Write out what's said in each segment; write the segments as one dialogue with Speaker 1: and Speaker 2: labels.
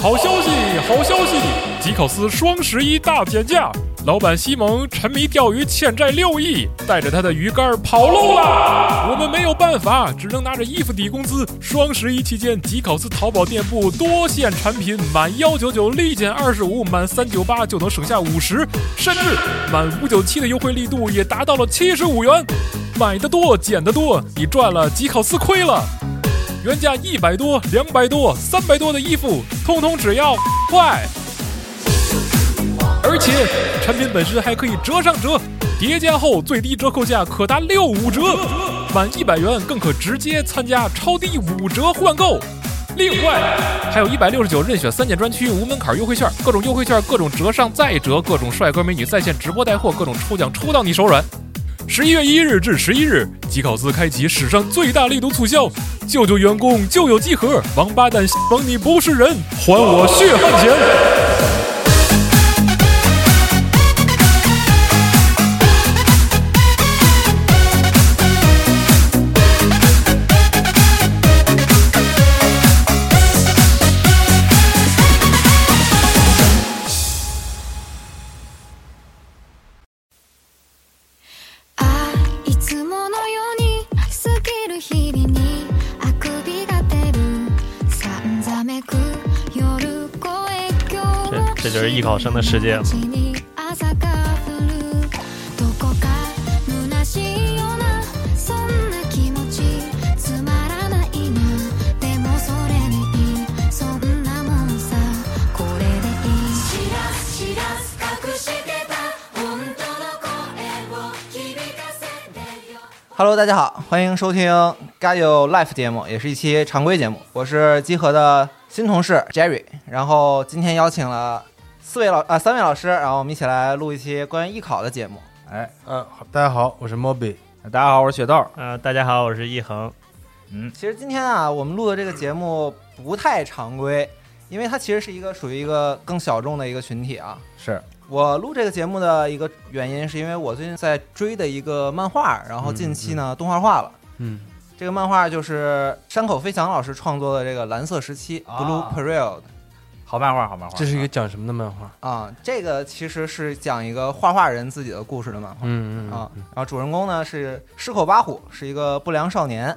Speaker 1: 好消息，好消息！吉考斯双十一大减价，老板西蒙沉迷钓鱼，欠债六亿，带着他的鱼竿跑路啦！我们没有办法，只能拿着衣服抵工资。双十一期间，吉考斯淘宝店铺多线产品满幺九九立减二十五，满三九八就能省下五十，甚至满五九七的优惠力度也达到了七十五元。买的多，减的多，你赚了，吉考斯亏了。原价一百多、两百多、三百多的衣服，通通只要快！而且产品本身还可以折上折，叠加后最低折扣价可达六五折，满一百元更可直接参加超低五折换购。另外，还有一百六十九任选三件专区无门槛优惠券，各种优惠券，各种折上再折，各种帅哥美女在线直播带货，各种抽奖抽到你手软。十一月一日至十一日，吉考斯开启史上最大力度促销，救救员工，救救集合，王八蛋，蒙你不是人，还我血汗钱！
Speaker 2: あ「いつものように過ぎる日々にあくびが出る」「さんざめく夜越え今日も
Speaker 3: 这这就是艺考生的世界了
Speaker 2: 一日に朝が降る」「どこか虚しいようなそんな気持ち」「つまらないなでもそれでいいそんなもんさこれでいい」「知らす知らす隠してた本当の声を響かせてよ」
Speaker 4: Hello，大家好，欢迎收听《Gadio Life》节目，也是一期常规节目。我是集合的新同事 Jerry，然后今天邀请了四位老啊、三位老师，然后我们一起来录一期关于艺考的节目。
Speaker 5: 哎，嗯、好大家好，我是 Moby。
Speaker 6: 大家好，我是雪豆。
Speaker 3: 呃，大家好，我是一恒。
Speaker 4: 其实今天啊，我们录的这个节目不太常规，因为它其实是一个属于一个更小众的一个群体啊。
Speaker 6: 是
Speaker 4: 我录这个节目的一个原因，是因为我最近在追的一个漫画，然后近期呢、动画化了。
Speaker 5: 嗯，
Speaker 4: 这个漫画就是山口飞翔老师创作的这个《蓝色时期》
Speaker 6: 啊
Speaker 4: （Blue Period）
Speaker 6: 好漫画，好漫画。
Speaker 5: 这是一个讲什么的漫画？
Speaker 4: 啊，这个其实是讲一个画画人自己的故事的漫画
Speaker 5: 嗯嗯
Speaker 4: 啊。然后主人公呢是矢口八虎，是一个不良少年。
Speaker 5: 哦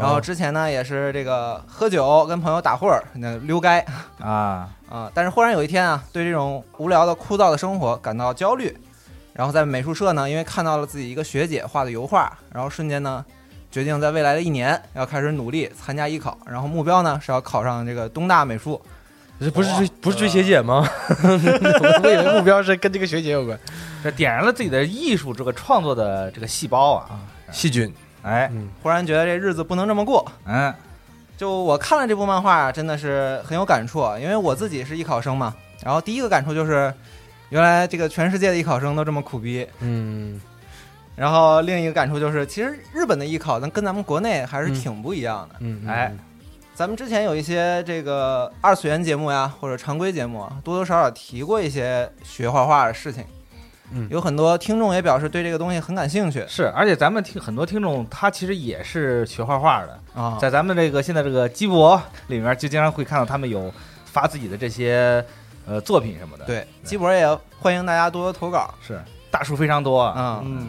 Speaker 4: 然后之前呢也是这个喝酒跟朋友打混儿，那溜街
Speaker 6: 啊，
Speaker 4: 啊。但是忽然有一天啊，对这种无聊的枯燥的生活感到焦虑，然后在美术社呢，因为看到了自己一个学姐画的油画，然后瞬间呢。决定在未来的一年要开始努力参加艺考，然后目标呢是要考上这个东大美术。
Speaker 5: 这不是追不是追学姐吗？我以为目标是跟这个学姐有 关。
Speaker 6: 这点燃了自己的艺术这个创作的这个细胞啊！
Speaker 5: 细菌，
Speaker 6: 哎，
Speaker 5: 嗯，
Speaker 4: 忽然觉得这日子不能这么过，
Speaker 6: 嗯，
Speaker 4: 就我看了这部漫画，真的是很有感触，因为我自己是艺考生嘛。然后第一个感触就是，原来这个全世界的艺考生都这么苦逼。
Speaker 5: 嗯，
Speaker 4: 然后另一个感触就是，其实日本的艺考咱跟咱们国内还是挺不一样的。
Speaker 5: 嗯，
Speaker 6: 哎，
Speaker 4: 咱们之前有一些这个二次元节目呀，或者常规节目啊，多多少少提过一些学画画的事情。
Speaker 5: 嗯
Speaker 4: 有很多听众也表示对这个东西很感兴趣
Speaker 6: 是，而且咱们听很多听众，他其实也是学画画的，
Speaker 4: 啊。
Speaker 6: 在咱们这个现在这个鸡博里面，就经常会看到他们有发自己的这些呃作品什么的。，
Speaker 4: 对，鸡博也欢迎大家多多投稿
Speaker 6: 是大数非常多啊。
Speaker 4: 啊。
Speaker 5: 嗯，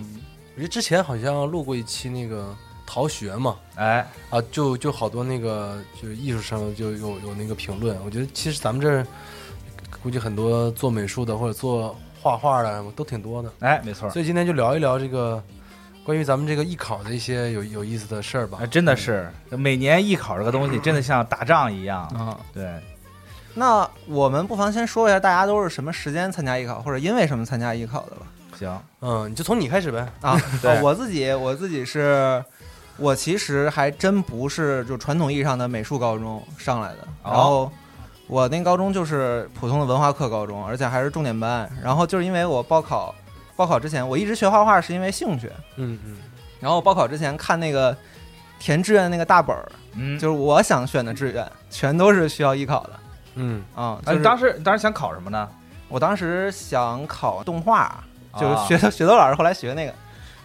Speaker 5: 我觉得之前好像录过一期那个逃学嘛，
Speaker 6: 哎，
Speaker 5: 啊，就就好多那个就是艺术上就有有那个评论，我觉得其实咱们这儿估计很多做美术的或者做画画的都挺多的，
Speaker 6: 哎，没错。
Speaker 5: 所以今天就聊一聊这个关于咱们这个艺考的一些有有意思的事儿吧
Speaker 6: 啊，。真的是
Speaker 4: 嗯
Speaker 6: 每年艺考这个东西，真的像打仗一样。
Speaker 4: 啊
Speaker 6: 对，
Speaker 4: 那我们不妨先说一下，大家都是什么时间参加艺考，或者因为什么参加艺考的吧？
Speaker 6: 行，
Speaker 5: 嗯，你就从你开始呗。
Speaker 4: 啊，
Speaker 6: 对
Speaker 4: 啊我自己我自己是，我其实还真不是就传统意义上的美术高中上来的，
Speaker 6: 哦
Speaker 4: 然后我那高中就是普通的文化课高中，而且还是重点班。然后就是因为我报考报考之前，我一直学画画是因为兴趣，
Speaker 5: 嗯嗯。
Speaker 4: 然后我报考之前看那个填志愿那个大本儿，
Speaker 6: 嗯，
Speaker 4: 就是我想选的志愿全都是需要艺考的
Speaker 5: 嗯，
Speaker 4: 啊。
Speaker 6: 啊，
Speaker 4: 就
Speaker 6: 你
Speaker 4: 是
Speaker 6: 当时你当时想考什么呢？
Speaker 4: 我当时想考动画，
Speaker 6: 啊
Speaker 4: 就是学 的、学豆老师后来学那个，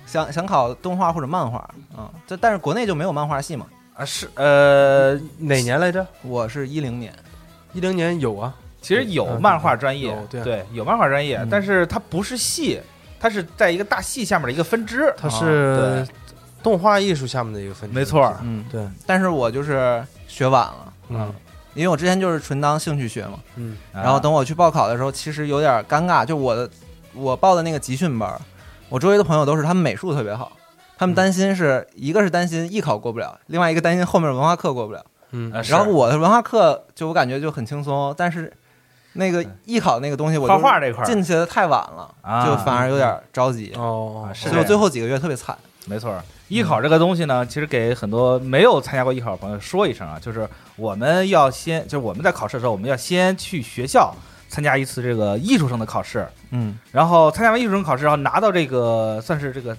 Speaker 4: 想想考动画或者漫画啊。这、但是国内就没有漫画系嘛。
Speaker 6: 啊，是呃，
Speaker 5: 哪年来着？
Speaker 4: 我是一零年啊
Speaker 5: 一零年有啊，
Speaker 6: 其实
Speaker 4: 呃
Speaker 6: 有漫画专业
Speaker 5: 有，对啊
Speaker 6: 对，有漫画专业
Speaker 5: 嗯，
Speaker 6: 但是它不是系，它是在一个大系下面的一个分支。
Speaker 5: 它
Speaker 6: 啊
Speaker 5: 是动画艺术下面的一个分
Speaker 6: 对
Speaker 5: 支，
Speaker 6: 没错，
Speaker 4: 嗯，
Speaker 5: 对，
Speaker 4: 但是我就是学晚了，
Speaker 5: 嗯
Speaker 4: 因为我之前就是纯当兴趣学嘛。
Speaker 5: 嗯，
Speaker 6: 啊
Speaker 4: 然后等我去报考的时候，其实有点尴尬，就我的我报的那个集训班儿，我周围的朋友都是他们美术特别好，他们担心是一个是担心艺考过不了，另外一个担心后面文化课过不了。
Speaker 5: 嗯，
Speaker 6: 啊是
Speaker 4: 然后我的文化课就我感觉就很轻松，但是那个艺考那个东西我就
Speaker 6: 画画这块儿
Speaker 4: 进去的太晚了，
Speaker 6: 啊
Speaker 4: 就反而有点着急，
Speaker 5: 哦
Speaker 6: 啊，是
Speaker 4: 所以
Speaker 6: 这
Speaker 4: 我
Speaker 6: 样
Speaker 4: 最后几个月特别惨。
Speaker 6: 没错，
Speaker 4: 嗯
Speaker 6: 艺考这个东西呢，其实给很多没有参加过艺考的朋友说一声啊，就是我们要先，就是我们在考试的时候，我们要先去学校参加一次这个艺术生的考试，
Speaker 4: 嗯
Speaker 6: 然后参加完艺术生考试，然后拿到这个算是这个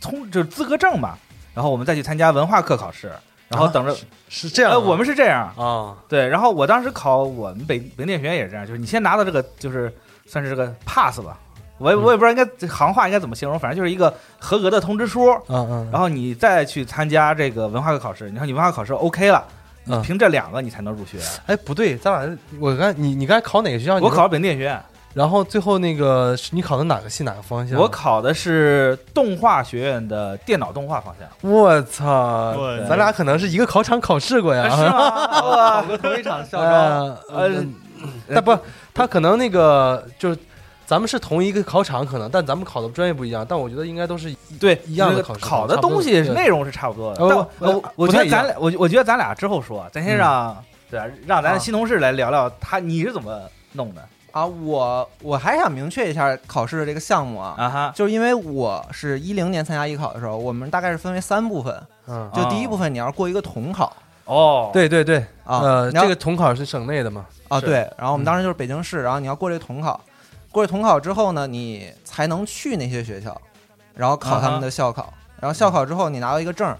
Speaker 6: 通就是资格证吧，然后我们再去参加文化课考试，然后等着，
Speaker 5: 是这样啊，
Speaker 6: 呃，我们是这样，
Speaker 5: 啊，
Speaker 6: 对，然后我当时考我们北北电学院也是这样，就是你先拿到这个就是算是这个 pass 吧，我
Speaker 5: 嗯
Speaker 6: 也我也不知道应该这行话应该怎么形容，反正就是一个合格的通知书。
Speaker 5: 嗯嗯，
Speaker 6: 然后你再去参加这个文化课考试，然后你文化课考试 OK 了，
Speaker 5: 嗯
Speaker 6: 凭这两个你才能入学。
Speaker 5: 哎，不对，咱俩我刚你你刚才考哪个学校？你
Speaker 6: 我
Speaker 5: 说
Speaker 6: 考，了本地电学院，
Speaker 5: 然后最后那个是你考的哪个系哪个方向？
Speaker 6: 我，考的是动画学院的电脑动画方向。
Speaker 5: 我操
Speaker 3: 我，
Speaker 5: 咱俩可能是一个考场考试过呀，
Speaker 6: 哎 是吗？我
Speaker 4: 同一场校招，
Speaker 5: 呃，
Speaker 6: 呃
Speaker 5: 呃，但不，他可能那个就是。咱们是同一个考场，可能，但咱们考的专业不一样。但我觉得应该都是
Speaker 6: 对
Speaker 5: 一样的
Speaker 6: 那个
Speaker 5: 考试
Speaker 6: 考的
Speaker 5: 差不多
Speaker 6: 东西
Speaker 5: 对
Speaker 6: 内容是差不多的。
Speaker 5: 呃
Speaker 6: 但我
Speaker 5: 我我
Speaker 6: 我
Speaker 5: 不
Speaker 6: 觉
Speaker 5: 太
Speaker 6: 得咱
Speaker 5: 一嗯
Speaker 6: 俩，我我觉得咱俩之后说，咱先让对吧，让咱
Speaker 4: 啊
Speaker 6: 的新同事来聊聊他你是怎么弄的
Speaker 4: 啊，我我还想明确一下考试的这个项目啊，
Speaker 6: 啊哈？
Speaker 4: 就是因为我是一零年参加艺考的时候，我们大概是分为三部分，
Speaker 5: 嗯，
Speaker 6: 啊
Speaker 4: 就第一部分你要过一个统考
Speaker 6: 哦，，
Speaker 5: 对对对，
Speaker 4: 啊，
Speaker 5: 呃，
Speaker 4: 你要
Speaker 5: 这个统考是省内的嘛？
Speaker 4: 啊
Speaker 6: 是嗯
Speaker 4: 对，然后我们当时就是北京市，然后你要过这个统考，过这统考之后呢，你才能去那些学校，然后考他
Speaker 6: 啊哈
Speaker 4: 们的校考，然后校考之后你拿到一个证儿。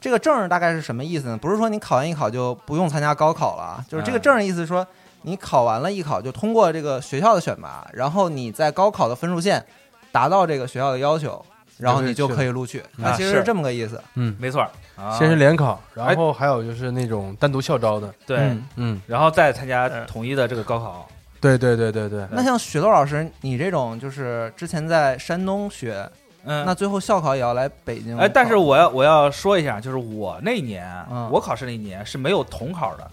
Speaker 4: 这个证儿大概是什么意思呢？不是说你考完艺考就不用参加高考了啊，就是这个
Speaker 6: 嗯
Speaker 4: 证儿的意思是说，你考完了艺考就通过这个学校的选拔，然后你在高考的分数线达到这个学校的要求，然后你就可以录取。
Speaker 6: 啊
Speaker 4: 那其实
Speaker 6: 是
Speaker 4: 这么个意思。
Speaker 5: 嗯，
Speaker 6: 没错儿，啊
Speaker 5: 先是联考，然后还有就是那种单独校招的。
Speaker 6: 对
Speaker 4: 嗯，
Speaker 5: 哎嗯，
Speaker 6: 然后再参加统一的这个高考。
Speaker 5: 对对对对对，
Speaker 4: 那像雪豆老师，你这种就是之前在山东学，
Speaker 6: 嗯，
Speaker 4: 那最后校考也要来北京考。
Speaker 6: 哎，但是我要我要说一下，就是我那年、
Speaker 4: 嗯
Speaker 6: 我考试那年是没有统考的，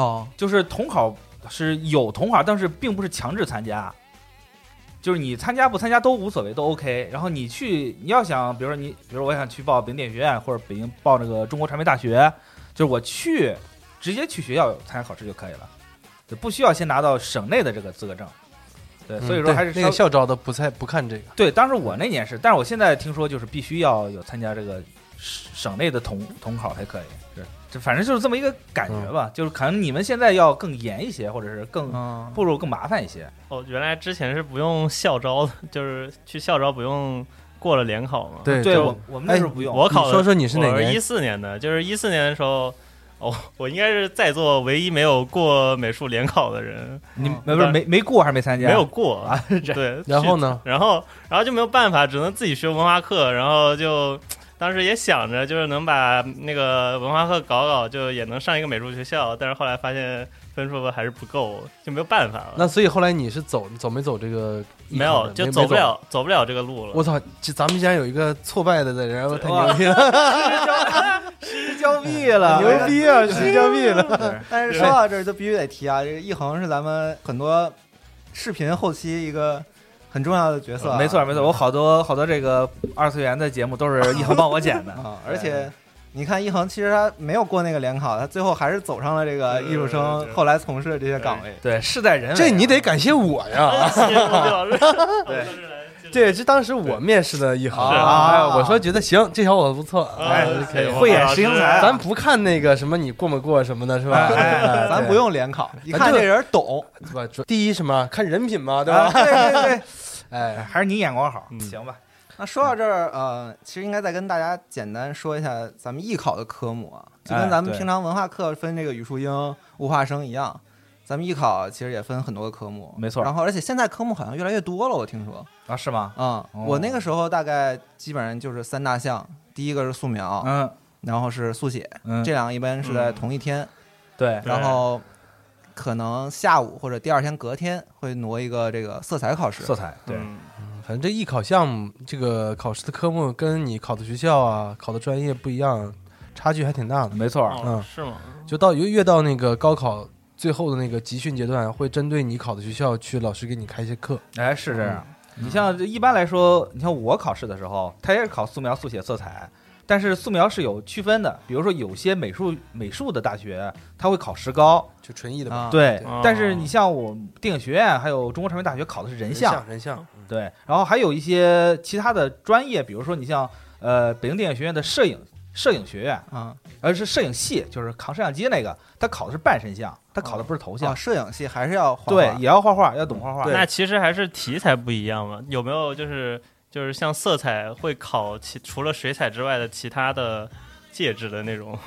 Speaker 4: 哦，
Speaker 6: 就是统考是有统考，但是并不是强制参加，就是你参加不参加都无所谓，都 OK。然后你去，你要想，比如说你，比如我想去报北京电影学院或者北京报那个中国传媒大学，就是我去直接去学校参加考试就可以了，就不需要先拿到省内的这个资格证。对，所以
Speaker 5: 嗯
Speaker 6: 说
Speaker 5: 对
Speaker 6: 还是稍
Speaker 5: 那个校招的不太不看这个。
Speaker 6: 对，当时我那年是，但是我现在听说就是必须要有参加这个省省内的统统考才可以，是这反正就是这么一个感觉吧，就是可能你们现在要更严一些，或者是更
Speaker 4: 嗯，
Speaker 6: 步骤更麻烦一些。
Speaker 3: 哦，原来之前是不用校招的， 就是去校招不用过了联考嘛。，
Speaker 5: 对
Speaker 6: 对
Speaker 5: 哎就
Speaker 6: 我我们那时候不用，
Speaker 3: 我考
Speaker 5: 你
Speaker 3: 的
Speaker 5: 说说你是哪
Speaker 3: 我是一
Speaker 5: 年？
Speaker 3: 四年的，就是一四年的时候，哦，我应该是在座唯一没有过美术联考的人，
Speaker 6: 你没不是没没过还是没参加？
Speaker 3: 没有过
Speaker 6: 啊，
Speaker 3: 对，
Speaker 5: 然后
Speaker 3: 去？
Speaker 5: 呢？
Speaker 3: 然后，然后就没有办法，只能自己学文化课，然后就。当时也想着，就是能把那个文化课搞搞，就也能上一个美术学校。但是后来发现分数还是不够，就没有办法了。
Speaker 5: 那所以后来你是走走没走这个艺考
Speaker 3: 没
Speaker 5: 的？
Speaker 3: 有，就
Speaker 5: 没
Speaker 3: 走不。了，走不了这个路
Speaker 5: 没
Speaker 3: 了。
Speaker 5: 我操！这咱们竟然有一个挫败的在这儿，我太
Speaker 6: 哇
Speaker 5: 牛逼 了！
Speaker 6: 失交臂了，牛逼啊，失交臂了。
Speaker 4: 但是说到这儿就必须得提啊，这个一恒是咱们很多视频后期一个很重要的角色啊、
Speaker 6: 嗯没错没错，我好多好多这个二次元的节目都是一恒帮我剪的
Speaker 4: 啊，而且。你看一恒，其实他没有过那个联考，他最后还是走上了这个艺术
Speaker 3: 对
Speaker 4: 生
Speaker 3: 对，对
Speaker 4: 后来从事的这些岗位。
Speaker 6: 对事在人为啊，
Speaker 5: 这你得感谢我 呀！
Speaker 6: 对
Speaker 5: 对，这当时我面试的一行，哎，我说觉得行，这小伙子不错，哎，
Speaker 3: 啊
Speaker 5: 可以。
Speaker 6: 慧眼识英才啊
Speaker 5: 咱不看那个什么你过没过什么的，是吧？
Speaker 6: 哎
Speaker 4: 咱不用联考，一
Speaker 5: 咱
Speaker 4: 看
Speaker 5: 就
Speaker 4: 这人懂，
Speaker 5: 对吧？主第一什么看人品嘛，对
Speaker 6: 啊
Speaker 5: 吧？
Speaker 6: 对对对，
Speaker 5: 哎，
Speaker 6: 还是你眼光好，
Speaker 3: 嗯
Speaker 6: 行吧？
Speaker 4: 那说到这儿，呃，其实应该再跟大家简单说一下咱们艺考的科目啊，就跟
Speaker 6: 哎
Speaker 4: 咱们
Speaker 6: 对
Speaker 4: 平常文化课分这个语数英、物化生一样，咱们艺考其实也分很多个科目，
Speaker 6: 没错
Speaker 4: 然后而且现在科目好像越来越多了，我听说。
Speaker 6: 啊，是吗？
Speaker 4: 嗯，
Speaker 6: 哦
Speaker 4: 我那个时候大概基本上就是三大项，第一个是素描，
Speaker 6: 嗯
Speaker 4: 然后是速写，
Speaker 6: 嗯，
Speaker 4: 这两个一般是在同一天，
Speaker 6: 对
Speaker 3: 对
Speaker 4: 然后可能下午或者第二天隔天会挪一个这个色彩考试。
Speaker 6: 色彩对，
Speaker 3: 嗯
Speaker 5: 反正这艺考项目，这个考试的科目跟你考的学校啊、考的专业不一样，差距还挺大的。
Speaker 6: 没错儿，
Speaker 3: 哦
Speaker 5: 嗯
Speaker 3: 是吗？
Speaker 5: 就到越越到那个高考最后的那个集训阶段，会针对你考的学校去老师给你开一些课。
Speaker 6: 哎，是这样。你像这一般来说，你像我考试的时候，他也是考素描、速写、色彩，但是素描是有区分的，比如说有些美术美术的大学，他会考石膏，
Speaker 5: 就纯艺的吧，
Speaker 4: 啊，
Speaker 6: 对
Speaker 3: 对
Speaker 6: 但是你像我电影学院还有中国传媒大学考的是人像，
Speaker 5: 人像，嗯
Speaker 6: 对，然后还有一些其他的专业，比如说你像呃北京电影学院的摄影摄影学院，
Speaker 4: 啊，
Speaker 6: 而是摄影系，就是扛摄像机那个，他考的是半身像，他考的不是头像，
Speaker 4: 像啊摄影系还是要画
Speaker 6: 对
Speaker 4: 画，
Speaker 6: 也要画画，要懂画画。
Speaker 5: 对
Speaker 3: 那其实还是题材不一样嘛。有没有就是就是像色彩会考其除了水彩之外的其他的介质的那种？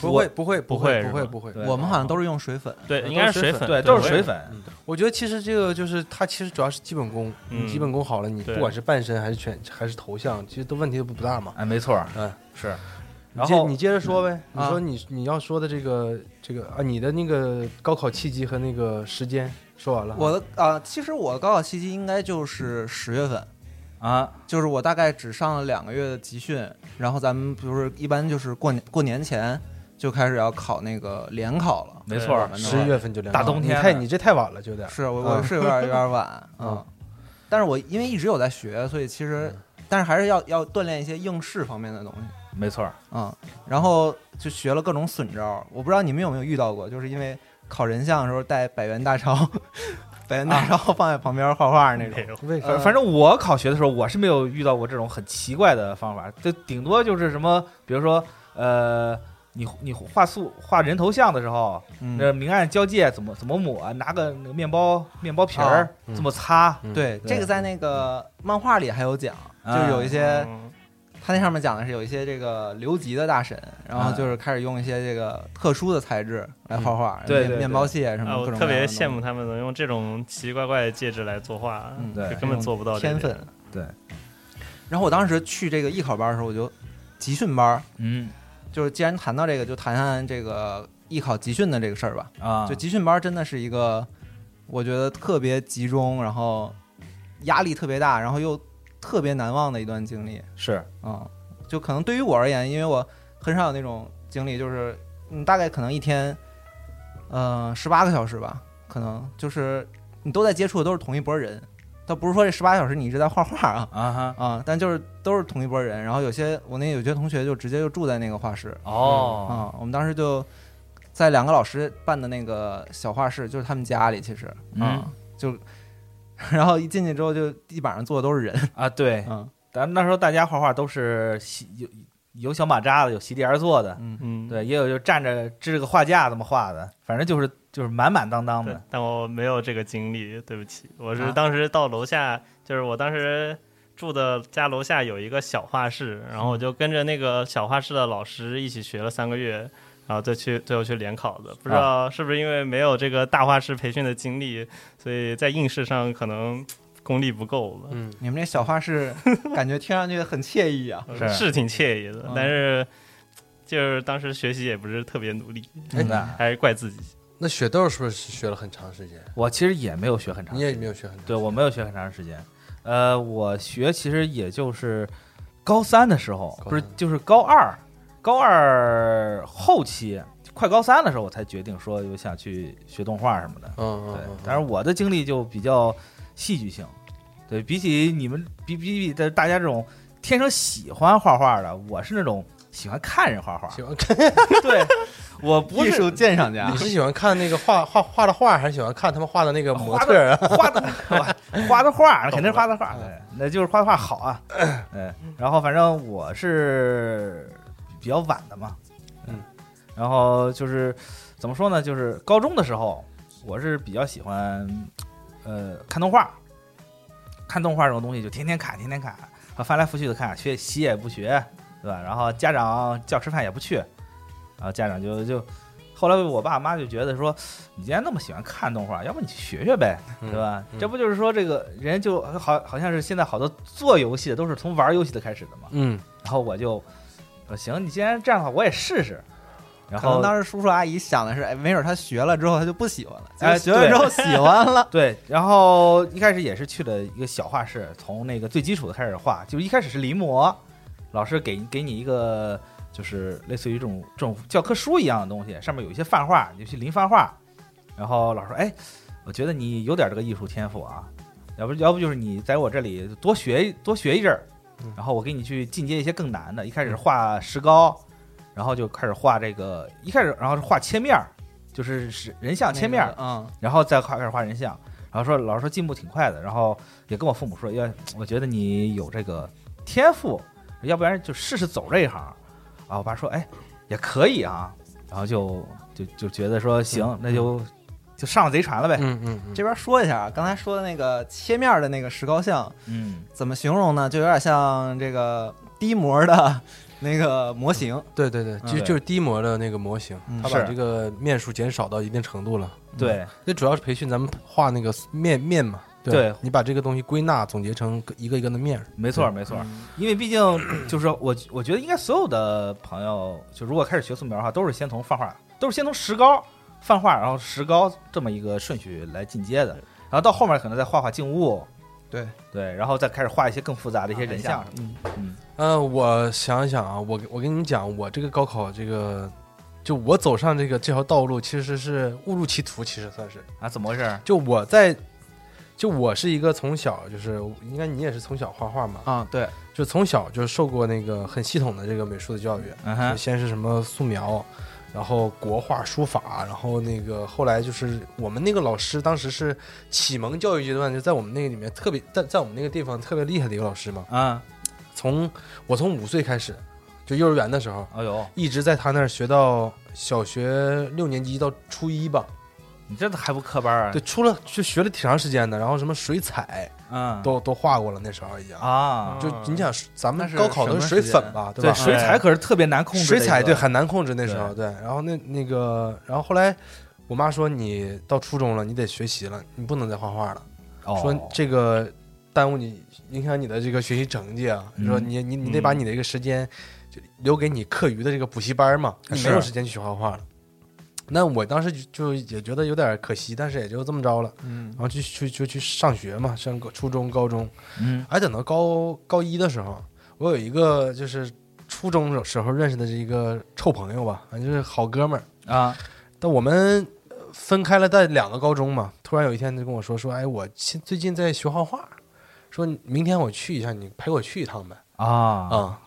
Speaker 5: 不会不会不会
Speaker 3: 不会
Speaker 5: 不
Speaker 3: 是
Speaker 5: 会
Speaker 3: 吧啊
Speaker 5: 不会。
Speaker 6: 对
Speaker 4: 我们好像都是用水粉。
Speaker 3: 对，
Speaker 5: 都
Speaker 3: 应该
Speaker 5: 是
Speaker 3: 是水
Speaker 5: 水
Speaker 3: 粉，
Speaker 5: 粉
Speaker 6: 对，都是水
Speaker 3: 我也。
Speaker 6: 粉。
Speaker 5: 我觉得其实这个就是它，其实主要是基本功，
Speaker 3: 嗯
Speaker 5: 你基本功好了，你
Speaker 3: 对
Speaker 5: 不管是半身还是全还是头像，其实都问题都不不大嘛。
Speaker 6: 哎，没错，
Speaker 5: 嗯，
Speaker 6: 是。
Speaker 5: 你
Speaker 6: 然
Speaker 5: 接
Speaker 6: 后啊
Speaker 5: 你接着说呗，
Speaker 4: 嗯
Speaker 5: 你说你你要说的这个这个啊，你的那个高考契机和那个时间说完了哈，
Speaker 4: 我的啊、其实我高考契机应该就是十月份，
Speaker 6: 啊，
Speaker 4: 就是我大概只上了两个月的集训，然后咱们不是一般就是过年过年前就开始要考那个联考了。
Speaker 6: 没
Speaker 3: 对
Speaker 6: 错
Speaker 4: 我，们的
Speaker 5: 十
Speaker 4: 话
Speaker 5: 一月份就两
Speaker 6: 大冬天
Speaker 5: 你太
Speaker 6: 的
Speaker 5: 你这太晚了，就有点。
Speaker 4: 是我
Speaker 6: 嗯
Speaker 4: 我是有点有点 晚，嗯
Speaker 5: 嗯，
Speaker 4: 但是我因为一直有在学，所以其实但是还是要要锻炼一些应试方面的东西，
Speaker 6: 嗯没错。
Speaker 4: 嗯，然后就学了各种损招，我不知道你们有没有遇到过，就是因为考人像的时候带百元大钞， 百元大钞放在旁边画画那种
Speaker 3: 那，种
Speaker 5: 为啥？
Speaker 6: 啊嗯呃反反正我考学的时候，我是没有遇到过这种很奇怪的方法，就顶多就是什么，比如说，呃，你你画素画人头像的时候，那
Speaker 4: 嗯，
Speaker 6: 明暗交界怎么怎么抹，拿个那个面包面包皮儿、
Speaker 4: 啊
Speaker 5: 嗯
Speaker 6: 这么擦，
Speaker 5: 嗯
Speaker 4: 对，这个在那个漫画里还有讲，就
Speaker 6: 啊
Speaker 4: 有一些
Speaker 3: 嗯
Speaker 4: 他那上面讲的是有一些这个留级的大神，然
Speaker 3: 哎
Speaker 4: 后就是开始用一些这个特殊的材质
Speaker 3: 嗯
Speaker 4: 来画画，
Speaker 6: 对对
Speaker 4: 面
Speaker 6: 对
Speaker 4: 面包屑什
Speaker 3: 啊，
Speaker 4: 么
Speaker 3: 我
Speaker 4: 各种各样的东西，
Speaker 3: 特别羡慕他们能用这种奇奇怪怪的介质来作画，
Speaker 4: 嗯
Speaker 6: 对
Speaker 3: 就根本做不到这
Speaker 4: 天
Speaker 3: 一点
Speaker 4: 分。
Speaker 6: 对。
Speaker 4: 然后我当时去这个艺考班的时候，我就集训班，
Speaker 6: 嗯
Speaker 4: 就是既然谈到这个，就谈谈这个艺考集训的这个事儿吧。
Speaker 6: 啊，
Speaker 4: 就集训班真的是一个，我觉得特别集中，然后压力特别大，然后又特别难忘的一段经历。
Speaker 6: 是
Speaker 4: 嗯，就可能对于我而言，因为我很少有那种经历，就是你大概可能一天，呃，十八个小时吧，可能就是你都在接触的都是同一拨人，倒不是说这十八小时你一直在画画啊
Speaker 6: 啊哈，
Speaker 4: 啊、但就是都是同一拨人。然后有些我那有些同学就直接就住在那个画室
Speaker 6: 哦，
Speaker 4: 啊、我们当时就在两个老师办的那个小画室，就是他们家里其实啊、
Speaker 6: 嗯
Speaker 4: 就。然后一进去之后，就地板上坐的都是人，
Speaker 6: 啊对，
Speaker 4: 嗯
Speaker 6: 咱们那时候大家画画都是席有有小马扎的，有席地而坐的，
Speaker 4: 嗯，
Speaker 3: 嗯，
Speaker 6: 对，也有就站着支着个画架这么画的，反正就是就是满满当当
Speaker 3: 对
Speaker 6: 的，，
Speaker 3: 但我没有这个经历，对不起。我
Speaker 6: 啊
Speaker 3: 是当时到楼下，就是我当时住的家楼下有一个小画室，然
Speaker 6: 嗯
Speaker 3: 后我就跟着那个小画室的老师一起学了三个月，然后再去最后去联考的。
Speaker 6: 啊
Speaker 3: 不知道是不是因为没有这个大画室培训的经历，所以在应试上可能功力不够吧。
Speaker 5: 嗯，
Speaker 4: 你们这小画室感觉听上去很惬意啊。
Speaker 3: 呃
Speaker 6: 是
Speaker 3: 是挺惬意的
Speaker 4: 嗯，
Speaker 3: 但是就是当时学习也不是特别努力，
Speaker 6: 真的。
Speaker 3: 还是怪自己。
Speaker 5: 哎那雪豆是不是学了很长时间？
Speaker 6: 我其实也没有学很长
Speaker 5: 你
Speaker 6: 时间，
Speaker 5: 也没有学很长。
Speaker 6: 对我没有学很长时间，呃，我学其实也就是高三的时候，
Speaker 5: 高
Speaker 6: 不是
Speaker 5: 三
Speaker 6: 就是高二，高二后期快高三的时候，我才决定说我想去学动画什么的。
Speaker 5: 嗯嗯
Speaker 6: 对
Speaker 5: 嗯，，，
Speaker 6: 但是我的经历就比较戏剧性，对比起你们比比比的大家这种天生喜欢画画的，我是那种喜欢看人画画
Speaker 5: 喜欢看，
Speaker 6: 对我不
Speaker 4: 艺
Speaker 6: 是
Speaker 4: 术鉴赏家
Speaker 5: 你，是喜欢看那个画画画的画，还是喜欢看他们画的那个模
Speaker 6: 画
Speaker 5: 特 儿啊？
Speaker 6: 画的画的画，肯定是画的画，
Speaker 5: 懂了
Speaker 6: 对，那就是画的画好 啊。嗯，然后反正我是比较晚的嘛，
Speaker 5: 嗯，
Speaker 6: 然后就是怎么说呢，就是高中的时候，我是比较喜欢呃看动画，看动画这种东西就天天看，天天看，啊翻来覆去的看，学习也不学，对吧？然后家长叫吃饭也不去，然后家长就就。后来我爸妈就觉得说，你既然那么喜欢看动画，要不你去学学呗，
Speaker 5: 嗯
Speaker 6: 对吧？
Speaker 5: 嗯
Speaker 6: 这不就是说这个人就好好像是现在好多做游戏的都是从玩游戏的开始的嘛。
Speaker 5: 嗯，
Speaker 6: 然后我就我行，你既然这样的话，我也试试。然
Speaker 4: 可能
Speaker 6: 后
Speaker 4: 当时叔叔阿姨想的是，哎，没准他学了之后他就不喜欢了，
Speaker 6: 哎
Speaker 4: 结果学了之
Speaker 6: 对，
Speaker 4: 后喜欢了
Speaker 6: 对，然后一开始也是去了一个小画室，从那个最基础的开始画，就一开始是临摹，老师给给你一个就是类似于这种这种教科书一样的东西，上面有一些泛画，你就去临泛画，然后老师说，哎，我觉得你有点这个艺术天赋啊，要不要不就是你在我这里多学多学一阵儿，然后我给你去进阶一些更难的，一开始画石膏，然后就开始画这个，一开始然后是画切面儿，就是是人像切面儿。
Speaker 4: 嗯，
Speaker 6: 然后再画开始画人像，然后说老师说进步挺快的，然后也跟我父母说，要我觉得你有这个天赋，要不然就试试走这一行啊。我爸说，哎，也可以啊，然后就就就觉得说行，那就就上了贼船了呗。
Speaker 5: 嗯嗯嗯，
Speaker 4: 这边说一下啊，刚才说的那个切面的那个石膏像
Speaker 6: 嗯，
Speaker 4: 怎么形容呢？就有点像这个低模的 那个模型，
Speaker 5: 对对对，就
Speaker 6: 嗯对
Speaker 5: 就是低模的那个模型，
Speaker 4: 嗯
Speaker 5: 他把
Speaker 6: 是
Speaker 5: 这个面数减少到一定程度了。
Speaker 6: 对
Speaker 5: 那主要是培训咱们画那个面面嘛，
Speaker 6: 对
Speaker 5: 你把这个东西归纳总结成一个一个的面儿。
Speaker 6: 没错，没错，因为毕竟 就是我，我觉得应该所有的朋友，就如果开始学素描的话，都是先从泛画，都是先从石膏、泛画，然后石膏这么一个顺序来进阶的，然后到后面可能再画画静物，
Speaker 4: 对
Speaker 6: 对，然后再开始画一些更复杂的一些人像什么的。嗯，
Speaker 5: 呃，我想一想啊，我我跟你讲，我这个高考这个，就我走上这个这条道路，其实是误入歧途，其实算是。
Speaker 6: 啊，怎么回事？
Speaker 5: 就我在，就我是一个从小就是，应该你也是从小画画嘛，
Speaker 4: 啊，对，
Speaker 5: 就从小就受过那个很系统的这个美术的教育，啊
Speaker 6: 嗯
Speaker 5: 就
Speaker 6: 哼，
Speaker 5: 先是什么素描，然后国画、书法，然后那个后来就是我们那个老师当时是启蒙教育阶段，就在我们那个里面特别在在我们那个地方特别厉害的一个老师嘛。
Speaker 6: 啊，
Speaker 5: 从我从五岁开始，就幼儿园的时候，
Speaker 6: 哎呦，
Speaker 5: 一直在他那儿学到小学六年级到初一吧，
Speaker 6: 你这还不科班啊？
Speaker 5: 对，，出了就学了挺长时间的，然后什么水彩
Speaker 6: 嗯，
Speaker 5: 都都画过了，那时候已经。
Speaker 6: 啊，
Speaker 5: 就你想，咱
Speaker 4: 那
Speaker 5: 们
Speaker 4: 是
Speaker 5: 高考都
Speaker 4: 什么
Speaker 5: 是水
Speaker 4: 时
Speaker 5: 粉
Speaker 4: 间
Speaker 5: 吧，对吧？
Speaker 6: 对，水彩可是特别难控制的
Speaker 5: 水
Speaker 6: 一个，
Speaker 5: 彩对很难控制那时
Speaker 6: 对
Speaker 5: 候对，然后那那个，然后后来我妈说你到初中了，你得学习了，你不能再画画了，
Speaker 6: 哦
Speaker 5: 说这个耽误你影响你的这个学习成绩啊，
Speaker 6: 嗯
Speaker 5: 说你你你得把你的一个时间就留给你课余的这个补习班嘛，你没
Speaker 6: 是
Speaker 5: 有时间去学画画了。那我当时就就也觉得有点可惜，但是也就这么着了，
Speaker 4: 嗯
Speaker 5: 然后去去就去上学嘛，上个初中、高中，
Speaker 6: 嗯
Speaker 5: 哎，等到高高一的时候，我有一个就是初中的时候认识的这一个臭朋友吧，反正就是好哥们儿。
Speaker 6: 啊，
Speaker 5: 但我们呃分开了，在两个高中嘛。突然有一天就跟我说说，哎，我现最近在学画画，说明天我去一下，你陪我去一趟呗。
Speaker 6: 啊
Speaker 5: 啊、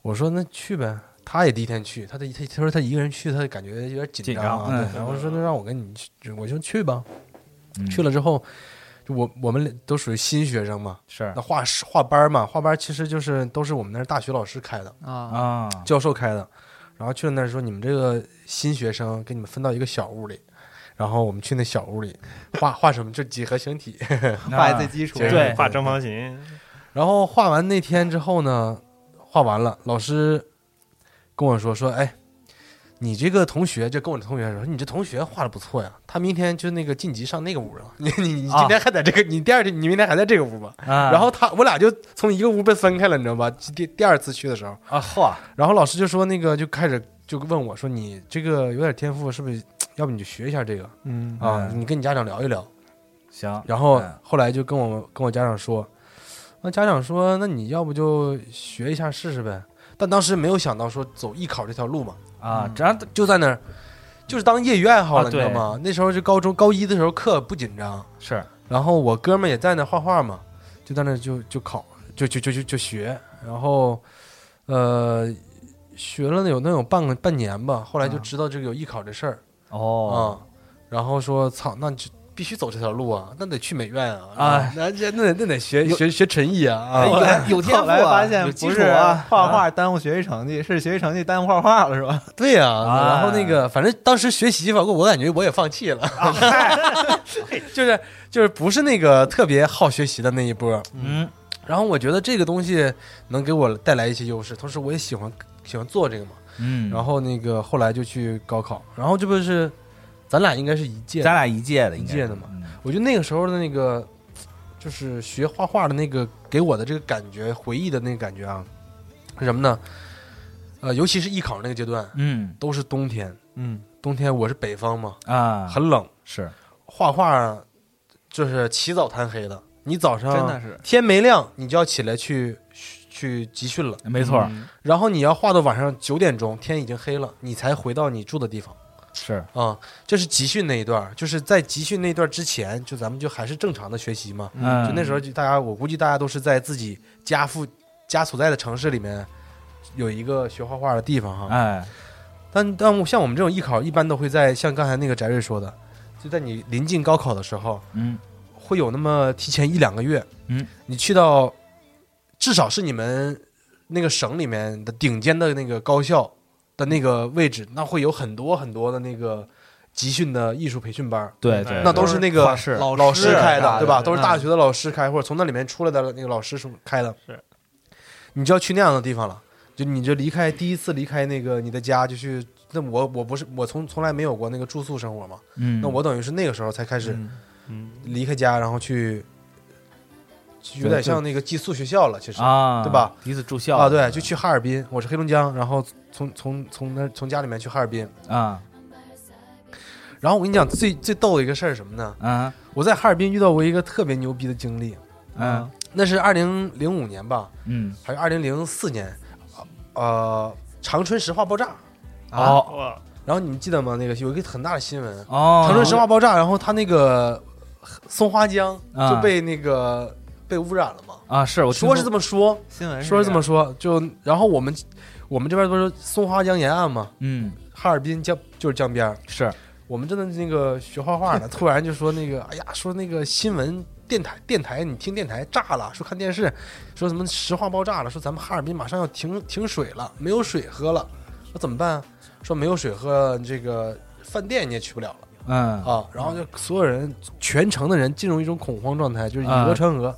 Speaker 5: 我说那去呗。他也第一天去，他的他他说他一个人去，他感觉有点紧张啊。
Speaker 6: 紧张嗯
Speaker 5: 对然后说那让我跟你去，就我就去吧。
Speaker 6: 嗯
Speaker 5: 去了之后，就我我们俩都属于新学生嘛，
Speaker 6: 是
Speaker 5: 那画室画班儿嘛，画班儿其实就是都是我们那儿大学老师开的，
Speaker 4: 啊，
Speaker 6: 啊，
Speaker 5: 教授开的。然后去了那儿说，你们这个新学生给你们分到一个小屋里，然后我们去那小屋里画画什么，就几何形体。
Speaker 4: 画最基础，
Speaker 5: 对
Speaker 6: 啊对
Speaker 3: 画正方形，
Speaker 5: 然后画完那天之后呢，画完了，老师跟我说说，哎，你这个同学就跟我的同学说，你这同学画的不错呀，他明天就那个晋级上那个屋了， 你你你今天还在这个，你第二天你明天还在这个屋吧？
Speaker 6: 啊，
Speaker 5: 然后他我俩就从一个屋被分开了，你知道吧？第第二次去的时候，
Speaker 6: 啊，嚯，
Speaker 5: 然后老师就说那个就开始就问我说你这个有点天赋，是不是？要不你就学一下这个
Speaker 4: 嗯
Speaker 5: 啊，
Speaker 6: 嗯
Speaker 5: 你跟你家长聊一聊。
Speaker 6: 行，
Speaker 5: 然后
Speaker 6: 嗯
Speaker 5: 后来就跟我跟我家长说，那家长说那你要不就学一下试试呗。但当时没有想到说走艺考这条路嘛，
Speaker 6: 啊，这样
Speaker 5: 就在那儿就是当业余爱好了，你
Speaker 6: 啊
Speaker 5: 知道
Speaker 6: 对
Speaker 5: 吗？那时候就高中高一的时候课不紧张，
Speaker 6: 是
Speaker 5: 然后我哥们儿也在那画画嘛，就在那就就考，就就就就就学，然后呃学了有能有半个半年吧，后来就
Speaker 4: 啊
Speaker 5: 知道这个有艺考这事儿啊、
Speaker 6: 嗯哦，
Speaker 5: 然后说操，那就必须走这条路啊，那得去美院啊，
Speaker 6: 哎
Speaker 5: 那这那得那得学
Speaker 6: 有
Speaker 5: 学学纯艺啊啊。
Speaker 4: 后来
Speaker 6: 有有天赋
Speaker 4: 后来
Speaker 6: 啊
Speaker 4: 发现
Speaker 6: 有基
Speaker 4: 不
Speaker 6: 础
Speaker 4: 是
Speaker 6: 啊
Speaker 4: 画画耽误学习成绩，是学习成绩耽误画画了，是吧？
Speaker 5: 对呀、
Speaker 6: 啊
Speaker 5: 然后那个，反正当时学习，反正我感觉我也放弃 了，
Speaker 6: 啊
Speaker 5: 就是就是不是那个特别好学习的那一波，
Speaker 6: 嗯，
Speaker 5: 然后我觉得这个东西能给我带来一些优势，同时我也喜欢喜欢做这个嘛。
Speaker 6: 嗯，
Speaker 5: 然后那个后来就去高考，然后这不是咱俩应该是一届的，
Speaker 6: 咱俩一届的，应
Speaker 5: 一
Speaker 6: 该嗯
Speaker 5: 届的嘛。我觉得那个时候的那个就是学画画的那个给我的这个感觉，回忆的那个感觉啊，是什么呢？呃，尤其是艺考那个阶段，
Speaker 6: 嗯
Speaker 5: 都是冬天。
Speaker 4: 嗯，
Speaker 5: 冬天我是北方嘛，
Speaker 6: 啊，
Speaker 5: 很冷，
Speaker 6: 是
Speaker 5: 画画就是起早贪黑的。你早上
Speaker 6: 嗯
Speaker 4: 真的是
Speaker 5: 天没亮，你就要起来去去集训了，
Speaker 6: 没错，
Speaker 4: 嗯
Speaker 5: 然后你要画到晚上九点钟，天已经黑了，你才回到你住的地方。
Speaker 6: 是
Speaker 5: 啊、这是集训那一段儿，就是在集训那段儿之前，就咱们就还是正常的学习嘛。
Speaker 6: 嗯，
Speaker 5: 就那时候，就大家，我估计大家都是在自己家附家所在的城市里面有一个学画画的地方哈。
Speaker 6: 哎，
Speaker 5: 但但像我们这种艺考，一般都会在像刚才那个翟瑞说的，就在你临近高考的时候，
Speaker 6: 嗯
Speaker 5: 会有那么提前一两个月，
Speaker 6: 嗯，
Speaker 5: 你去到至少是你们那个省里面的顶尖的那个高校的那个位置，那会有很多很多的那个集训的艺术培训班儿，
Speaker 6: 对
Speaker 3: 哎
Speaker 6: 对，
Speaker 5: 那都是那个
Speaker 6: 是
Speaker 4: 老
Speaker 5: 老师开
Speaker 4: 的，嗯
Speaker 5: 的，对吧？
Speaker 4: 对
Speaker 5: 都是
Speaker 6: 嗯
Speaker 5: 大学的老师开，或者从那里面出来的那个老师是开的。
Speaker 3: 是，
Speaker 5: 你就要去那样的地方了，就你就离开第一次离开那个你的家，就去。那我我不是我从从来没有过那个住宿生活嘛，
Speaker 6: 嗯，
Speaker 5: 那我等于是那个时候才开始
Speaker 4: 嗯
Speaker 3: 嗯，
Speaker 5: 离开家，然后去，就有
Speaker 6: 对
Speaker 5: 点像那个寄宿学校了，其实
Speaker 6: 啊，
Speaker 5: 对吧？
Speaker 6: 第一次住校
Speaker 5: 啊，对，就去哈尔滨，我是黑龙江，然后从从从那从家里面去哈尔滨，
Speaker 6: 啊
Speaker 5: 然后我跟你讲最最逗的一个事儿是什么呢？
Speaker 6: 啊
Speaker 5: 我在哈尔滨遇到过一个特别牛逼的经历，
Speaker 6: 嗯
Speaker 5: 那是二零零五年吧，
Speaker 6: 嗯，
Speaker 5: 还是二零零四年，呃，长春石化爆炸，
Speaker 6: 哦
Speaker 3: 哇，
Speaker 5: 然后你们记得吗？那个有一个很大的新闻，
Speaker 6: 哦，
Speaker 5: 长春石化爆炸，然后它那个松花江
Speaker 6: 啊
Speaker 5: 就被那个被污染了嘛。
Speaker 6: 啊，是我听
Speaker 5: 说是这
Speaker 6: 么
Speaker 5: 么说，
Speaker 4: 新闻
Speaker 5: 说是这么
Speaker 4: 样
Speaker 5: 说，就然后我们我们这边不是松花江沿岸嘛，
Speaker 6: 嗯
Speaker 5: 哈尔滨江就是江边儿，
Speaker 6: 是
Speaker 5: 我们真的那个学画画的，突然就说那个，哎呀，说那个新闻电台电台，你听电台炸了，说看电视，说什么石化爆炸了，说咱们哈尔滨马上要停停水了，没有水喝了，那怎么办、啊？说没有水喝，这个饭店你也去不了了
Speaker 6: 嗯
Speaker 5: 啊。然后就所有人全城的人进入一种恐慌状态，就是以
Speaker 6: 啊
Speaker 5: 讹传讹，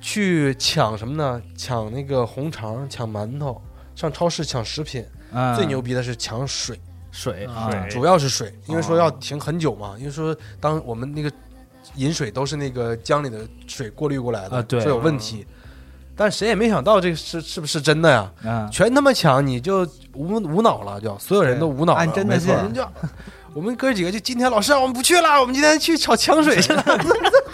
Speaker 5: 去抢什么呢？抢那个红肠，抢馒头，上超市抢食品。
Speaker 6: 嗯，
Speaker 5: 最牛逼的是抢水。
Speaker 6: 水
Speaker 3: 啊
Speaker 6: 水
Speaker 5: 主要是水，因为说要停很久嘛，因为说当我们那个饮水都是那个江里的水过滤过来的，
Speaker 6: 啊对
Speaker 5: 说有问题。但谁也没想到这个是是不是真的呀？
Speaker 6: 嗯
Speaker 5: 全他妈抢，你就无无脑了，就所有人都无脑了。
Speaker 4: 按真的
Speaker 5: 没
Speaker 4: 信
Speaker 5: 错人就我们哥几个就今天老师让我们不去了，我们今天去炒抢水去了。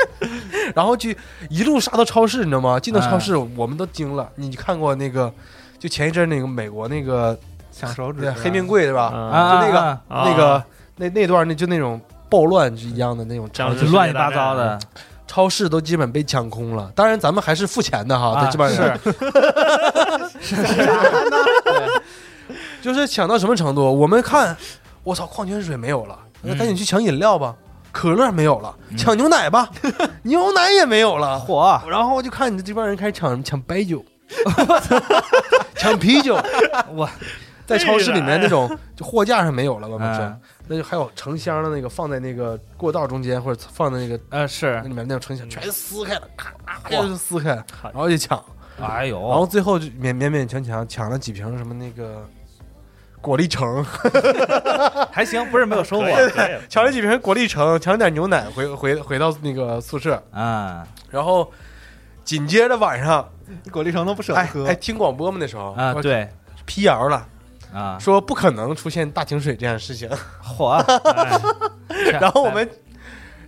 Speaker 5: 然后去一路杀到超市，你知道吗？进到超市，我们都惊了。你看过那个？就前一阵那个美国那个
Speaker 4: 抢手指
Speaker 5: 那，黑名贵对吧？
Speaker 3: 啊，
Speaker 6: 啊
Speaker 5: 就那个
Speaker 6: 啊
Speaker 3: 啊
Speaker 5: 那个那那段儿那就那种暴乱是一样的那种
Speaker 3: 这样
Speaker 5: 场
Speaker 3: 子
Speaker 5: 景，
Speaker 6: 啊就乱七八糟
Speaker 3: 啊
Speaker 6: 的
Speaker 5: 超市都基本被抢空了。当然，咱们还是付钱的哈，
Speaker 6: 啊
Speaker 5: 对这帮人
Speaker 6: 是
Speaker 5: 就是抢到什么程度？我们看，我操，矿泉水没有了，那赶紧
Speaker 6: 嗯
Speaker 5: 去抢饮料吧。可乐没有了，抢牛奶吧， 牛奶也没有了。
Speaker 6: 火
Speaker 5: 然后我就看你这帮人开始抢抢白 酒，抢啤酒，
Speaker 6: 我
Speaker 5: 在超市里面那种就货架上没有了吧？不是
Speaker 6: 嗯，
Speaker 5: 那就还有成箱的那个放在那个过道中间，或者放在那个
Speaker 6: 呃是
Speaker 5: 那里面那种成箱全撕开了，咔就是撕开，然后就抢，
Speaker 6: 哎
Speaker 5: 然后
Speaker 6: 呦
Speaker 5: 最后就勉勉勉强强抢了几瓶什么那个果粒橙，
Speaker 6: 还行，不是没有收获
Speaker 3: 可以可以，
Speaker 5: 抢了几瓶果粒橙，抢了点牛奶，回回回到那个宿舍，
Speaker 6: 啊
Speaker 5: 然后紧接着晚上，
Speaker 4: 果粒橙都不舍得
Speaker 5: 哎
Speaker 4: 喝
Speaker 5: 哎，，听广播嘛那时候
Speaker 6: 啊，对
Speaker 5: 辟谣了，
Speaker 6: 啊
Speaker 5: 说不可能出现大停水这样的事情，
Speaker 6: 火，
Speaker 3: 哎
Speaker 5: 然后我们。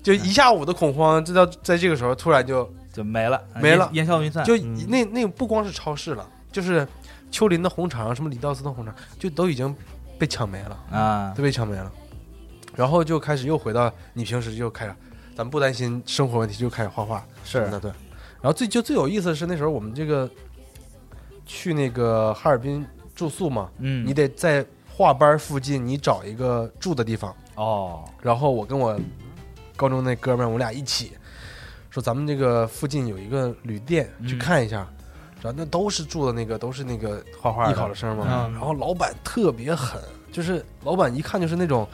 Speaker 5: 就一下午的恐慌，就到在这个时候突然就
Speaker 6: 就没了
Speaker 5: 没了
Speaker 6: 烟烟消云散
Speaker 5: 就
Speaker 3: 嗯
Speaker 5: 那那不光是超市了，就是丘陵的红肠，什么李道斯的红肠，就都已经被抢没了，
Speaker 6: 啊
Speaker 5: 都被抢没了。然后就开始又回到你平时就开始，咱们不担心生活问题，就开始画画。
Speaker 6: 是
Speaker 5: 的，对。然后最就最有意思的是那时候我们这个去那个哈尔滨住宿嘛，
Speaker 6: 嗯
Speaker 5: 你得在画班附近你找一个住的地方。
Speaker 6: 哦
Speaker 5: 然后我跟我高中那哥们儿，我们俩一起说，咱们这个附近有一个旅店，
Speaker 6: 嗯
Speaker 5: 去看一下。然后那都是住的那个，都是那个
Speaker 6: 画画
Speaker 5: 艺
Speaker 6: 的
Speaker 5: 考的生嘛。
Speaker 4: 嗯
Speaker 5: 然后老板特别狠，就是老板一看就是那种，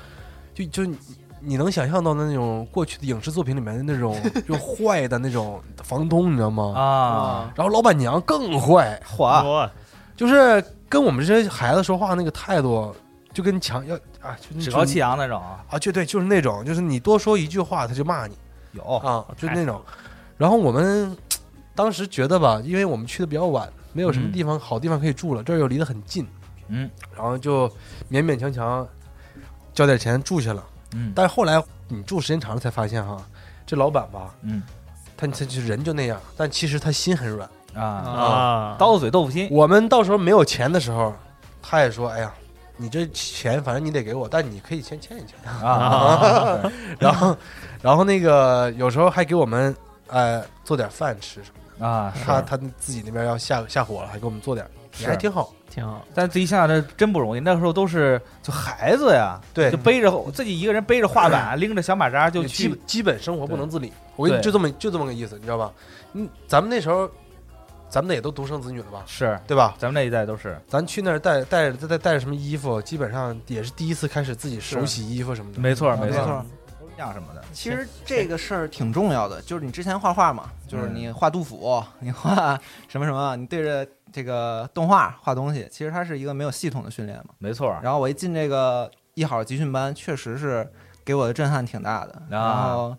Speaker 5: 就就你你能想象到的那种过去的影视作品里面的那 种就坏的那种房东，你知道吗？
Speaker 6: 啊
Speaker 5: 然后老板娘更坏，
Speaker 6: 火
Speaker 3: 哇，
Speaker 5: 就是跟我们这些孩子说话那个态度，就跟强要啊，就那
Speaker 6: 趾
Speaker 5: 种
Speaker 6: 高气扬那种
Speaker 5: 啊，就对，就是那种，就是你多说一句话他就骂你
Speaker 6: 有
Speaker 5: 啊，就那种。然后我们当时觉得吧，因为我们去的比较晚，没有什么
Speaker 6: 嗯
Speaker 5: 地方好地方可以住了，这儿又离得很近，
Speaker 6: 嗯
Speaker 5: 然后就勉勉强强交点钱住下了。
Speaker 6: 嗯
Speaker 5: 但是后来你住时间长了才发现哈，这老板吧，
Speaker 6: 嗯
Speaker 5: 他他就人就那样，但其实他心很软。
Speaker 6: 啊，
Speaker 3: 啊，
Speaker 6: 刀子嘴豆腐心，
Speaker 5: 我们到时候没有钱的时候，他也说：“哎呀，你这钱反正你得给我，但你可以先欠一欠。
Speaker 6: 啊，对”
Speaker 5: 然后，然后那个有时候还给我们呃做点饭吃什么的。
Speaker 6: 啊，
Speaker 5: 他
Speaker 6: 是，
Speaker 5: 他自己那边要下下火了，还给我们做点，也
Speaker 6: 是
Speaker 5: 还挺好。
Speaker 3: 挺好。
Speaker 6: 但自己想想这真不容易，那时候都是就孩子呀，
Speaker 5: 对
Speaker 6: 就背着自己一个人背着画板，拎着小马扎就
Speaker 5: 基
Speaker 6: 去
Speaker 5: 本基本生活不能自理。我跟你
Speaker 6: 对
Speaker 5: 就这么就这么个意思，你知道吧？嗯，咱们那时候，咱们也都独生子女了吧？
Speaker 6: 是。
Speaker 5: 对吧？
Speaker 6: 咱们那一代都是，
Speaker 5: 咱去那儿带带着带带着什么衣服，基本上也是第一次开始自己手洗衣服什么的。啊
Speaker 6: 没错
Speaker 4: 没
Speaker 6: 没
Speaker 4: 错
Speaker 6: 错，抽象什么的，
Speaker 4: 其实这个事儿挺重要的，就是你之前画画嘛，就是
Speaker 3: 嗯
Speaker 4: 你画杜甫，你画什么什么，你对着这个动画画东西，其实它是一个没有系统的训练嘛。
Speaker 6: 没错，
Speaker 4: 然后我一进这个艺好集训班，确实是给我的震撼挺大的。然
Speaker 3: 啊
Speaker 4: 后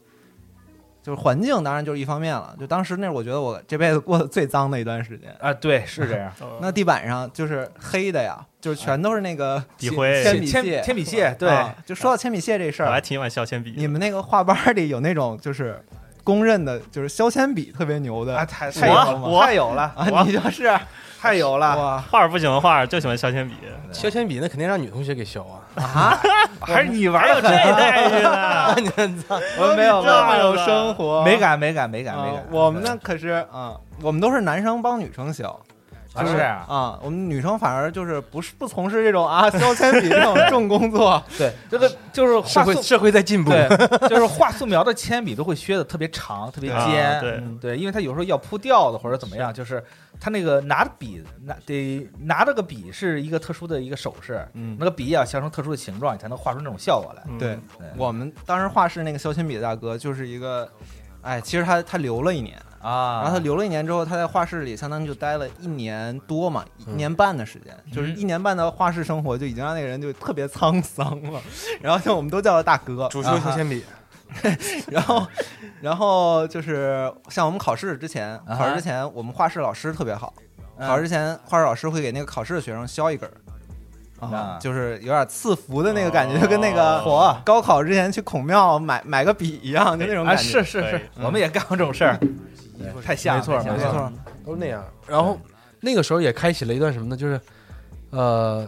Speaker 4: 就是环境，当然就是一方面了。就当时那是我觉得我这辈子过得最脏的一段时间。
Speaker 6: 啊，对，是这样，
Speaker 3: 呃
Speaker 4: 那地板上就是黑的呀，就是全都是那个
Speaker 3: 底
Speaker 4: 铅
Speaker 3: 灰
Speaker 4: 铅笔
Speaker 6: 铅
Speaker 4: 屑。
Speaker 6: 铅笔屑，对，
Speaker 4: 啊就说到铅笔屑这事
Speaker 3: 我
Speaker 4: 儿
Speaker 3: 还，挺喜欢削铅笔的，
Speaker 4: 你们那个画班里有那种就是公认的，就是削铅笔特别牛的
Speaker 6: 啊，太太有
Speaker 3: 我
Speaker 6: 了，
Speaker 3: 我
Speaker 6: 太有了，
Speaker 4: 啊？你就是
Speaker 6: 太有了，
Speaker 4: 哇
Speaker 3: 画儿不喜欢画儿，就喜欢削铅笔，
Speaker 5: 削铅笔那肯定让女同学给削啊！
Speaker 4: 啊！
Speaker 6: 还是你玩
Speaker 3: 还有
Speaker 6: 的
Speaker 3: 这
Speaker 6: 狠，
Speaker 3: 待遇呢？
Speaker 6: 我们没有没有
Speaker 4: 这么有生活，
Speaker 6: 没敢没敢没敢没
Speaker 4: 啊
Speaker 6: 敢，
Speaker 4: 我们那可是啊，我们都是男生帮女生削，
Speaker 6: 啊
Speaker 4: 就是
Speaker 6: 啊
Speaker 4: 啊，我们女生反而就是不是不从事这种啊削铅笔这种重工作，
Speaker 6: 对，这个就是
Speaker 5: 社
Speaker 6: 画
Speaker 5: 会
Speaker 6: 素，
Speaker 5: 社会在进步，
Speaker 6: 对，就是画素描的铅笔都会削的特别长，特别
Speaker 3: 啊
Speaker 6: 尖，
Speaker 3: 对
Speaker 6: 嗯对，因为它有时候要铺调子或者怎么样，就是它那个拿着笔拿得拿着个笔是一个特殊的一个手势，
Speaker 4: 嗯
Speaker 6: 那个笔也要削成特殊的形状，你才能画出那种效果来。
Speaker 3: 嗯
Speaker 4: 对
Speaker 6: 对
Speaker 4: 我们当时画室那个削铅笔的大哥就是一个，哎，其实他他留了一年，
Speaker 6: 啊，
Speaker 4: 然后他留了一年之后，他在画室里相当于就待了一年多嘛，一年半的时间，就是一年半的画室生活就已经让那个人就特别沧桑了。然后就我们都叫他大哥，
Speaker 5: 主
Speaker 4: 啊
Speaker 5: 修削铅笔，
Speaker 4: 然后，然后就是像我们考试之前，
Speaker 6: 哈
Speaker 4: 考试之前我们画室老师特别好，
Speaker 6: 嗯
Speaker 4: 考试之前画室老师会给那个考试的学生削一根儿。啊
Speaker 6: 啊，
Speaker 4: 就是有点赐福的那个感觉，就跟那个高考之前去孔庙买买个笔一样，就那种
Speaker 6: 啊
Speaker 4: 感觉。
Speaker 6: 是是
Speaker 3: 可以
Speaker 6: 是，我们也干过这种事儿，对太像了，
Speaker 5: 没错
Speaker 6: 太像
Speaker 4: 没
Speaker 6: 了
Speaker 4: 错，
Speaker 5: 都是那样。然后那个时候也开启了一段什么呢？就是呃，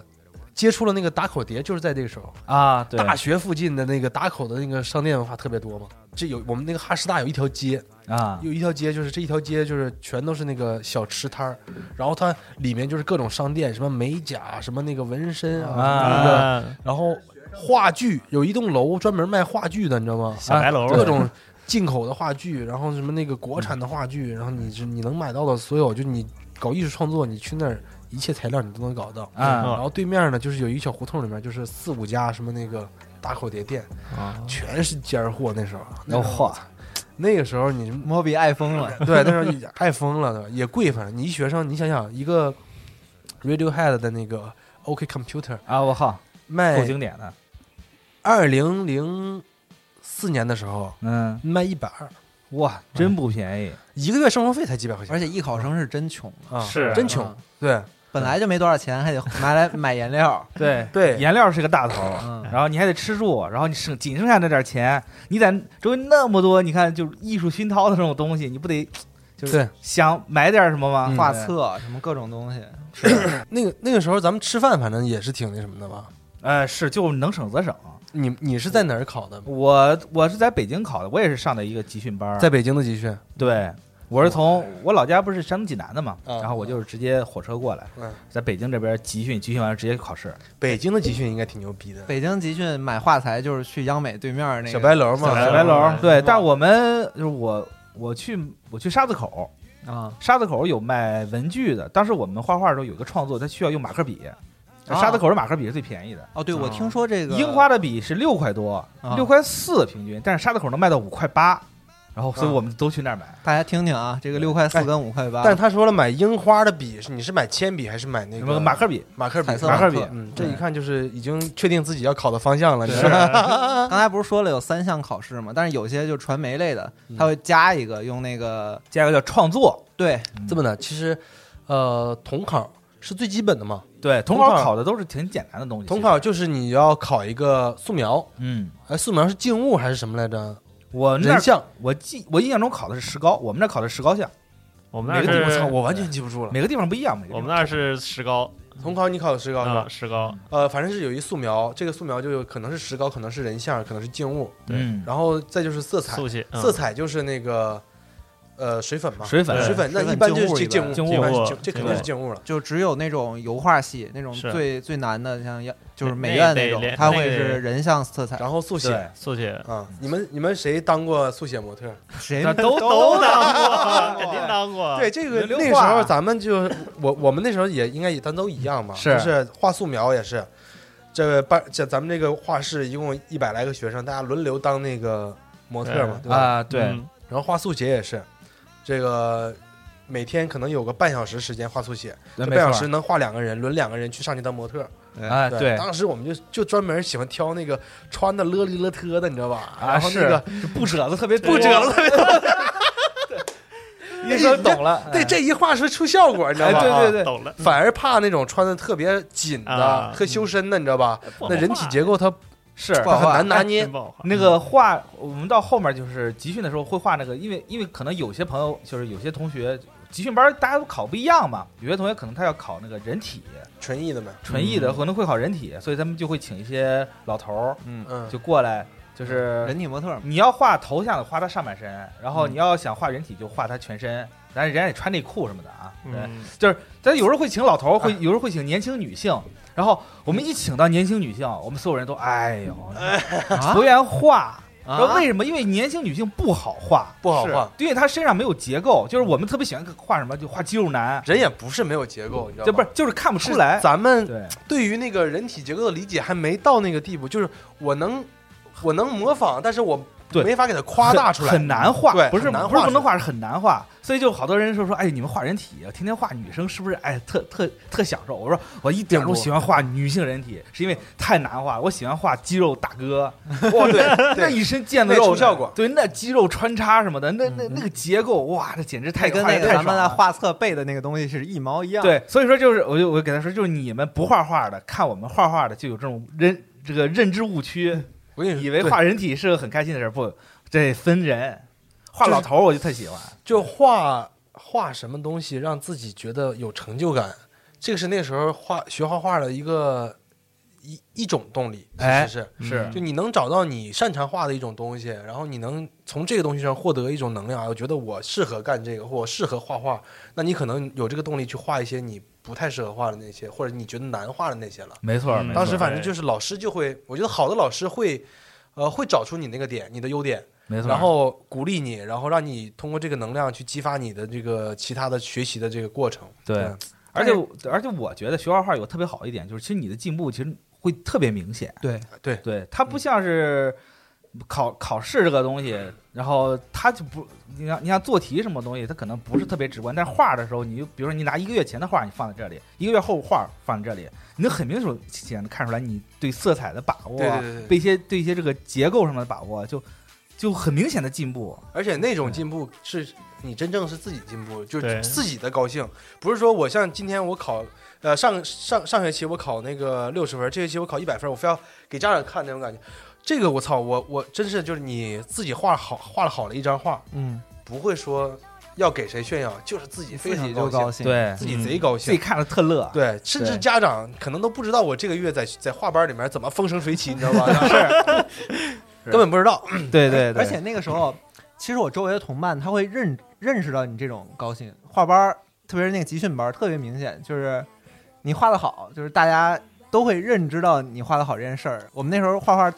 Speaker 5: 接触了那个打口碟，就是在这个时候。
Speaker 6: 啊，对，
Speaker 5: 大学附近的那个打口的那个商店文化特别多嘛。这有我们那个哈师大有一条街，
Speaker 6: 啊，
Speaker 5: 有一条街就是这一条街就是全都是那个小吃摊儿，然后它里面就是各种商店，什么美甲，什么那个纹身啊，什
Speaker 6: 啊
Speaker 5: 么的然后话剧有一栋楼专门卖话剧的，你知道吗？
Speaker 3: 小白楼
Speaker 5: 各种进口的话剧，然后什么那个国产的话
Speaker 6: 嗯
Speaker 5: 剧，然后你是你能买到的所有，就你搞艺术创作，你去那儿一切材料你都能搞到。
Speaker 6: 啊
Speaker 5: 然后对面呢，就是有一小胡同里面就是四五家什么那个打口碟店，
Speaker 6: 啊
Speaker 5: 全是尖儿货。那时候，那时候
Speaker 6: 嚯
Speaker 5: 那个时候你
Speaker 4: 摸笔爱疯了，
Speaker 5: 对那时候也爱疯了，对吧也贵，反正你一学生，你想想一个 Radiohead 的那个 OK Computer
Speaker 6: 啊，我靠，够
Speaker 5: 卖
Speaker 6: 经典的，
Speaker 5: 二零零四年的时候
Speaker 6: 嗯，
Speaker 5: 卖一百二，
Speaker 6: 哇，真不便宜，
Speaker 5: 一个月生活费才几百块钱，
Speaker 4: 而且艺考生是真穷，
Speaker 5: 啊
Speaker 3: 是
Speaker 5: 真穷
Speaker 4: 啊，
Speaker 5: 对嗯
Speaker 4: 本来就没多少钱，还得买来买颜料。
Speaker 6: 对
Speaker 5: 对
Speaker 6: 颜料是个大头，
Speaker 4: 嗯
Speaker 6: 然后你还得吃住，然后你剩仅剩下那点钱，你在周围那么多，你看就是艺术熏陶的这种东西，你不得
Speaker 5: 对。
Speaker 6: 想买点什么吗？
Speaker 5: 嗯
Speaker 4: 画册什么各种东西，
Speaker 5: 那个那个时候咱们吃饭反正也是挺那什么的吧？
Speaker 6: 呃，是就能省则省。
Speaker 5: 你你是在哪儿考的？
Speaker 6: 我我是在北京考的，我也是上的一个集训班儿，
Speaker 5: 在北京的集训，
Speaker 6: 对，我是从我老家不是山东济南的嘛，
Speaker 5: 嗯
Speaker 6: 然后我就是直接火车过来
Speaker 5: 嗯，
Speaker 6: 在北京这边集训，集训完了直接考试。
Speaker 5: 北京的集训应该挺牛逼的。
Speaker 4: 北京集训买画材就是去央美对面那个
Speaker 5: 小白楼啊嘛，
Speaker 3: 小白
Speaker 6: 白
Speaker 3: 楼
Speaker 6: 楼对，但是我们就是我我去我去沙子口，
Speaker 4: 啊，
Speaker 6: 沙子口有卖文具的。当时我们画画的时候有个创作，它需要用马克笔，
Speaker 4: 啊
Speaker 6: 沙子口的马克笔是最便宜的。
Speaker 4: 哦，对，我听说这个
Speaker 6: 樱花的笔是六块多
Speaker 4: 啊，
Speaker 6: 六块四平均，但是沙子口能卖到五块八，然后所以我们都去那儿买。
Speaker 4: 大家听听啊，这个六块四跟五块八，
Speaker 5: 但他说了买樱花的笔，是你是买铅笔还是买那
Speaker 6: 什
Speaker 5: 个
Speaker 6: 么马克笔？
Speaker 5: 马克笔
Speaker 4: 彩？色
Speaker 6: 马克笔
Speaker 4: 马克
Speaker 5: 嗯，啊这一看就是已经确定自己要考的方向了。你知道吗
Speaker 3: 是
Speaker 4: 刚才不是说了有三项考试嘛？但是有些就传媒类的，他会加一个用那个
Speaker 6: 加一个叫创作，
Speaker 4: 对
Speaker 5: 这么的，其实呃，统考是最基本的嘛，
Speaker 6: 对，统
Speaker 5: 统
Speaker 6: 考
Speaker 5: 考
Speaker 6: 考的都是挺简单的东西。
Speaker 5: 统
Speaker 6: 其实，
Speaker 5: 考就是你要考一个素描，
Speaker 6: 嗯，
Speaker 5: 哎，素描是静物还是什么来着？
Speaker 6: 我那
Speaker 5: 人
Speaker 6: 儿
Speaker 5: 像。
Speaker 6: 我记我印象中考的是石膏，我们那儿考的是石膏像，
Speaker 3: 我们
Speaker 6: 每
Speaker 3: 那
Speaker 6: 个地方
Speaker 3: 是
Speaker 5: 我操，我完全记不住了。
Speaker 6: 每个地方不一样。每个地
Speaker 3: 我
Speaker 6: 方
Speaker 3: 们那是石膏
Speaker 5: 统考你考的石膏是吧
Speaker 3: 啊，？石膏
Speaker 5: 呃，反正是有一素描，这个素描就有可能是石膏，可能是人像，可能是静物，
Speaker 3: 对
Speaker 6: 嗯
Speaker 5: 然后再就是色彩，
Speaker 3: 速写
Speaker 5: 色
Speaker 3: 彩
Speaker 5: 彩就是那个呃水粉嘛，
Speaker 6: 水粉
Speaker 5: 呃水粉，那一般就是这静
Speaker 4: 静
Speaker 5: 物，
Speaker 4: 物
Speaker 6: 静物
Speaker 3: 静物
Speaker 5: 一般是
Speaker 6: 啊
Speaker 5: 静这肯定是静物了。
Speaker 4: 就只有那种油画系那种
Speaker 3: 是
Speaker 4: 最最难的，像要就是
Speaker 3: 那
Speaker 4: 美院
Speaker 3: 那
Speaker 4: 那种
Speaker 3: 得，
Speaker 4: 它
Speaker 3: 那
Speaker 4: 会
Speaker 3: 得
Speaker 4: 是人像色彩，
Speaker 5: 然后速写
Speaker 6: 对，
Speaker 3: 速 写，
Speaker 5: 啊，你们你们谁当过速写模特？
Speaker 4: 谁
Speaker 6: 那都
Speaker 3: 都当
Speaker 6: 当
Speaker 3: 过，
Speaker 6: 过
Speaker 3: 肯定当过。啊
Speaker 5: 对，这个
Speaker 6: 轮流
Speaker 5: 那个时
Speaker 6: 画
Speaker 5: 候咱啊们啊就我我们那时候也应该也咱都一样吧，
Speaker 6: 是
Speaker 5: 就是画素描也是，这班这咱们这个画室一共一百来个学生，大家轮流当那个模特嘛，对吧？
Speaker 6: 啊，对，
Speaker 3: 嗯，
Speaker 5: 然后画速写也是，这个每天可能有个半小时时间画速写，
Speaker 6: 对
Speaker 5: 这
Speaker 6: 没
Speaker 5: 半小
Speaker 6: 错
Speaker 5: 时能画两个人，轮两个人去上去当模特。
Speaker 6: 哎，对，
Speaker 5: 当时我们就就专门喜欢挑那个穿的勒里勒特的，你知道吧？
Speaker 6: 啊
Speaker 5: 然后那个
Speaker 6: 不褶子特别
Speaker 5: 不折
Speaker 6: 子，
Speaker 5: 了特别多，
Speaker 6: 一说懂了，
Speaker 5: 对，这一画是出效果，你知道
Speaker 6: 哎，
Speaker 5: 吧？
Speaker 6: 对对对，
Speaker 3: 懂了。
Speaker 5: 反而怕那种穿的特别紧的
Speaker 3: 啊、
Speaker 5: 特修身的，你知道吧？那人体结
Speaker 3: 构
Speaker 5: 构它
Speaker 6: 是
Speaker 4: 不好
Speaker 5: 它很
Speaker 4: 画哎
Speaker 5: 难拿 捏
Speaker 3: 真。不好画，
Speaker 6: 那个画，我们到后面就是集训的时候会画那个，因为因为可能有些朋友就是有些同学集训班大家都考不一样嘛，有些同学可能他要考那个人体
Speaker 5: 纯艺的嘛，
Speaker 6: 纯艺的，可能会考人体，所以他们就会请一些老头儿
Speaker 5: 嗯，
Speaker 6: 就过来，哎就是
Speaker 4: 人体模特嘛，
Speaker 6: 你要画头像的画他上半身，然后
Speaker 4: 嗯
Speaker 6: 你要想画人体就画他全身，但是人家也穿内裤什么的啊，对。
Speaker 3: 嗯，
Speaker 6: 但有时候会请老头儿，会有时候会请年轻女性。然后我们一请到年轻女性，我们所有人都哎呦，不愿画。
Speaker 4: 啊
Speaker 6: 说为什么？因为年轻女性不好画，
Speaker 5: 不好画
Speaker 6: 是，因为她身上没有结构。就是我们特别喜欢画什么，就画肌肉男，
Speaker 5: 人也不是没有结构，你知道
Speaker 6: 这
Speaker 5: 吗？
Speaker 6: 不是就是看不出来。
Speaker 5: 咱们
Speaker 6: 对，
Speaker 5: 对于那个人体结构的理解还没到那个地步，就是我能我能模仿，但是我
Speaker 6: 对
Speaker 5: 没法给它夸大
Speaker 6: 很
Speaker 5: 出来，
Speaker 6: 很难画，
Speaker 5: 对
Speaker 6: 不是
Speaker 5: 很难
Speaker 6: 不是
Speaker 5: 画
Speaker 6: 不能
Speaker 5: 出
Speaker 6: 画，是很难画。所以就好多人说说，哎，你们画人体，天天画女生，是不是？哎，特特特享受。我说我一点儿都不喜欢画女性人体，是因为太难画，我喜欢画肌肉大哥。
Speaker 5: 哦， 对
Speaker 6: 那
Speaker 5: 对，
Speaker 6: 一身腱子
Speaker 5: 那
Speaker 6: 肉
Speaker 5: 出效果嗯
Speaker 6: 对，那肌肉穿插什么的，那那那个结构，哇，那简直太
Speaker 4: 那跟
Speaker 6: 画
Speaker 4: 那
Speaker 6: 得
Speaker 4: 个
Speaker 6: 太
Speaker 4: 咱们
Speaker 6: 爽
Speaker 4: 的
Speaker 6: 了
Speaker 4: 画册背的那个东西是一毛一样。，
Speaker 6: 对，所以说就是，我就我给他说，就是你们不画画的，看我们画画的，就有这种认这个认知误区，
Speaker 5: 我跟你说
Speaker 6: 以为
Speaker 5: 对
Speaker 6: 画人体是个很开心的事儿，不，这分人。画老头儿我就特喜欢，
Speaker 5: 就画画什么东西让自己觉得有成就感，这个是那时候画学画画的一个一一种动力，其
Speaker 6: 哎
Speaker 5: 实是。
Speaker 6: 是
Speaker 5: 就你能找到你擅长画的一种东西，然后你能从这个东西上获得一种能量，我觉得我适合干这个，或我适合画画，那你可能有这个动力去画一些你不太适合画的那些，或者你觉得难画的那些了。
Speaker 6: 没错儿，
Speaker 3: 嗯
Speaker 6: 没错儿哎
Speaker 5: 当时反正就是老师就会，我觉得好的老师会，呃，会找出你那个点，你的优点，
Speaker 6: 没错儿，
Speaker 5: 然后鼓励你，然后让你通过这个能量去激发你的这个其他的学习的这个过程。
Speaker 6: 对，而且我而且我觉得学画画有特别好一点，就是其实你的进步其实会特别明显。
Speaker 4: 对
Speaker 5: 对
Speaker 6: 对，它不像是考考试这个东西，然后它就不，你像你像做题什么东西，它可能不是特别直观，但是画的时候，你就比如说你拿一个月前的画你放在这里，一个月后画放在这里，你能很明显显的看出来你对色彩的把握，
Speaker 5: 对对对对
Speaker 6: 对一些对一些这个结构上的把握，就就很明显的进步。
Speaker 5: 而且那种进步是你真正是自己进步，就
Speaker 3: 嗯对
Speaker 5: 是自己的高兴，不是说我像今天我考，呃，上上上学期我考那个六十分，这学期我考一百分，我非要给家长看那种感觉。这个我操，我我真是就是你自己画好画了好了一张画，
Speaker 4: 嗯，
Speaker 5: 不会说要给谁炫耀，就是自己非
Speaker 4: 自
Speaker 5: 常
Speaker 4: 己就
Speaker 5: 高
Speaker 4: 高
Speaker 5: 兴，
Speaker 4: 兴。，嗯
Speaker 6: 对，
Speaker 5: 自己贼高
Speaker 6: 自
Speaker 5: 兴。
Speaker 6: 己看着特乐。
Speaker 5: 对，甚至
Speaker 6: 对
Speaker 5: 家长可能都不知道我这个月在在画班里面怎么风生水起，你知道吧？ 是， 根本不知道。
Speaker 6: 对对对，
Speaker 4: 而且那个时候，其实我周围的同伴他会认认识到你这种高兴。画班儿，特别是那个集训班儿，特别明显，就是你画的好，就是大家都会认知到你画的好这件事儿。我们那时候画画，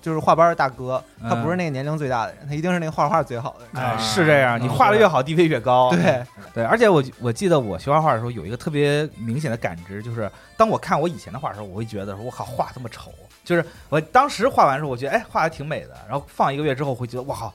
Speaker 4: 就是画班儿大哥，他
Speaker 6: 嗯
Speaker 4: 不是那个年龄最大的人，他一定是那个画画最好的人。
Speaker 6: 哎，
Speaker 3: 啊
Speaker 6: 是这
Speaker 4: 嗯
Speaker 6: 样，你画的越好，地位越高。
Speaker 4: 对，
Speaker 6: 对，而且我我记得我学画画的时候有一个特别明显的感知，就是当我看我以前的画的时候，我会觉得说我靠画这么丑，就是我当时画完的时候，我觉得哎画的挺美的，然后放一个月之后会觉得哇靠。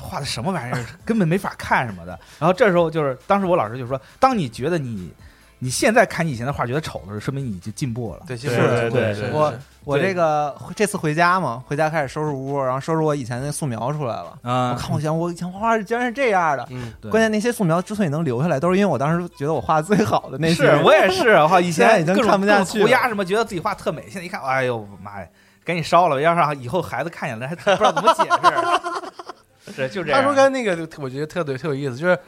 Speaker 6: 画的什么玩意儿，根本没法看什么的。然后这时候就是，当时我老师就说，当你觉得你你现在看你以前的画觉得丑的时候，说明你已经进步了。
Speaker 5: 对，
Speaker 3: 对
Speaker 4: 是的
Speaker 3: 对对对，
Speaker 4: 我我
Speaker 6: 嗯对
Speaker 4: 这个这次回家嘛，回家开始收拾屋，然后收拾我以前那素描出来了。我
Speaker 6: 啊，
Speaker 4: 看我想，我以前画画居然是这样的。
Speaker 5: 嗯，
Speaker 6: 对
Speaker 4: 关键那些素描之所以能留下来，都是因为我当时觉得我画的最好的那些。
Speaker 6: 是我也是，哈，以
Speaker 4: 现在
Speaker 6: 前
Speaker 4: 已经
Speaker 6: 各种
Speaker 4: 看不
Speaker 1: 啊
Speaker 4: 下去
Speaker 6: 各种涂
Speaker 4: 了
Speaker 6: 鸦什么，觉得自己画特美，现在一看，哎呦妈呀，赶紧烧了，要让以后孩子看见了还不知道怎么解释。
Speaker 3: 是就这
Speaker 4: 啊
Speaker 5: 他
Speaker 3: 样。
Speaker 5: 说刚才那个，我觉得特对，特有意思，就是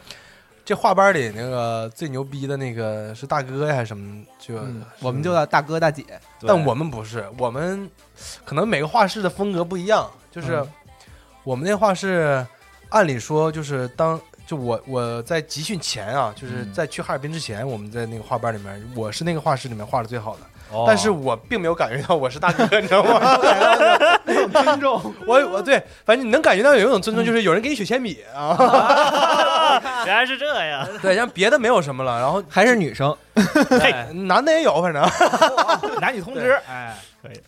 Speaker 5: 这画班里那个最牛逼的那个是大哥呀，还是什么？就、
Speaker 4: 嗯，我们就叫大哥大姐。
Speaker 5: 但我们不是，我们可能每个画室的风格不一样，就是
Speaker 4: 嗯
Speaker 5: 我们那画室，按理说就是当就我我在集训前啊，就是
Speaker 6: 嗯
Speaker 5: 在去哈尔滨之前，我们在那个画班里面，我是那个画室里面画的最好的，
Speaker 6: 哦
Speaker 5: 但是我并没有感觉到我是大哥，你 知道吗？
Speaker 6: 尊重，
Speaker 5: 我我对，反正你能感觉到有一种
Speaker 4: 嗯
Speaker 5: 尊重，就是有人给你选铅笔啊，
Speaker 3: 原来是这样，
Speaker 5: 对，像别的没有什么了，然后
Speaker 4: 还是女生，
Speaker 6: 哎
Speaker 5: 男的也有，反正。
Speaker 6: 哦男女通 吃，哎，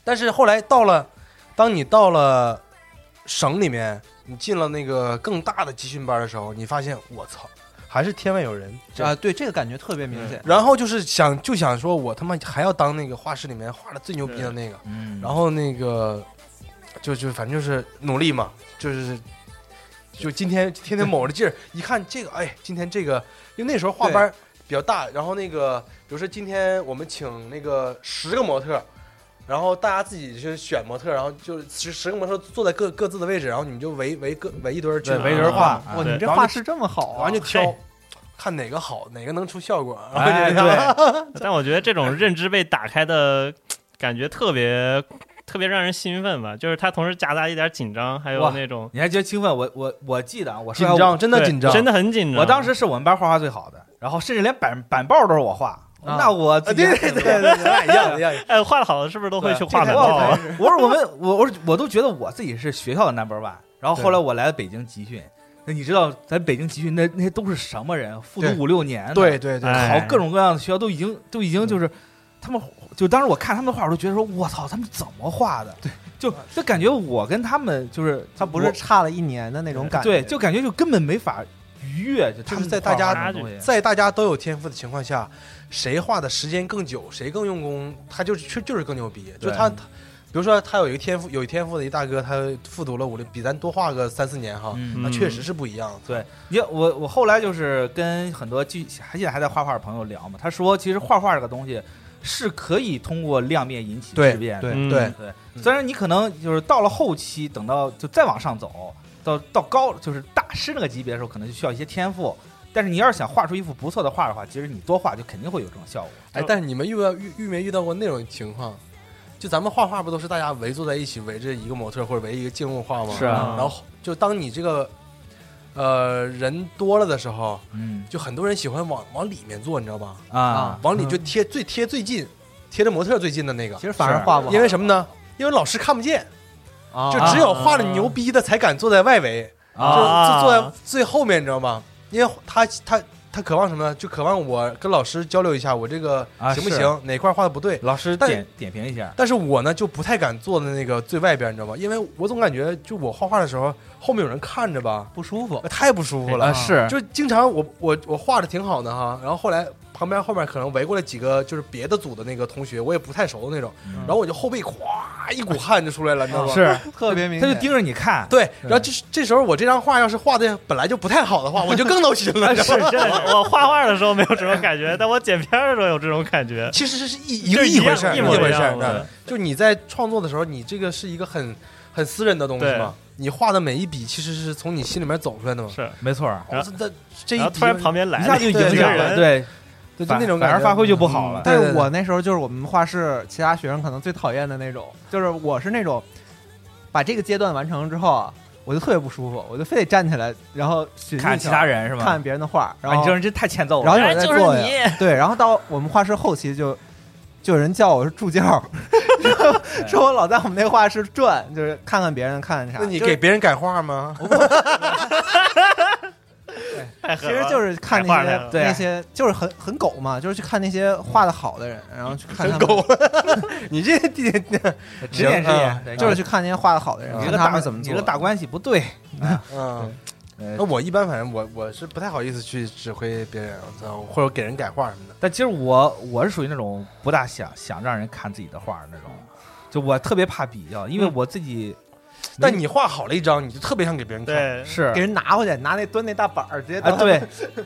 Speaker 5: 但是后来到了，当你到了省里面，你进了那个更大的集训班的时候，你发现我操，还是天外有人
Speaker 4: 啊！！对，这个感觉特别明显。
Speaker 5: 然后就是想就想说，我他妈还要当那个画室里面画的最牛逼的那个，
Speaker 6: 嗯
Speaker 5: 然后那个就就反正就是努力嘛，就是就今天天天卯着劲儿，一看这个，哎，今天这个，因为那时候画班儿比较大，然后那个比如说今天我们请那个十个模特儿。然后大家自己去选模特儿，然后就是十十个模特儿坐在各各自的位置，然后你们就围围各围一堆儿去
Speaker 6: 对
Speaker 5: 拿
Speaker 6: 围人画
Speaker 5: 啊，
Speaker 4: 哇，
Speaker 3: 对
Speaker 4: 你这
Speaker 5: 然后
Speaker 4: 画室这么好啊
Speaker 5: 完！就挑
Speaker 3: 嘿，
Speaker 5: 看哪个好，哪个能出效果。
Speaker 6: 哎对，
Speaker 3: 但我觉得这种认知被打开的感觉特别特别让人兴奋吧，就是它同时夹杂一点紧张，还有
Speaker 6: 哇
Speaker 3: 那种
Speaker 6: 你还觉得兴奋？我我我记得啊，我说
Speaker 5: 紧张，真的
Speaker 3: 对
Speaker 5: 紧张，
Speaker 3: 真的很紧张。
Speaker 6: 我当时是我们班画画最好的，然后甚至连板板报都是我画，
Speaker 4: 啊
Speaker 6: 那我
Speaker 5: 啊，
Speaker 6: 自己
Speaker 5: 对对对对，咱 俩一样一样。
Speaker 3: 哎，画的好的是不是都会去画板
Speaker 6: 对这
Speaker 3: 报
Speaker 6: 才
Speaker 3: 啊？
Speaker 6: 我说我们我我我都觉得我自己是学校的 number one，然后后来我来了北京集训，那你知道咱北京集训那那些都是什么人？复
Speaker 5: 对
Speaker 6: 读五六年的，
Speaker 5: 对对对，
Speaker 3: 哎
Speaker 6: 考各种各样的学校都已经都已经就是他们就当时我看他们的画，我都觉得说我操，他们怎么画的？对，就就感觉我跟他们就是
Speaker 4: 他不是
Speaker 6: 我
Speaker 4: 差了一年的那种感觉。
Speaker 6: 对，就感觉就根本没法逾越，就他
Speaker 5: 就
Speaker 6: 们
Speaker 5: 是在大家
Speaker 6: 画的东西
Speaker 5: 在大家都有天赋的情况下，谁画的时间更久，谁更用功，他就是就就是更牛逼。就
Speaker 6: 对
Speaker 5: 他，他比如说他有一个天赋，有天赋的一大哥，他复读了五六，比咱多画个三四年哈，
Speaker 6: 嗯
Speaker 5: 那
Speaker 3: 嗯
Speaker 5: 确实是不一样。
Speaker 6: 对，你看我我后来就是跟很多记还现在还在画画的朋友聊嘛，他说其实画画这个东西是可以通过亮面引起
Speaker 5: 对
Speaker 6: 质变的，
Speaker 5: 对
Speaker 3: 嗯
Speaker 5: 对，
Speaker 6: 虽然你可能就是到了后期，等到就再往上走，到到高就是大师那个级别的时候，可能就需要一些天赋。但是你要是想画出一幅不错的画的话，其实你多画就肯定会有这种效果。
Speaker 5: 哎，但是你们遇到遇遇没遇到过那种情况？就咱们画画不都是大家围坐在一起，围着一个模特或者围一个静物画吗？
Speaker 6: 是啊
Speaker 5: 然后就当你这个呃人多了的时候，
Speaker 6: 嗯
Speaker 5: 就很多人喜欢往往里面坐，你知道吧？
Speaker 4: 嗯
Speaker 6: 啊，
Speaker 5: 往里就贴最贴最近，贴着模特最近的那个
Speaker 4: 其。实反而画不好，
Speaker 5: 因为什么呢？因为老师看不见，
Speaker 4: 啊
Speaker 5: 就只有画的牛逼的才敢坐在外围，就
Speaker 3: 啊
Speaker 5: 就坐在最后面，你知道吗？因为他他他渴望什么呢？就渴望我跟老师交流一下，我这个
Speaker 6: 啊
Speaker 5: 行不
Speaker 6: 是
Speaker 5: 行？哪块画的不对？
Speaker 6: 老师
Speaker 5: 但
Speaker 6: 点点评一下，
Speaker 5: 但是我呢就不太敢坐在那个最外边，你知道吗？因为我总感觉就我画画的时候，后面有人看着吧，
Speaker 4: 不舒服。
Speaker 5: 太不舒服了。
Speaker 6: 啊是
Speaker 5: 就经常我我我画的挺好的哈，然后后来旁边后面可能围过来几个就是别的组的那个同学，我也不太熟的那种，
Speaker 3: 嗯
Speaker 5: 然后我就后背咵一股汗就出来了，你知道吗？
Speaker 6: 是，
Speaker 4: 特别明
Speaker 6: 他
Speaker 4: 显
Speaker 6: 就盯着你看，
Speaker 5: 对，然后这这时候我这张画要是画的本来就不太好的话，我就更 闹心了。你知道
Speaker 3: 是
Speaker 5: 吗
Speaker 3: 真的，啊我画画的时候没有这种感觉，但我剪片儿的时候有这种感觉。
Speaker 5: 其实是一一
Speaker 3: 就
Speaker 5: 个
Speaker 3: 是一
Speaker 5: 回
Speaker 3: 样
Speaker 5: 事儿，
Speaker 3: 一
Speaker 5: 一
Speaker 3: 模一
Speaker 5: 回事
Speaker 3: 样
Speaker 5: 儿。
Speaker 3: 的
Speaker 5: 嗯就你在创作的时候，你这个是一个很很私人的东西
Speaker 3: 对
Speaker 5: 嘛，你画的每一笔其实是从你心里面走出来的嘛。
Speaker 3: 是，啊
Speaker 6: 没错儿，
Speaker 5: 我这这这一
Speaker 3: 然后
Speaker 5: 笔
Speaker 3: 突然旁边来
Speaker 6: 一下就
Speaker 5: 影
Speaker 6: 影响
Speaker 5: 响
Speaker 6: 了，
Speaker 3: 了
Speaker 6: 对，
Speaker 5: 对就
Speaker 6: 反
Speaker 5: 那种
Speaker 6: 反
Speaker 5: 感
Speaker 6: 而
Speaker 5: 觉嗯
Speaker 6: 发挥就不好了。
Speaker 5: 对对
Speaker 4: 但
Speaker 5: 对
Speaker 4: 我那时候就是我们画室其他学生可能最讨厌的那种，就是我是那种把这个阶段完成之后啊，我就特别不舒服，我就非得站起来，然后寻
Speaker 6: 看
Speaker 4: 觅
Speaker 6: 其他人是吧？
Speaker 4: 看别人的画，然
Speaker 6: 啊，你这
Speaker 4: 后、
Speaker 6: 人真太欠揍
Speaker 4: 然
Speaker 6: 了
Speaker 4: 后有人在
Speaker 3: 哎就是
Speaker 4: 做
Speaker 3: 你
Speaker 4: 呀，对，然后到我们画室后期就就有人叫我是助 教，
Speaker 6: 哎
Speaker 4: 说我老在我们那画室转，就是看看别人看看啥。
Speaker 5: 那你
Speaker 4: 就是
Speaker 5: 给别人改画吗？
Speaker 3: 太
Speaker 4: 其
Speaker 3: 狠了
Speaker 4: 实就是看
Speaker 3: 太
Speaker 4: 那
Speaker 3: 坏
Speaker 4: 些
Speaker 3: 了
Speaker 6: 对
Speaker 4: 那些就是很很狗嘛，就是去看那些画的好的人，然后去看他们，
Speaker 5: 很狗，你这地
Speaker 6: 直眼直
Speaker 5: 行
Speaker 6: 眼
Speaker 5: 嗯，
Speaker 6: 对
Speaker 4: 就是去看那些画的好的人，
Speaker 6: 哎你这
Speaker 4: 看
Speaker 6: 个
Speaker 4: 他
Speaker 6: 大
Speaker 4: 们怎么
Speaker 6: 你
Speaker 4: 做。
Speaker 6: 这个大关系不对，
Speaker 5: 嗯，
Speaker 6: 呃
Speaker 5: 那我一般反正我我是不太好意思去指挥别人，我操，或者给人改画什么的。
Speaker 6: 但其实我我是属于那种不大想想让人看自己的画儿那种，就我特别怕比较，因为我自己
Speaker 5: 但你画好了一张，你就特别想给别人看。
Speaker 3: 对，
Speaker 6: 是
Speaker 4: 给人拿回去，拿那端那大板儿直接
Speaker 6: 啊，
Speaker 4: 端
Speaker 6: 对，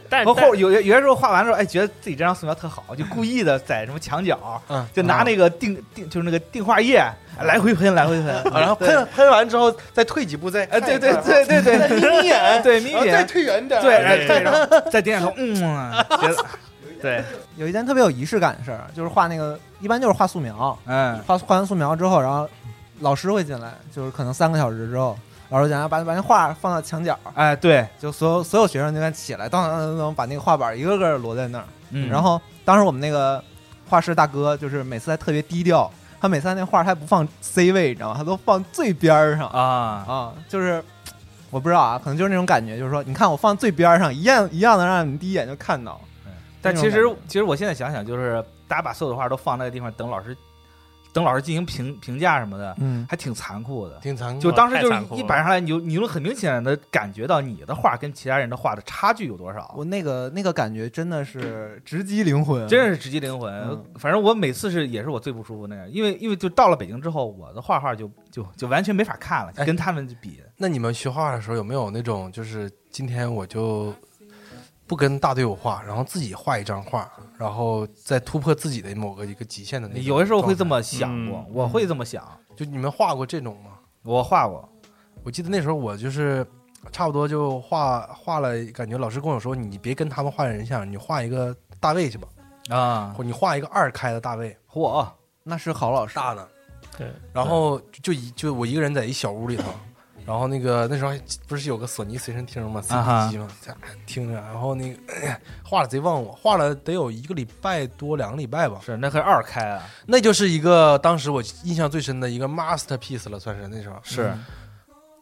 Speaker 3: 但
Speaker 6: 包
Speaker 3: 但
Speaker 6: 括有有有些时候画完之后，哎，觉得自己这张素描特好，就故意的在什么墙角，
Speaker 5: 嗯
Speaker 6: 就拿那个定定就是那个定画液来回喷，来回喷，
Speaker 5: 啊，然后
Speaker 6: 对
Speaker 5: 喷喷完之后再退几步，再
Speaker 6: 哎，对对对对对，
Speaker 5: 眯眯眼，
Speaker 6: 对眯
Speaker 5: 然后再
Speaker 6: 眼，
Speaker 5: 退远点，
Speaker 6: 对
Speaker 3: 对
Speaker 6: 哎对，然后再点点头，嗯，觉得
Speaker 3: 对
Speaker 4: 有一件特别有仪式感的事儿，就是画那个，一般就是画素描，
Speaker 6: 嗯
Speaker 4: 画画完素描之后，然后老师会进来，就是可能三个小时之后，老师讲要把把那画放到墙角，
Speaker 6: 哎对，
Speaker 4: 就所有所有学生就该起来，当当当当，把那个画板一个个摞在那儿。
Speaker 6: 嗯
Speaker 4: 然后当时我们那个画室大哥就是每次还特别低调，他每次那画他还不放 C 位，你知道吗？他都放最边儿上
Speaker 6: 啊
Speaker 4: 啊，就是我不知道啊，可能就是那种感觉，就是说你看我放最边儿上，一样一样的让你第一眼就看到。
Speaker 6: 但
Speaker 4: 那种
Speaker 6: 其实
Speaker 4: 感觉
Speaker 6: 其实我现在想想，就是大家把所有的画都放那个地方，等老师等老师进行评评价什么的，
Speaker 4: 嗯，
Speaker 6: 还挺残酷的。
Speaker 5: 挺残酷的。
Speaker 6: 就当时就
Speaker 3: 太残酷了
Speaker 6: 是一摆上来，你就你能很明显的感觉到你的画跟其他人的画的差距有多少
Speaker 4: 我，那个那个感觉真的是直击灵魂，啊
Speaker 6: 真是直击灵魂。
Speaker 4: 嗯
Speaker 6: 反正我每次是也是我最不舒服那样，因为因为就到了北京之后，我的画画就就就完全没法看了，
Speaker 5: 哎
Speaker 6: 跟他们比，
Speaker 5: 那你们学画的时候有没有那种就是今天我就不跟大队友画，然后自己画一张画，然后再突破自己的某个一个极限的那种？
Speaker 6: 有的时候会这，么想过，
Speaker 3: 嗯
Speaker 6: 我会这么想，
Speaker 5: 就你们画过这种吗？
Speaker 6: 我画过，
Speaker 5: 我记得那时候我就是差不多就画画了，感觉老师跟我说，你别跟他们画人像，你画一个大卫去吧，
Speaker 6: 啊，
Speaker 5: 或你画一个二开的大卫，
Speaker 6: 嚯，
Speaker 4: 那是好老师。
Speaker 5: 大的。
Speaker 3: 对，
Speaker 5: 然后就就一就我一个人在一小屋里头，然后那个那时候还不是有个索尼随身听吗
Speaker 6: 啊哈
Speaker 5: ？CD 机嘛，在那听着，然后那个哎画的贼忘我，画了得有一个礼拜多两个礼拜吧，
Speaker 6: 是那可是二开啊，
Speaker 5: 那就是一个当时我印象最深的一个 masterpiece 了，算是那时候。嗯
Speaker 6: 是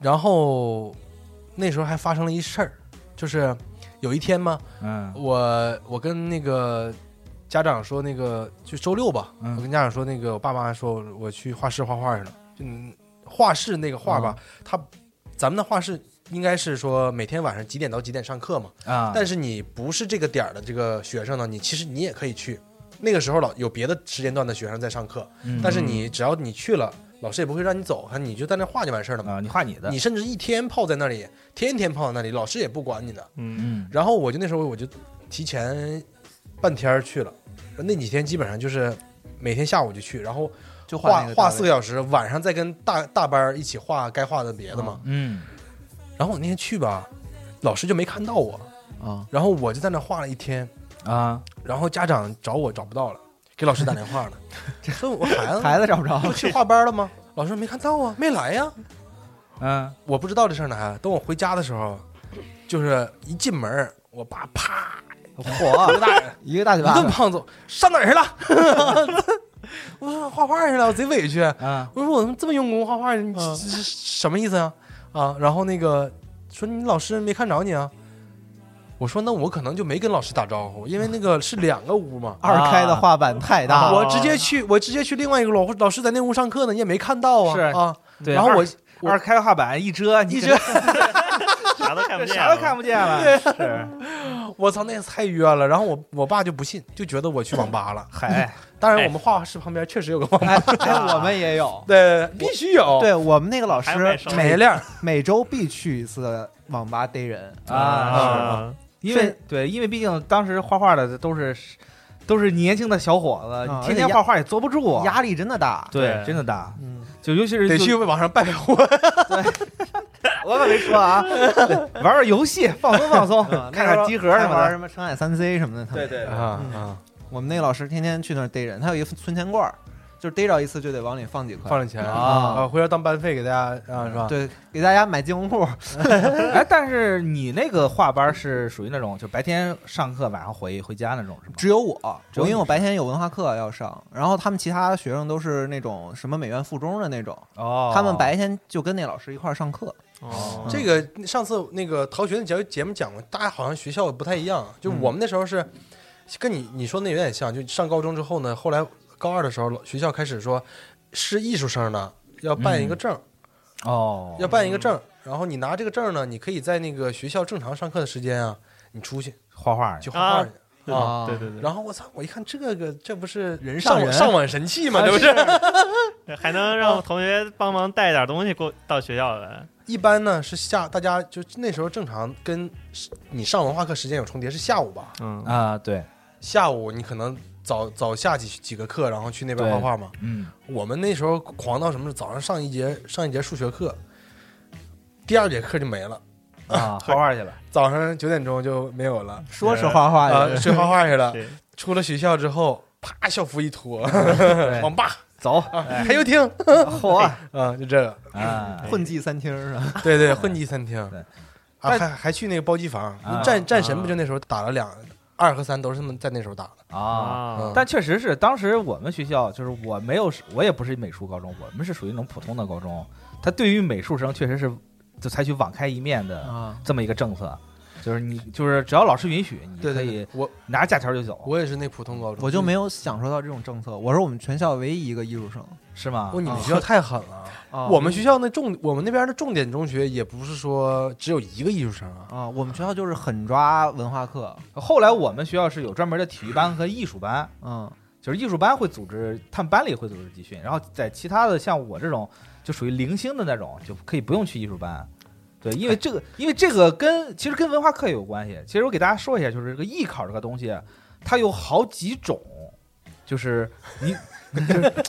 Speaker 5: 然后那时候还发生了一事儿，就是有一天嘛，
Speaker 6: 嗯
Speaker 5: 我我跟那个家长说，那个就周六吧，
Speaker 6: 嗯
Speaker 5: 我跟家长说，那个我爸妈说我去画室画画去了。嗯，画室那个画吧，
Speaker 6: 嗯
Speaker 5: 他咱们的画室应该是说每天晚上几点到几点上课嘛。
Speaker 6: 啊，
Speaker 5: 但是你不是这个点儿的这个学生呢，你其实你也可以去。那个时候老有别的时间段的学生在上课，
Speaker 6: 嗯
Speaker 5: 但是你只要你去了，老师也不会让你走，你就在那画就完事儿了嘛。
Speaker 6: 啊，你画你的，
Speaker 5: 你甚至一天泡在那里，天天泡在那里，老师也不管你的。
Speaker 3: 嗯，
Speaker 6: 嗯
Speaker 5: 然后我就那时候我就提前半天儿去了，那几天基本上就是每天下午就去，然后
Speaker 4: 就画
Speaker 5: 画
Speaker 4: 那个
Speaker 5: 画
Speaker 4: 大卫
Speaker 5: 四 个小时，晚上再跟大大班儿一起画该画的别的
Speaker 4: 啊
Speaker 5: 嘛。
Speaker 6: 嗯
Speaker 5: 然后我那天去吧，老师就没看到我，
Speaker 4: 啊，
Speaker 5: 然后我就在那画了一天，
Speaker 6: 啊，
Speaker 5: 然后家长找我找不到了，给老师打电话 了，说我孩子
Speaker 4: 孩子找不着
Speaker 5: 不去画班了吗？啊老师说没看到啊，没来呀、
Speaker 6: 嗯
Speaker 5: 我不知道这事儿呢，还等我回家的时候，就是一进门儿，我爸啪
Speaker 4: 火一个大
Speaker 5: 一
Speaker 4: 嘴巴
Speaker 5: 顿
Speaker 4: 子，
Speaker 5: 胖揍，上哪儿去了？ 我说画画去了，我贼委屈。
Speaker 6: 啊
Speaker 5: 我说我怎么这么用功画画，你这
Speaker 4: 嗯。
Speaker 5: 这这什么意思啊？啊，然后那个说你老师没看着你啊。我说那我可能就没跟老师打招呼，因为那个是两个屋嘛
Speaker 4: 二开的画板太大了，
Speaker 5: 我直接去，我直接去另外一个楼，老师在那屋上课呢，你也没看到啊
Speaker 6: 是
Speaker 5: 啊。
Speaker 6: 对，
Speaker 5: 然后我我
Speaker 6: 二开画板一遮，你
Speaker 5: 一
Speaker 6: 可
Speaker 5: 直
Speaker 3: 啥都看不
Speaker 6: 能
Speaker 3: 见，
Speaker 6: 啥都看
Speaker 3: 不
Speaker 6: 不见了，是，
Speaker 5: 我操，那也太冤了。然后我我爸就不信，就觉得我去网吧了。嗯
Speaker 6: 嗨，
Speaker 5: 当然，我们画室旁边确实有个网吧，。
Speaker 4: 哎，哎我们也有
Speaker 5: 对，必须有。，
Speaker 4: 对我们那个老师
Speaker 3: 还有卖烧
Speaker 5: 美
Speaker 4: 每
Speaker 5: 亮，
Speaker 4: 每周必去一次网吧逮人
Speaker 6: 啊
Speaker 3: 啊，
Speaker 6: 因为
Speaker 4: 是
Speaker 6: 对，因为毕竟当时画画的都是都是年轻的小伙子，
Speaker 4: 啊
Speaker 6: 你天天画画也坐不住啊，
Speaker 4: 压力真的大。
Speaker 6: 对，
Speaker 3: 对
Speaker 6: 真的大，
Speaker 4: 嗯，
Speaker 6: 就尤其是
Speaker 5: 得
Speaker 6: 就
Speaker 5: 去网上拜拜我。
Speaker 6: 我可没说啊， 对玩玩游戏，放松放 松，
Speaker 4: 嗯
Speaker 6: 看看集合什
Speaker 4: 还
Speaker 6: 么
Speaker 4: 玩
Speaker 6: 的，
Speaker 4: 什么澄海三 C 什么的。他们，
Speaker 6: 对
Speaker 5: 啊啊！
Speaker 4: 我们那个老师天天去那儿逮人，他有一个存钱罐儿，就是逮着一次就得往里放几块
Speaker 5: 放。点钱
Speaker 6: 啊
Speaker 5: 啊，回头当班费给大家啊，是吧？
Speaker 4: 对，给大家买金红裤。
Speaker 6: 哎，但是你那个画班是属于那种就白天上课，晚上回回家那种是吗？
Speaker 4: 只有我，
Speaker 6: 只
Speaker 4: 我
Speaker 6: 有
Speaker 4: 因
Speaker 6: 你
Speaker 4: 为我白天有文化课要上，然后他们其他学生都是那种什么美院附中的那种，
Speaker 6: 哦，
Speaker 4: 他们白天就跟那老师一块儿上课。
Speaker 3: 哦
Speaker 5: 这个上次那个逃学的节节目讲过，大家好像学校不太一样，就我们那时候是跟你你说那有点像，就上高中之后呢，后来高二的时候学校开始说是艺术生呢要办一个证，
Speaker 6: 哦，
Speaker 5: 要办一个证，然后你拿这个证呢，你可以在那个学校正常上课的时间啊，你出去
Speaker 6: 画画去
Speaker 5: 去画画
Speaker 3: 啊
Speaker 5: 去。
Speaker 4: 啊
Speaker 3: 对对对，
Speaker 5: 然后我操，我一看这个这不是
Speaker 4: 人上
Speaker 5: 上
Speaker 4: 人
Speaker 5: 上网神器嘛，对不对？
Speaker 3: 还能让同学帮忙带点东西过到学校来。
Speaker 5: 一般呢是下，大家就那时候正常跟你上文化课时间有重叠是下午吧？
Speaker 3: 嗯，
Speaker 6: 啊，对，
Speaker 5: 下午你可能早早下几几个课，然后去那边
Speaker 6: 对
Speaker 5: 画画嘛。
Speaker 6: 嗯，
Speaker 5: 我们那时候狂到什么？早上上一节上一节数学课，第二节课就没了，
Speaker 6: 啊，画画去了，
Speaker 5: 早上九点钟就没有了，
Speaker 4: 说是呃画画
Speaker 5: 啊、
Speaker 4: 也是
Speaker 5: 去画画去了。
Speaker 3: 对，
Speaker 5: 出了学校之后，啪，校服一脱，
Speaker 6: 对，
Speaker 5: 网吧
Speaker 6: 走，
Speaker 5: 还游艇
Speaker 6: 嚯
Speaker 5: 啊，就这个，
Speaker 3: 哎
Speaker 6: 啊，
Speaker 4: 混迹餐厅是吧？
Speaker 5: 对对，混迹餐厅
Speaker 6: 对，
Speaker 5: 啊，
Speaker 6: 但
Speaker 5: 还还去那个包机房
Speaker 6: 啊，
Speaker 5: 战战神不就那时候打了两二和三都是他们在那时候打的，
Speaker 6: 啊。
Speaker 5: 嗯
Speaker 3: 啊，
Speaker 6: 但确实是，当时我们学校就是我没有，我也不是美术高中，我们是属于那种普通的高中。他对于美术生确实是就采取网开一面的
Speaker 4: 啊，
Speaker 6: 这么一个政策，就是你就是只要老师允许，你
Speaker 5: 对
Speaker 6: 可
Speaker 5: 对
Speaker 6: 以
Speaker 5: 对，我
Speaker 6: 拿假条就走，
Speaker 5: 我也是那普通高中，
Speaker 4: 我就没有享受到这种政策，我是我们全校唯一一个艺术生。
Speaker 6: 是吗
Speaker 5: 哦哇，？你们学校太狠了。
Speaker 4: 啊
Speaker 5: 我们学校那重，我们那边的重点中学也不是说只有一个艺术生啊，
Speaker 4: 啊，我们学校就是很抓文化课，
Speaker 6: 后来我们学校是有专门的体育班和艺术班，
Speaker 4: 嗯
Speaker 6: 就是艺术班会组织，他们班里会组织集训，然后在其他的像我这种就属于零星的那种，就可以不用去艺术班。对，因为这个，因为这个跟其实跟文化课也有关系。其实我给大家说一下，就是这个艺考这个东西，它有好几种，就是你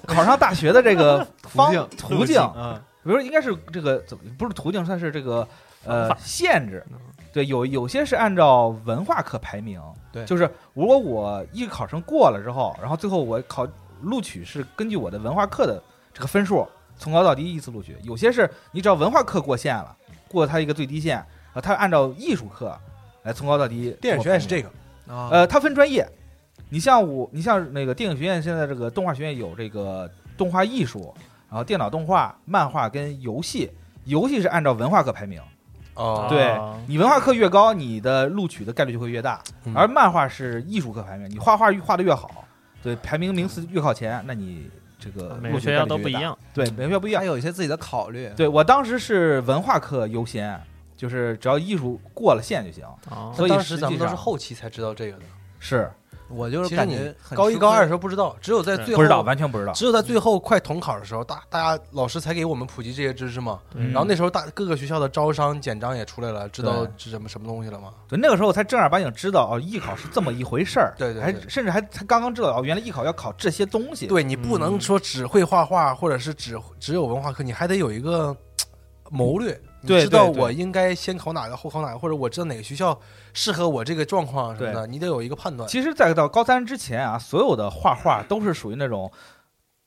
Speaker 6: 考上大学的这个方
Speaker 4: 途径
Speaker 6: 途径，
Speaker 4: 嗯
Speaker 6: 比如说应该是这个怎么不是途径，算是这个呃限制。对，有有些是按照文化课排名，
Speaker 4: 对
Speaker 6: 就是如果我艺考生过了之后，然后最后我考录取是根据我的文化课的这个分数从高到低依次录取。有些是你只要文化课过线了，过它一个最低线，啊，它按照艺术课来从高到低。
Speaker 5: 电影学院是
Speaker 6: 个。
Speaker 5: 这个，
Speaker 4: 啊
Speaker 6: 呃，它分专业。你像我，你像那个电影学院，现在这个动画学院有这个动画艺术，然后电脑动画、漫画跟游戏。游戏是按照文化课排名，
Speaker 5: 哦
Speaker 6: 对
Speaker 3: 啊
Speaker 6: 你文化课越高，你的录取的概率就会越大
Speaker 5: 嗯。
Speaker 6: 而漫画是艺术课排名，你画画越画的越好，对排名名次越靠前，那你这个
Speaker 3: 啊每
Speaker 6: 录
Speaker 3: 个
Speaker 6: 取的
Speaker 3: 学
Speaker 6: 概
Speaker 3: 校
Speaker 6: 率
Speaker 3: 都
Speaker 6: 就
Speaker 3: 不一
Speaker 6: 越大。
Speaker 3: 样，
Speaker 6: 对，每个学校不一样
Speaker 4: 他。有一些自己的考虑。
Speaker 6: 对我当时是文化课优先，就是只要艺术过了线就行。
Speaker 3: 啊
Speaker 6: 所以
Speaker 5: 当时
Speaker 6: 实际
Speaker 5: 咱们都是
Speaker 6: 上
Speaker 5: 后期才知道这个的，
Speaker 6: 是
Speaker 4: 我就是
Speaker 5: 其实
Speaker 4: 感
Speaker 5: 你
Speaker 4: 觉很
Speaker 5: 高一
Speaker 4: 吃
Speaker 5: 高二的
Speaker 4: 亏
Speaker 5: 时候不知道，只有在最后
Speaker 6: 不知道，完全不知道。
Speaker 5: 只有在最后快统考的时候，大大家老师才给我们普及这些知识嘛。
Speaker 3: 对
Speaker 5: 然后那时候大各个学校的招商简章也出来了，知道
Speaker 6: 对
Speaker 5: 是什么什么东西了吗？
Speaker 6: 对，那个时候我才正儿八经知道哦，艺考是这么一回事儿。
Speaker 5: 对对对
Speaker 6: 还甚至还才刚刚知道哦，原来艺考要考这些东西。
Speaker 5: 对你不能说只会画画，或者是只只有文化课，你还得有一个嘖谋略，你
Speaker 6: 嗯对
Speaker 5: 知道
Speaker 6: 对对
Speaker 5: 我应该先考哪个，后考哪个，或者我知道哪个学校适合我这个状况什么的，你得有一个判断。
Speaker 6: 其实，在到高三之前啊，所有的画画都是属于那种，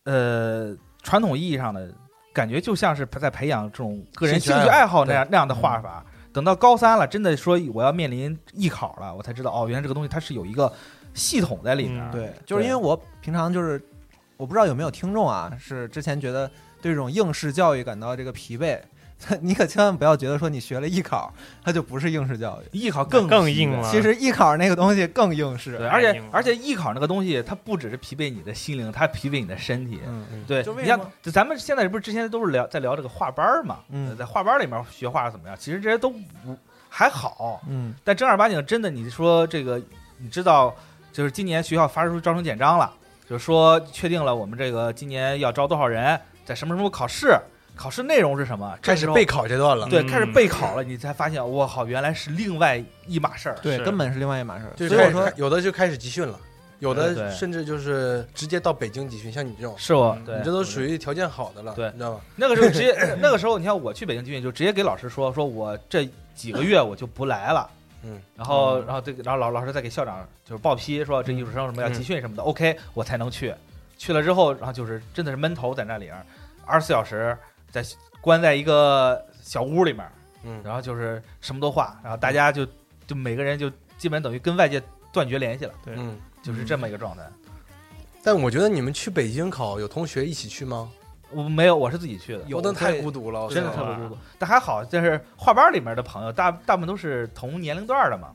Speaker 6: 呃，传统意义上的感觉，就像是在培养这种个人
Speaker 5: 兴
Speaker 6: 兴
Speaker 5: 趣
Speaker 6: 趣
Speaker 5: 爱
Speaker 6: 爱好那样那样的画法。等到高三了，真的说我要面临艺考了，我才知道哦，原来这个东西它是有一个系统在里面儿。
Speaker 3: 嗯
Speaker 4: 对，啊就是因为我平常就是，我不知道有没有听众啊，是之前觉得对这种应试教育感到这个疲惫， 你可千万不要觉得说你学了艺考，它就不是应试教育。
Speaker 6: 艺考更
Speaker 3: 更
Speaker 6: 疲惫
Speaker 3: 硬了
Speaker 4: 其实艺考那个东西更应
Speaker 6: 对，
Speaker 4: 试。
Speaker 6: 而
Speaker 3: 太
Speaker 6: 且
Speaker 3: 硬了
Speaker 6: 而且艺考那个东西，它不只是疲惫你的心灵，它还疲惫你的身体。
Speaker 4: 嗯嗯
Speaker 6: 对，
Speaker 4: 就为
Speaker 6: 你
Speaker 4: 什么
Speaker 6: 像咱们现在不是之前都是聊在聊这个画班儿嘛？
Speaker 4: 嗯
Speaker 6: 呃在画班儿里面学画怎么样？其实这些都不还好，
Speaker 4: 嗯
Speaker 6: 但正儿八经真的，你说这个，你知道，就是今年学校发出招生简章了，就是说确定了我们这个今年要招多少人，在什么什么考试，考试内容是什么，
Speaker 5: 开
Speaker 6: 这时
Speaker 5: 始
Speaker 6: 候
Speaker 5: 备考阶段了，
Speaker 6: 对，
Speaker 3: 嗯
Speaker 6: 开始备考了，你才发现，我靠，原来是另外一码事儿。
Speaker 4: 对，
Speaker 3: 是
Speaker 4: 根本是另外一码事儿。
Speaker 5: 就是
Speaker 4: 所以
Speaker 5: 开
Speaker 4: 我
Speaker 5: 始
Speaker 4: 说，
Speaker 5: 有的就开始集训了，有
Speaker 6: 对对
Speaker 5: 的
Speaker 6: 对
Speaker 5: 甚至就是直接到北京集训，像你这种，
Speaker 6: 是我，
Speaker 3: 嗯
Speaker 6: 对，
Speaker 5: 你这都属于条件好的了，
Speaker 6: 对
Speaker 5: 你知道吗？
Speaker 6: 那个时候直接，那个时候你看我去北京集训，就直接给老师说，说我这几个月我就不来了。
Speaker 5: 嗯，
Speaker 6: 然后，
Speaker 3: 嗯
Speaker 6: 然后这个，然后老老师再给校长就是报批，说这艺术生什么要
Speaker 5: 嗯
Speaker 6: 集训什么的、o k 我才能去。去了之后，然后就是真的是闷头在那里，二十四小时在关在一个小屋里面，
Speaker 5: 嗯，
Speaker 6: 然后就是什么都画，然后大家就就每个人就基本等于跟外界断绝联系了，
Speaker 3: 对
Speaker 5: 嗯。
Speaker 6: 就是这么一个状态。
Speaker 5: 但我觉得你们去北京考，有同学一起去吗？
Speaker 6: 我没有，我是自己去的，
Speaker 5: 有的太孤独了，我
Speaker 6: 真的
Speaker 5: 操
Speaker 6: 特
Speaker 3: 是
Speaker 6: 别
Speaker 3: 吧
Speaker 6: 孤独。但还好，就是画班里面的朋友，大大部分都是同年龄段儿的嘛。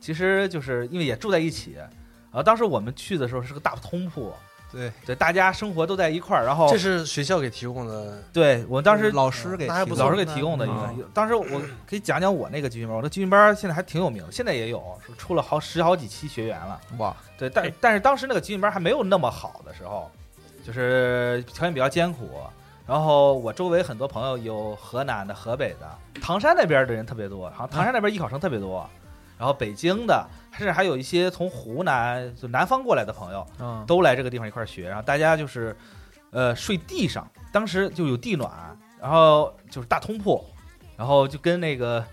Speaker 6: 其实就是因为也住在一起，然后当时我们去的时候是个大通铺，
Speaker 4: 对，
Speaker 6: 对，大家生活都在一块儿，然后
Speaker 5: 这是学校给提供的，
Speaker 6: 对我当时
Speaker 4: 老师给
Speaker 5: 那还
Speaker 4: 提
Speaker 5: 不
Speaker 4: 供
Speaker 5: 错
Speaker 6: 老师给提供的应
Speaker 3: 啊
Speaker 6: 该。当时我可以讲讲我那个集训班，我的集训班现在还挺有名，现在也有，是出了好十好几期学员了。
Speaker 4: 哇，
Speaker 6: 对，但但是当时那个集训班还没有那么好的时候，就是条件比较艰苦。然后我周围很多朋友有河南的、河北的，唐山那边的人特别多，好像唐山那边艺考生特别多，然后北京的，甚至还有一些从湖南就南方过来的朋友，
Speaker 4: 嗯，
Speaker 6: 都来这个地方一块儿学，然后大家就是，呃，睡地上，当时就有地暖，然后就是大通铺，然后就跟那个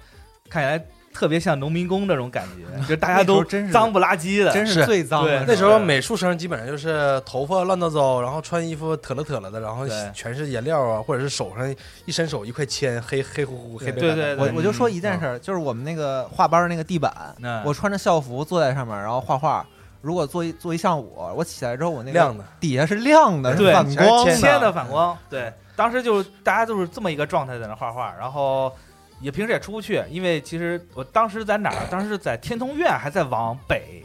Speaker 6: 看起来特别像农民工那种感觉，就是大家
Speaker 4: 嗯那时
Speaker 6: 都
Speaker 4: 候真是
Speaker 6: 脏不拉几的，
Speaker 4: 真
Speaker 5: 是
Speaker 4: 是最脏
Speaker 6: 对
Speaker 4: 的
Speaker 5: 那时候
Speaker 6: 对
Speaker 5: 美术生基本上就是头发乱糟糟，然后穿衣服特了特了的，然后
Speaker 6: 对
Speaker 5: 全是颜料啊，或者是手上一伸手一块铅，黑黑乎乎，
Speaker 4: 对
Speaker 5: 黑白
Speaker 6: 嗯对
Speaker 5: 白白
Speaker 6: 对
Speaker 4: 我
Speaker 6: 对
Speaker 4: 我就说一件事儿，就是我们那个画班儿那个地板，
Speaker 6: 嗯
Speaker 4: 我穿着校服坐在上面，然后画画。如果坐一坐一上午，我起来之后，我那个
Speaker 5: 亮的。
Speaker 4: 底下是亮的，
Speaker 6: 对
Speaker 4: 是反光
Speaker 5: 全是
Speaker 6: 铅的反光，对，当时就是大家都是这么一个状态在那画画，然后也平时也出不去，因为其实我当时在哪儿？当时是在天通苑，还在往北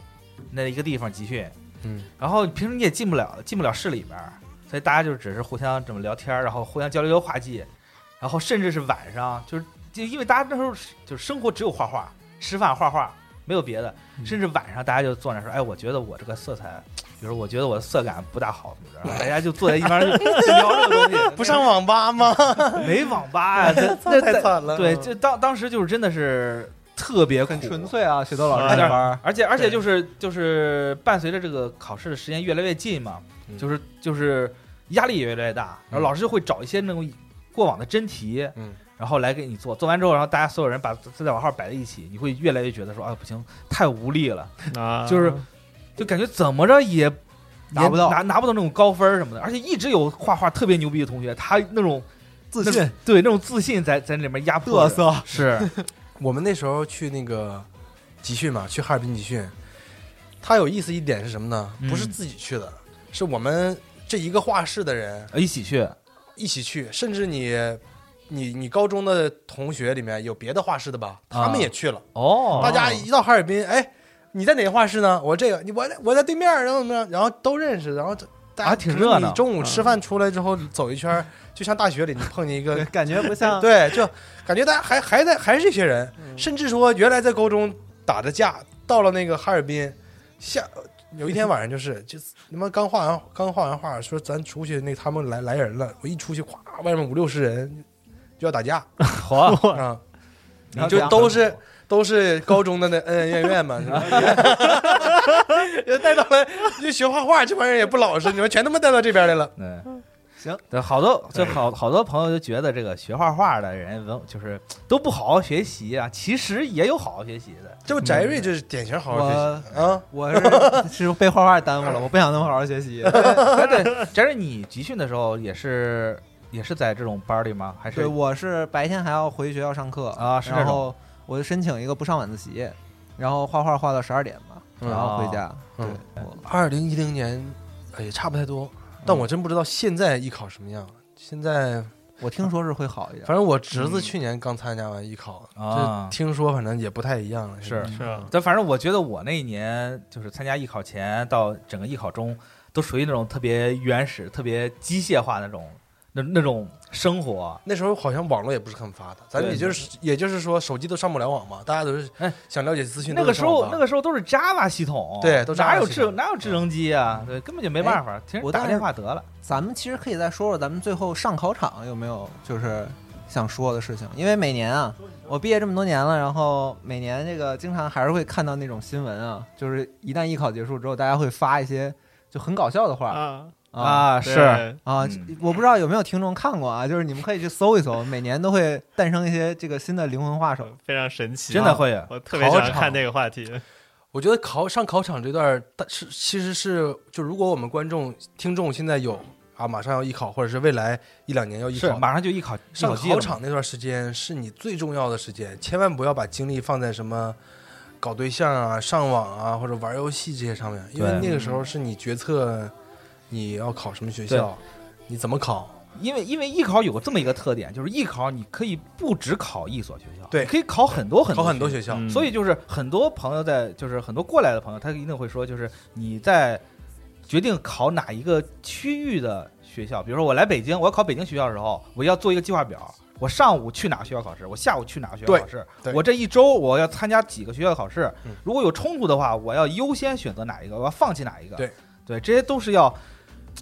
Speaker 6: 那一个地方集训，
Speaker 5: 嗯，
Speaker 6: 然后平时你也进不了，进不了市里边儿，所以大家就只是互相这么聊天儿，然后互相交流交流画技，然后甚至是晚上，就是就因为大家那时候是就是生活只有画画、吃饭、画画，没有别的，甚至晚上大家就坐那说，哎，我觉得我这个色彩。比如我觉得我的色感不大好，怎么着？大家就坐在一边儿就就聊这个东西，
Speaker 5: 不上网吧吗？
Speaker 6: 没网吧呀、这
Speaker 5: 那
Speaker 6: 那
Speaker 5: 太
Speaker 6: 在
Speaker 5: 惨了。
Speaker 6: 对，就当当时就是真的是特别苦
Speaker 4: 很纯粹啊，雪豆老师
Speaker 6: 啊
Speaker 4: 那班儿，
Speaker 6: 而且而且就是就是伴随着这个考试的时间越来越近嘛，
Speaker 5: 嗯
Speaker 6: 就是就是压力也越来越大，然后老师就会找一些那种过往的真题，
Speaker 5: 嗯，
Speaker 6: 然后来给你做，做完之后，然后大家所有人把这两个号摆在一起，你会越来越觉得说啊不行，太无力了，
Speaker 3: 啊，
Speaker 6: 就是就感觉怎么着也。
Speaker 4: 拿不到
Speaker 6: 也拿拿不到那种高分儿什么的，而且一直有画画特别牛逼的同学，他那种
Speaker 4: 自
Speaker 6: 那
Speaker 4: 信
Speaker 6: 种对那种自信在在里面压迫
Speaker 4: 嘚
Speaker 6: 着，
Speaker 4: 瑟，
Speaker 6: 是
Speaker 5: 我们那时候去那个集训嘛，去哈尔滨集训，它有意思一点是什么呢？
Speaker 6: 嗯
Speaker 5: 不是自己去的，是我们这一个画室的人
Speaker 6: 啊一起去，
Speaker 5: 一起去，甚至你。你你高中的同学里面有别的画室的吧？
Speaker 6: 啊
Speaker 5: 他们也去了，
Speaker 6: 哦，
Speaker 5: 大家一到哈尔滨，哎，你在哪个画室呢？我这个，你我在我在对面，然后怎么样？然后都认识，然后这大家
Speaker 6: 啊挺热闹嗯
Speaker 5: 你中午吃饭出来之后走一圈，就像大学里你碰见一 个
Speaker 4: 感觉不像
Speaker 5: 对，就感觉大家还还在还是这些人，
Speaker 4: 嗯
Speaker 5: 甚至说原来在高中打的架，到了那个哈尔滨，下有一天晚 上就是就他妈刚画完刚画完画，说咱出去那他们来来人了，我一出去哗，外面五六十人就要打 架
Speaker 6: 好，
Speaker 5: 啊，
Speaker 4: 然后这
Speaker 5: 就
Speaker 4: 样
Speaker 5: 都是。都是高中的那恩恩怨怨 嘛，是吧？就带到了，就学画画这帮人也不老实，你们全他妈带到这边来了。
Speaker 6: 对，
Speaker 4: 行，
Speaker 6: 对，好多就好好多朋友就觉得这个学画画的人文就是都不好好学习啊，其实也有好好学习的，
Speaker 5: 这不翟瑞就是典型好好学习啊，
Speaker 4: 我是是被画画耽误 了，我不想那么好好学习。
Speaker 6: 哎 对，翟瑞，你集训的时候也是也是在这种班里吗？还
Speaker 4: 对，
Speaker 6: 是
Speaker 4: 我是白天还要回学校上课
Speaker 6: 啊是这
Speaker 4: 然
Speaker 6: 种
Speaker 4: 后我就申请一个不上晚自习，然后画画画到十二点吧，
Speaker 5: 嗯
Speaker 4: 然
Speaker 6: 啊
Speaker 4: 后回家。对
Speaker 5: 嗯，
Speaker 4: 我
Speaker 5: 二零一零年，哎，差不太多，
Speaker 6: 嗯
Speaker 5: 但我真不知道现在艺考什么样。现在，
Speaker 4: 我听说是会好一点。
Speaker 5: 反正我侄子去年刚参加完艺考，
Speaker 6: 啊
Speaker 5: 这听说反正也不太一样了。
Speaker 6: 是
Speaker 3: 是啊
Speaker 6: 但反正我觉得我那一年就是参加艺考前到整个艺考中，都属于那种特别原始、特别机械化那种那那种生活。
Speaker 5: 那时候好像网络也不是很发达，咱
Speaker 6: 对
Speaker 5: 也就是也就是说手机都上不了网嘛，大家都是
Speaker 6: 哎
Speaker 5: 想了解资讯都
Speaker 6: 那
Speaker 5: 是
Speaker 6: 个时候
Speaker 5: 上网，
Speaker 6: 那个时候都是 Java 系统，
Speaker 5: 对都
Speaker 6: 哪
Speaker 5: Java
Speaker 6: 有
Speaker 5: 系
Speaker 6: 智
Speaker 5: 统哎
Speaker 6: 哪有智能机啊？对，根本就没办法，其实
Speaker 4: 我
Speaker 6: 打
Speaker 4: 当
Speaker 6: 个
Speaker 4: 时
Speaker 6: 电话得了。
Speaker 4: 咱们其实可以再说说咱们最后上考场有没有就是想说的事情，因为每年啊，我毕业这么多年了，然后每年这个经常还是会看到那种新闻啊，就是一旦艺考结束之后，大家会发一些就很搞笑的话
Speaker 3: 啊，
Speaker 4: 啊
Speaker 6: 啊，
Speaker 3: 对
Speaker 6: 是，
Speaker 4: 啊
Speaker 6: 嗯
Speaker 4: 我不知道有没有听众看过啊，就是你们可以去搜一搜，每年都会诞生一些这个新的灵魂画手。
Speaker 3: 非常神奇，啊
Speaker 6: 真的会啊有。
Speaker 3: 我特别想看这个话题，
Speaker 5: 我觉得考上考场这段儿，但是其实是就如果我们观众听众现在有啊，马上要艺考，或者是未来一两年要艺
Speaker 6: 是
Speaker 5: 考，
Speaker 6: 马上就艺考
Speaker 5: 上
Speaker 6: 考
Speaker 5: 考场那段时间是你最重要的时间，千万不要把精力放在什么搞对象啊、上网啊或者玩游戏这些上面，因为
Speaker 6: 对
Speaker 5: 那个时候是你决策你要考什么学校，你怎么考。
Speaker 6: 因为因为艺考有个这么一个特点，就是艺考你可以不只考一所学校，
Speaker 5: 对
Speaker 6: 你可以考很多很
Speaker 5: 考
Speaker 6: 多
Speaker 5: 很多
Speaker 6: 学
Speaker 5: 学校，
Speaker 3: 嗯
Speaker 6: 所以就是很多朋友在，就是很多过来的朋友，他一定会说，就是你在决定考哪一个区域的学校。比如说我来北京，我要考北京学校的时候，我要做一个计划表。我上午去哪个学校考试，我下午去哪个学校
Speaker 5: 对
Speaker 6: 考试
Speaker 5: 对，
Speaker 6: 我这一周我要参加几个学校的考试
Speaker 5: 嗯。
Speaker 6: 如果有冲突的话，我要优先选择哪一个，我要放弃哪一个。
Speaker 5: 对
Speaker 6: 对，这些都是要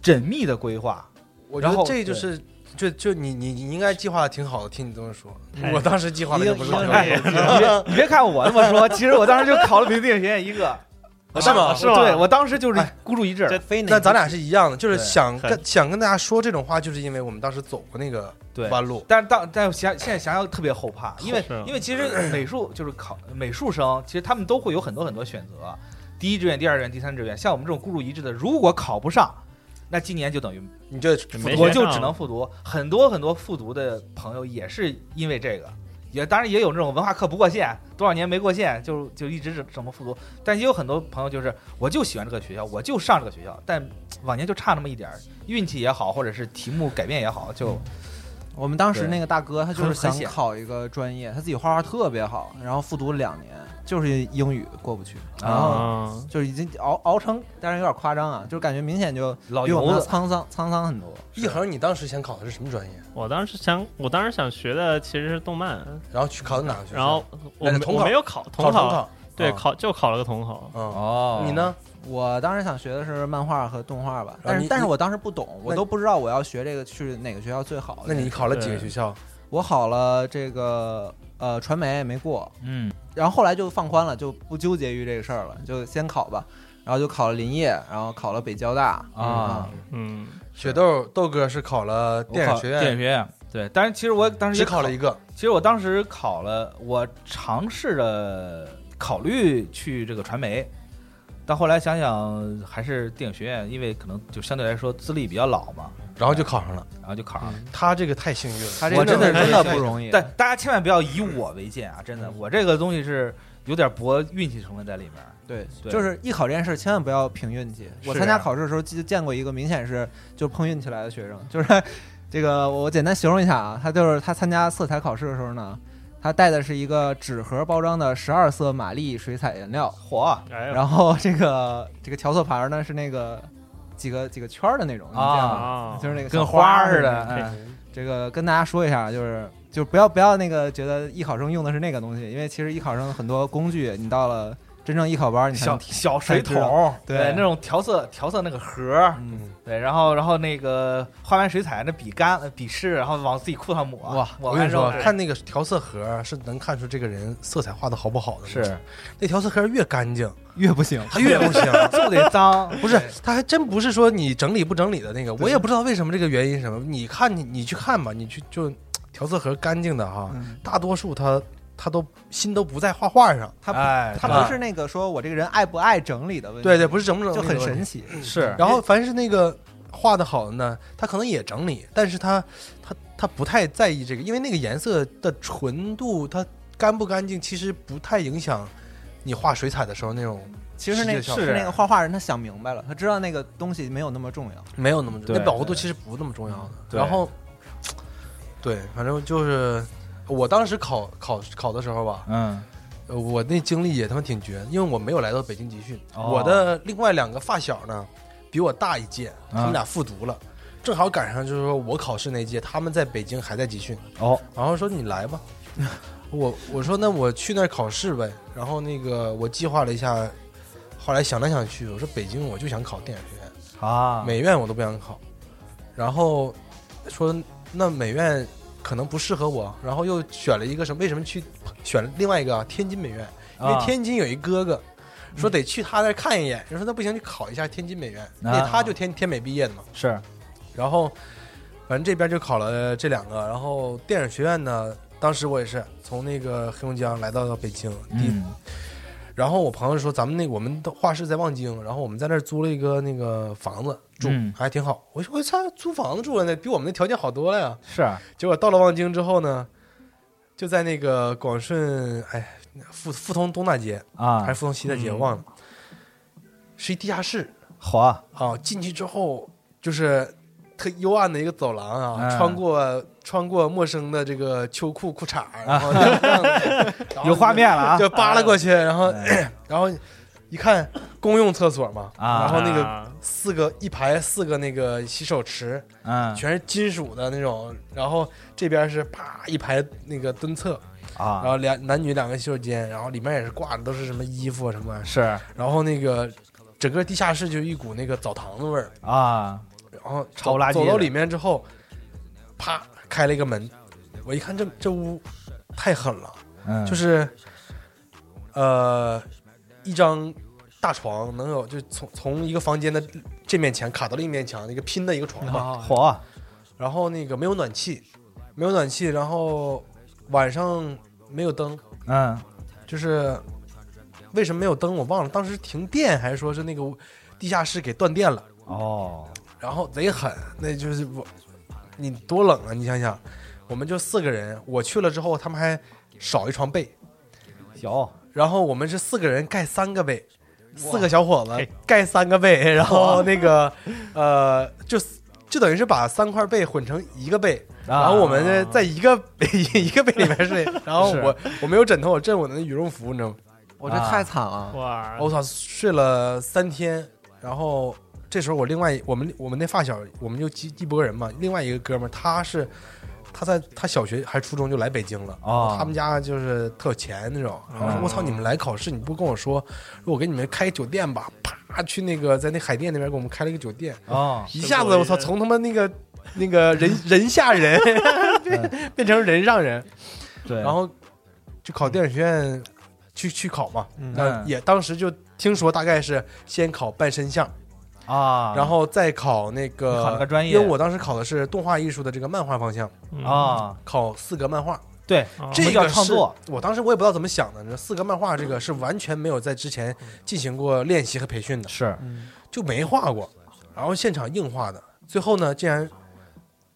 Speaker 6: 缜密的规划。
Speaker 5: 我
Speaker 6: 然
Speaker 5: 觉
Speaker 6: 后
Speaker 5: 得这就是，就就你你你应该计划的挺好的，听你这么说，
Speaker 3: 太
Speaker 5: 我当时计划的就不是
Speaker 4: 一个
Speaker 5: 这样
Speaker 6: 你别 你别看我这么说，其实我当时就考了北京电影学院一个，
Speaker 5: 是 吗？
Speaker 3: 是吗
Speaker 6: 对我当时 就是
Speaker 5: 哎
Speaker 6: 孤注一掷。
Speaker 3: 这
Speaker 4: 非
Speaker 5: 那咱俩是一样的，就是
Speaker 6: 对
Speaker 5: 想
Speaker 3: 很
Speaker 5: 跟想跟大家说这种话，就是因为我们当时走过那个
Speaker 6: 对，
Speaker 5: 弯路。
Speaker 6: 但是当但想现在想想特别后怕，因为
Speaker 3: 是啊
Speaker 6: 因为其实 美术就是考美术生，其实他们都会有很多很多选择，第一志愿、第二志愿、第三志愿。像我们这种孤注一掷的，如果考不上，那今年就等于
Speaker 5: 你这
Speaker 3: 没
Speaker 6: 我
Speaker 3: 选
Speaker 6: 就
Speaker 3: 上
Speaker 6: 只能复读。很多很多复读的朋友也是因为这个，也当然也有那种文化课不过线，多少年没过线，就就一直怎么复读。但也有很多朋友就是我就喜欢这个学校，我就上这个学校，但往年就差那么一点儿，运气也好，或者是题目改变也好，就
Speaker 4: 我们当时
Speaker 6: 对
Speaker 4: 那个大哥，他就是
Speaker 6: 很很
Speaker 4: 想
Speaker 6: 险
Speaker 4: 考一个专业，他自己画画特别好，然后复读了两年，就是英语过不去，然后
Speaker 3: 啊，
Speaker 4: 就是已经熬熬成，当然有点夸张啊，就是感觉明显就
Speaker 6: 老
Speaker 4: 比我们
Speaker 6: 油
Speaker 4: 要
Speaker 6: 子。
Speaker 4: 沧桑沧桑很多。
Speaker 5: 一恒，你当时想考的是什么专业？
Speaker 3: 我当时想，我当时想学的其实是动漫，
Speaker 5: 然后去考的哪个学校？
Speaker 3: 然后我
Speaker 5: 那是
Speaker 3: 没
Speaker 5: 统考
Speaker 3: 我没有考
Speaker 5: 考
Speaker 3: 统
Speaker 5: 统，考，
Speaker 3: 对，
Speaker 5: 啊
Speaker 3: 考就考了个统考，
Speaker 5: 嗯，
Speaker 6: 哦
Speaker 5: 你？呢？
Speaker 4: 我当时想学的是漫画和动画吧，
Speaker 5: 然后
Speaker 4: 但
Speaker 5: 啊你
Speaker 4: 是但是我当时不懂，我
Speaker 5: 那
Speaker 4: 都不知道我要学这个去哪个学校最好。
Speaker 5: 那你考了几个
Speaker 3: 对
Speaker 5: 学校？
Speaker 4: 我考了这个呃传媒没过，
Speaker 6: 嗯，
Speaker 4: 然后后来就放宽了，就不纠结于这个事儿了，就先考吧。然后就考了林业，然后考了北交大
Speaker 6: 啊
Speaker 4: 嗯
Speaker 3: 嗯，
Speaker 5: 雪豆豆哥是考了电影学
Speaker 6: 我考电
Speaker 5: 院，
Speaker 6: 影学院。对，但是其实我当时
Speaker 5: 只
Speaker 6: 也
Speaker 5: 考了一个。
Speaker 6: 其实我当时考了，我尝试着考虑去这个传媒，但后来想想还是电影学院，因为可能就相对来说资历比较老嘛，
Speaker 5: 然后就考上了。
Speaker 6: 然后就考上了。
Speaker 5: 他这个太幸运了，
Speaker 4: 他这
Speaker 6: 我
Speaker 4: 个
Speaker 6: 真的
Speaker 4: 真
Speaker 6: 是
Speaker 4: 的不容易。
Speaker 6: 但大家千万不要以我为鉴啊！真的，我这个东西是有点博运气成分在里面。
Speaker 4: 对，
Speaker 6: 对
Speaker 4: 就是艺考这件事，千万不要凭运气。我
Speaker 6: 是
Speaker 4: 参加考试的时候，就见过一个明显是就碰运气来的学生，就是这个我简单形容一下啊，他就是他参加色彩考试的时候呢，他带的是一个纸盒包装的十二色玛丽水彩颜料，
Speaker 6: 嚯，
Speaker 3: 哎呀
Speaker 4: 然后这个 这个调色盘呢是那个几个几个圈儿的那种你见过吗
Speaker 3: 啊
Speaker 4: 就是那个
Speaker 6: 跟
Speaker 4: 像
Speaker 6: 花
Speaker 4: 花
Speaker 6: 儿似的，
Speaker 4: 的。嗯
Speaker 6: 哎
Speaker 4: 这个跟大家说一下，就是就不要不要那个觉得艺考生用的是那个东西，因为其实艺考生很多工具，你到了真正艺考班儿，你才
Speaker 6: 小
Speaker 4: 能
Speaker 6: 小水
Speaker 4: 才知
Speaker 6: 桶，
Speaker 4: 对
Speaker 6: 那种调色调色那个盒儿，
Speaker 4: 嗯，
Speaker 6: 对，然后然后那个画完水彩那笔杆呃笔试，然后往自己裤上抹，
Speaker 4: 哇
Speaker 6: 抹
Speaker 5: 我跟
Speaker 6: 完
Speaker 5: 你
Speaker 6: 之后
Speaker 5: 说，看那个调色盒是能看出这个人色彩画的好不好的。
Speaker 6: 是，
Speaker 5: 那调色盒越干净，
Speaker 4: 越不 行。
Speaker 5: 他越不行。
Speaker 6: 就 得脏，
Speaker 5: 不是，他还真不是说你整理不整理的那个，我也不知道为什么这个原因是什么。你看你你去看吧，你去就调色盒干净的哈，
Speaker 4: 嗯
Speaker 5: 大多数他他都心都不在画画上。
Speaker 4: 他不
Speaker 6: 哎，
Speaker 4: 他
Speaker 5: 对
Speaker 4: 不是那个说我这个人爱不爱整理的问题，嗯
Speaker 5: 对对，不是整不整
Speaker 4: 就
Speaker 5: 理的
Speaker 4: 很
Speaker 5: 问题
Speaker 4: 神奇。
Speaker 6: 是
Speaker 5: 然后凡是那个画的好的呢，他可能也整理，但是他他他不太在意这个，因为那个颜色的纯度，它干不干净其实不太影响你画水彩的时候那种
Speaker 4: 其实那
Speaker 5: 是
Speaker 4: 是那个画画人，他想明白了，他知道那个东西没有那么重要。
Speaker 5: 没有那么
Speaker 6: 对
Speaker 5: 那饱和度其实不那么重要的。
Speaker 6: 对
Speaker 5: 然后对，反正就是我当时考考考的时候吧，
Speaker 6: 嗯
Speaker 5: 呃我那经历也他妈挺绝，因为我没有来到北京集训，
Speaker 6: 哦
Speaker 5: 我的另外两个发小呢比我大一届，他
Speaker 6: 嗯
Speaker 5: 们俩复读了，正好赶上就是说我考试那届，他们在北京还在集训，
Speaker 6: 哦，
Speaker 5: 然后说你来吧，我我说那我去那儿考试呗，然后那个我计划了一下，后来想来想去，我说北京我就想考电影学院，
Speaker 6: 啊，
Speaker 5: 美院我都不想考，然后说那美院可能不适合我，然后又选了一个什么？为什么去选了另外一个啊？天津美院，因为
Speaker 6: 啊嗯
Speaker 5: 天津有一哥哥。说得去他那儿看一眼，人说那不行，你考一下天津美
Speaker 6: 啊
Speaker 5: 院，因为他就天天美毕业的嘛。
Speaker 6: 是
Speaker 5: 然后，反正这边就考了这两个。然后电影学院呢，当时我也是从那个黑龙江来到北京，第一
Speaker 6: 嗯
Speaker 5: 然后我朋友说，咱们那我们的画室在望京，然后我们在那儿租了一个那个房子住，
Speaker 6: 嗯
Speaker 5: 还挺好。我说我操，租房子住了呢，比我们的条件好多了呀。
Speaker 6: 是
Speaker 5: 结果到了望京之后呢，就在那个广顺，哎，富富通东大街还
Speaker 6: 啊
Speaker 5: 是，富通西大街，
Speaker 3: 嗯
Speaker 5: 我忘了，是一地下室
Speaker 6: 好
Speaker 5: 啊。进去之后就是特幽暗的一个走廊啊，
Speaker 6: 嗯
Speaker 5: 穿过穿过陌生的这个秋裤裤衩， 然后亮亮的然后
Speaker 6: 有画面了啊，
Speaker 5: 就扒拉过去，然后
Speaker 6: 哎
Speaker 5: 然后一看，公用厕所嘛，
Speaker 6: 啊
Speaker 5: 然后那个
Speaker 3: 啊
Speaker 5: 四个一排四个那个洗手池，
Speaker 6: 嗯
Speaker 5: 全是金属的那种，然后这边是啪一排那个蹲厕，然
Speaker 6: 啊
Speaker 5: 后两男女两个洗手间，然后里面也是挂的都是什么衣服啊什么玩意儿，
Speaker 6: 是
Speaker 5: 然后那个整个地下室就一股那个澡堂子味儿，
Speaker 6: 啊
Speaker 5: 然后
Speaker 6: 超
Speaker 5: 走
Speaker 6: 垃圾
Speaker 5: 走到
Speaker 6: 的
Speaker 5: 里面之后，啪开了一个门，我一看这这屋太狠了，
Speaker 6: 嗯
Speaker 5: 就是呃一张大床能有就从从一个房间的这面墙卡到另一面墙，一个拼的一个床嘛，
Speaker 6: 火啊
Speaker 5: 然后那个没有暖气，没有暖气，然后晚上没有灯，
Speaker 6: 嗯
Speaker 5: 就是为什么没有灯我忘了，当时停电还是说是那个地下室给断电了。
Speaker 6: 哦
Speaker 5: 然后贼狠，那就是我，你多冷啊！你想想，我们就四个人，我去了之后，他们还少一床被，
Speaker 6: 有
Speaker 5: 然后我们是四个人盖三个被，四个小伙子盖三个被，然
Speaker 6: 哇
Speaker 5: 后那个呃，就就等于是把三块被混成一个被，
Speaker 6: 啊
Speaker 5: 然后我们呢在一个 一个被里面 睡，然后
Speaker 6: 是
Speaker 5: 我我没有枕头，我枕我的那羽绒服，你知道吗？
Speaker 4: 我这
Speaker 6: 啊
Speaker 4: 太惨了，
Speaker 3: 哇，
Speaker 5: 我操，睡了三天，然后这时候我另外我们我们那发小，我们就一一拨人嘛，另外一个哥们儿他是他在他小学还初中就来北京了。
Speaker 6: 哦
Speaker 5: 他们家就是特有钱那种，然后说：“我操，你们来考试，你不跟我说，说我给你们开酒店吧？”啪，去那个在那海淀那边给我们开了一个酒店，
Speaker 6: 哦
Speaker 5: 一下子我操，从他妈那个那个人人下人 变变成人上人，
Speaker 6: 对，
Speaker 5: 然后就考电影学院去去考嘛，那
Speaker 6: 嗯
Speaker 5: 也当时就听说大概是先考半身像，
Speaker 6: 啊
Speaker 5: 然后再考那
Speaker 6: 你
Speaker 5: 个
Speaker 6: 考了个专业
Speaker 5: 因为我当时考的是动画艺术的这个漫画方向，
Speaker 3: 嗯，
Speaker 6: 啊
Speaker 5: 考四格漫画，
Speaker 6: 对
Speaker 3: 哦
Speaker 5: 这
Speaker 6: 我
Speaker 5: 个
Speaker 6: 们叫创作
Speaker 5: 是。我当时我也不知道怎么想的，这四格漫画这个是完全没有在之前进行过练习和培训的，
Speaker 6: 是
Speaker 5: 就没画过，然后现场硬画的，最后呢竟然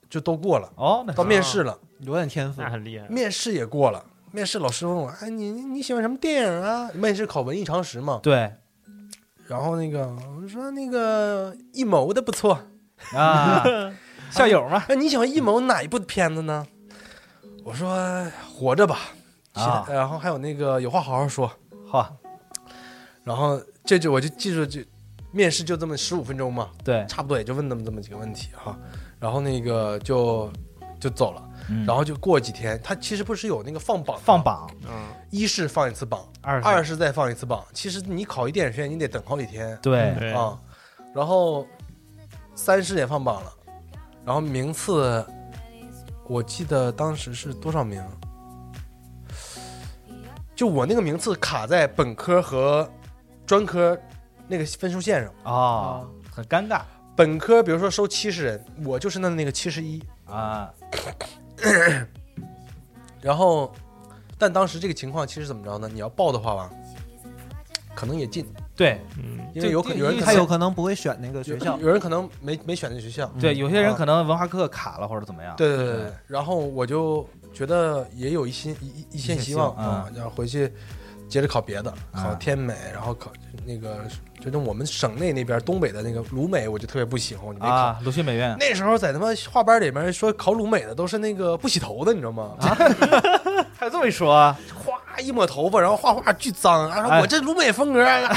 Speaker 5: 就都过了，
Speaker 6: 哦那
Speaker 5: 到面试了。
Speaker 4: 有点天赋
Speaker 3: 那。很厉害，
Speaker 5: 面试也过了，面试老师问我，哎，你你你喜欢什么电影啊？面试考文艺常识嘛。
Speaker 6: 对
Speaker 5: 然后那个我说那个艺谋的不错，
Speaker 6: 啊 校友嘛
Speaker 5: 哎，你喜欢艺谋哪一部片子呢？我说哎活着吧，其他
Speaker 6: 啊
Speaker 5: 然后还有那个有话好好说，
Speaker 6: 好
Speaker 5: 然后这就我就记住就面试就这么十五分钟嘛，
Speaker 6: 对
Speaker 5: 差不多也就问那么这么几个问题哈，然后那个就就走了，
Speaker 6: 嗯
Speaker 5: 然后就过几天，他其实不是有那个放榜吗
Speaker 6: 放榜
Speaker 3: 嗯，
Speaker 5: 一是放一次榜，
Speaker 6: 二
Speaker 5: 二是再放一次榜。其实你考一电影学院，你得等好几天
Speaker 6: 对
Speaker 3: 对，
Speaker 5: 啊。然后三试也放榜了，然后名次我记得当时是多少名？就我那个名次卡在本科和专科那个分数线上。
Speaker 6: 啊很尴尬
Speaker 5: 本科比如说收七十人，我就是那那个七十一。
Speaker 6: 啊
Speaker 5: 然后，但当时这个情况其实怎么着呢？你要报的话吧，可能也进，
Speaker 6: 对
Speaker 3: 嗯，
Speaker 5: 因为有可
Speaker 6: 就
Speaker 5: 有人
Speaker 6: 因为
Speaker 5: 可
Speaker 4: 他
Speaker 5: 能
Speaker 4: 有可能不会选那个学校
Speaker 5: 有，有人可能没没选这学校。
Speaker 6: 对
Speaker 4: 嗯
Speaker 6: 有些人
Speaker 5: 啊
Speaker 6: 可能文化课卡了或者怎么样
Speaker 5: 对对对对，然后我就觉得也有一线一一一线希望
Speaker 6: 一线希望嗯啊
Speaker 5: 啊，要回去接着考别的，考天美，然后考那个，就那我们省内那边东北的那个鲁美，我就特别不喜欢，我就没考。
Speaker 6: 啊鲁迅美院
Speaker 5: 那时候在他妈画班里面说考鲁美的都是那个不洗头的，你知道吗？
Speaker 6: 啊还有这么一说啊
Speaker 5: 哗一抹头发，然后画画巨脏，然后
Speaker 6: 哎
Speaker 5: 我这鲁美风格， 啊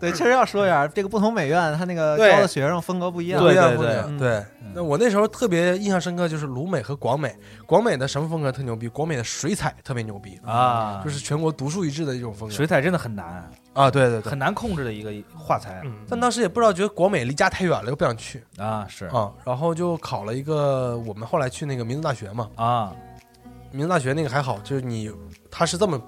Speaker 4: 对，确实要说一下，这个不同美院他那个
Speaker 5: 对
Speaker 4: 教的学生风格不一样。
Speaker 5: 不一
Speaker 6: 对
Speaker 5: 样不一
Speaker 6: 对
Speaker 5: 样
Speaker 4: 嗯
Speaker 5: 对。那我那时候特别印象深刻就是鲁美和广美，广美的什么风格特牛逼？广美的水彩特别牛逼
Speaker 6: 啊
Speaker 5: 就是全国独树一帜的一种风格
Speaker 6: 水彩真的很难
Speaker 5: 啊！对对对
Speaker 6: 很，难控制的一个画材
Speaker 3: 嗯
Speaker 5: 但当时也不知道，觉得国美离家太远了，又不想去
Speaker 6: 啊是
Speaker 5: 啊，然后就考了一个我们后来去那个民族大学嘛，
Speaker 6: 啊
Speaker 5: 民族大学那个还好，就是你他是这么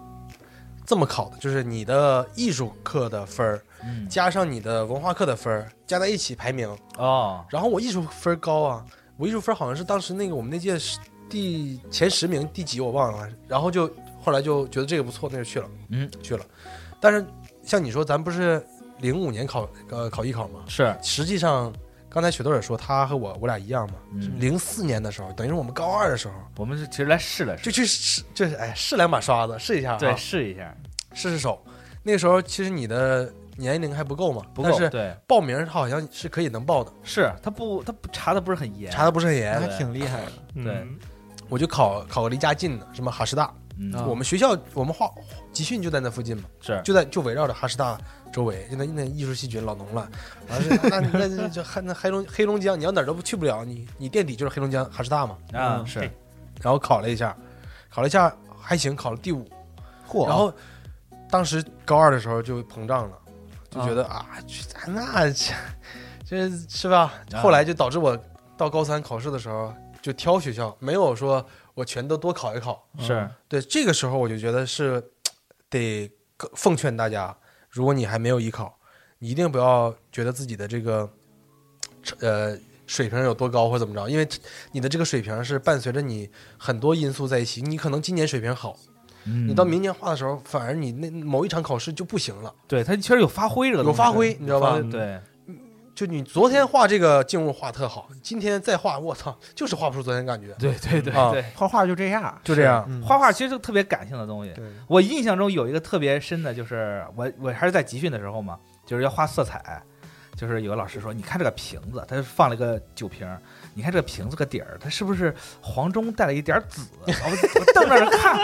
Speaker 5: 这么考的，就是你的艺术课的分儿
Speaker 6: 嗯
Speaker 5: 加上你的文化课的分儿加在一起排名，
Speaker 6: 哦
Speaker 5: 然后我艺术分儿高啊，我艺术分儿好像是当时那个我们那届是第前十名第几我忘了，然后就后来就觉得这个不错，那就去了，
Speaker 6: 嗯，
Speaker 5: 去了。但是像你说，咱不是零五年考呃考艺考吗？
Speaker 6: 是
Speaker 5: 实际上刚才雪豆也说，他和我我俩一样嘛，
Speaker 6: 嗯
Speaker 5: 零四年的时候，等于是我们高二的时候
Speaker 6: 我们是其实来试了试
Speaker 5: 就去试，就是哎试两把刷子试一下、啊，
Speaker 6: 对试一下
Speaker 5: 试试手。那个时候其实你的年龄还不够嘛，
Speaker 6: 不
Speaker 5: 但
Speaker 6: 够
Speaker 5: 是
Speaker 6: 哦对
Speaker 5: 报名他好像是可以能报的，
Speaker 6: 是他不他不查的不是很严哎
Speaker 5: 查的不是很严，
Speaker 4: 还挺厉害的，
Speaker 3: 嗯
Speaker 6: 对
Speaker 5: 我就考考个离家近的，什么哈师大，
Speaker 6: 嗯
Speaker 4: 啊
Speaker 5: 我们学校我们画集训就在那附近嘛，
Speaker 6: 是
Speaker 5: 就在就围绕着哈师大周围，就那那艺术细菌老浓了。完了，那那那就黑那黑龙黑龙江，你要哪儿都不去不了，你你垫底就是黑龙江哈师大嘛。
Speaker 6: 啊
Speaker 4: 嗯
Speaker 6: 是
Speaker 5: 然后考了一下，考了一下还行，考了第五。
Speaker 4: 嚯，
Speaker 5: 然后当时高二的时候就膨胀了，就觉得啊，去那这这是吧？
Speaker 6: 啊
Speaker 5: 后来就导致我到高三考试的时候就挑学校，没有说我全都多考一考。
Speaker 6: 是
Speaker 5: 对，这个时候我就觉得是得更奉劝大家，如果你还没有艺考，你一定不要觉得自己的这个呃水平有多高或怎么着，因为你的这个水平是伴随着你很多因素在一起。你可能今年水平好，
Speaker 6: 嗯你
Speaker 5: 你到明年画的时候，反而你那某一场考试就不行了。
Speaker 6: 对他确实有发挥这个嗯
Speaker 5: 有
Speaker 6: 东西
Speaker 5: 发挥你知道吧
Speaker 6: 有发挥对，
Speaker 5: 就你昨天画这个静物画特好，今天再画，我操，就是画不出昨天感觉。
Speaker 6: 对对对
Speaker 5: 啊
Speaker 6: 对，
Speaker 4: 画画就这样，
Speaker 5: 就这样，
Speaker 4: 嗯
Speaker 6: 画画其实是特别感性的东西。
Speaker 5: 对，
Speaker 6: 我印象中有一个特别深的，就是我我还是在集训的时候嘛，就是要画色彩，就是有个老师说，你看这个瓶子，他就放了一个酒瓶儿，你看这个瓶子个底儿，它是不是黄中带了一点紫？ 然后我我瞪着 看，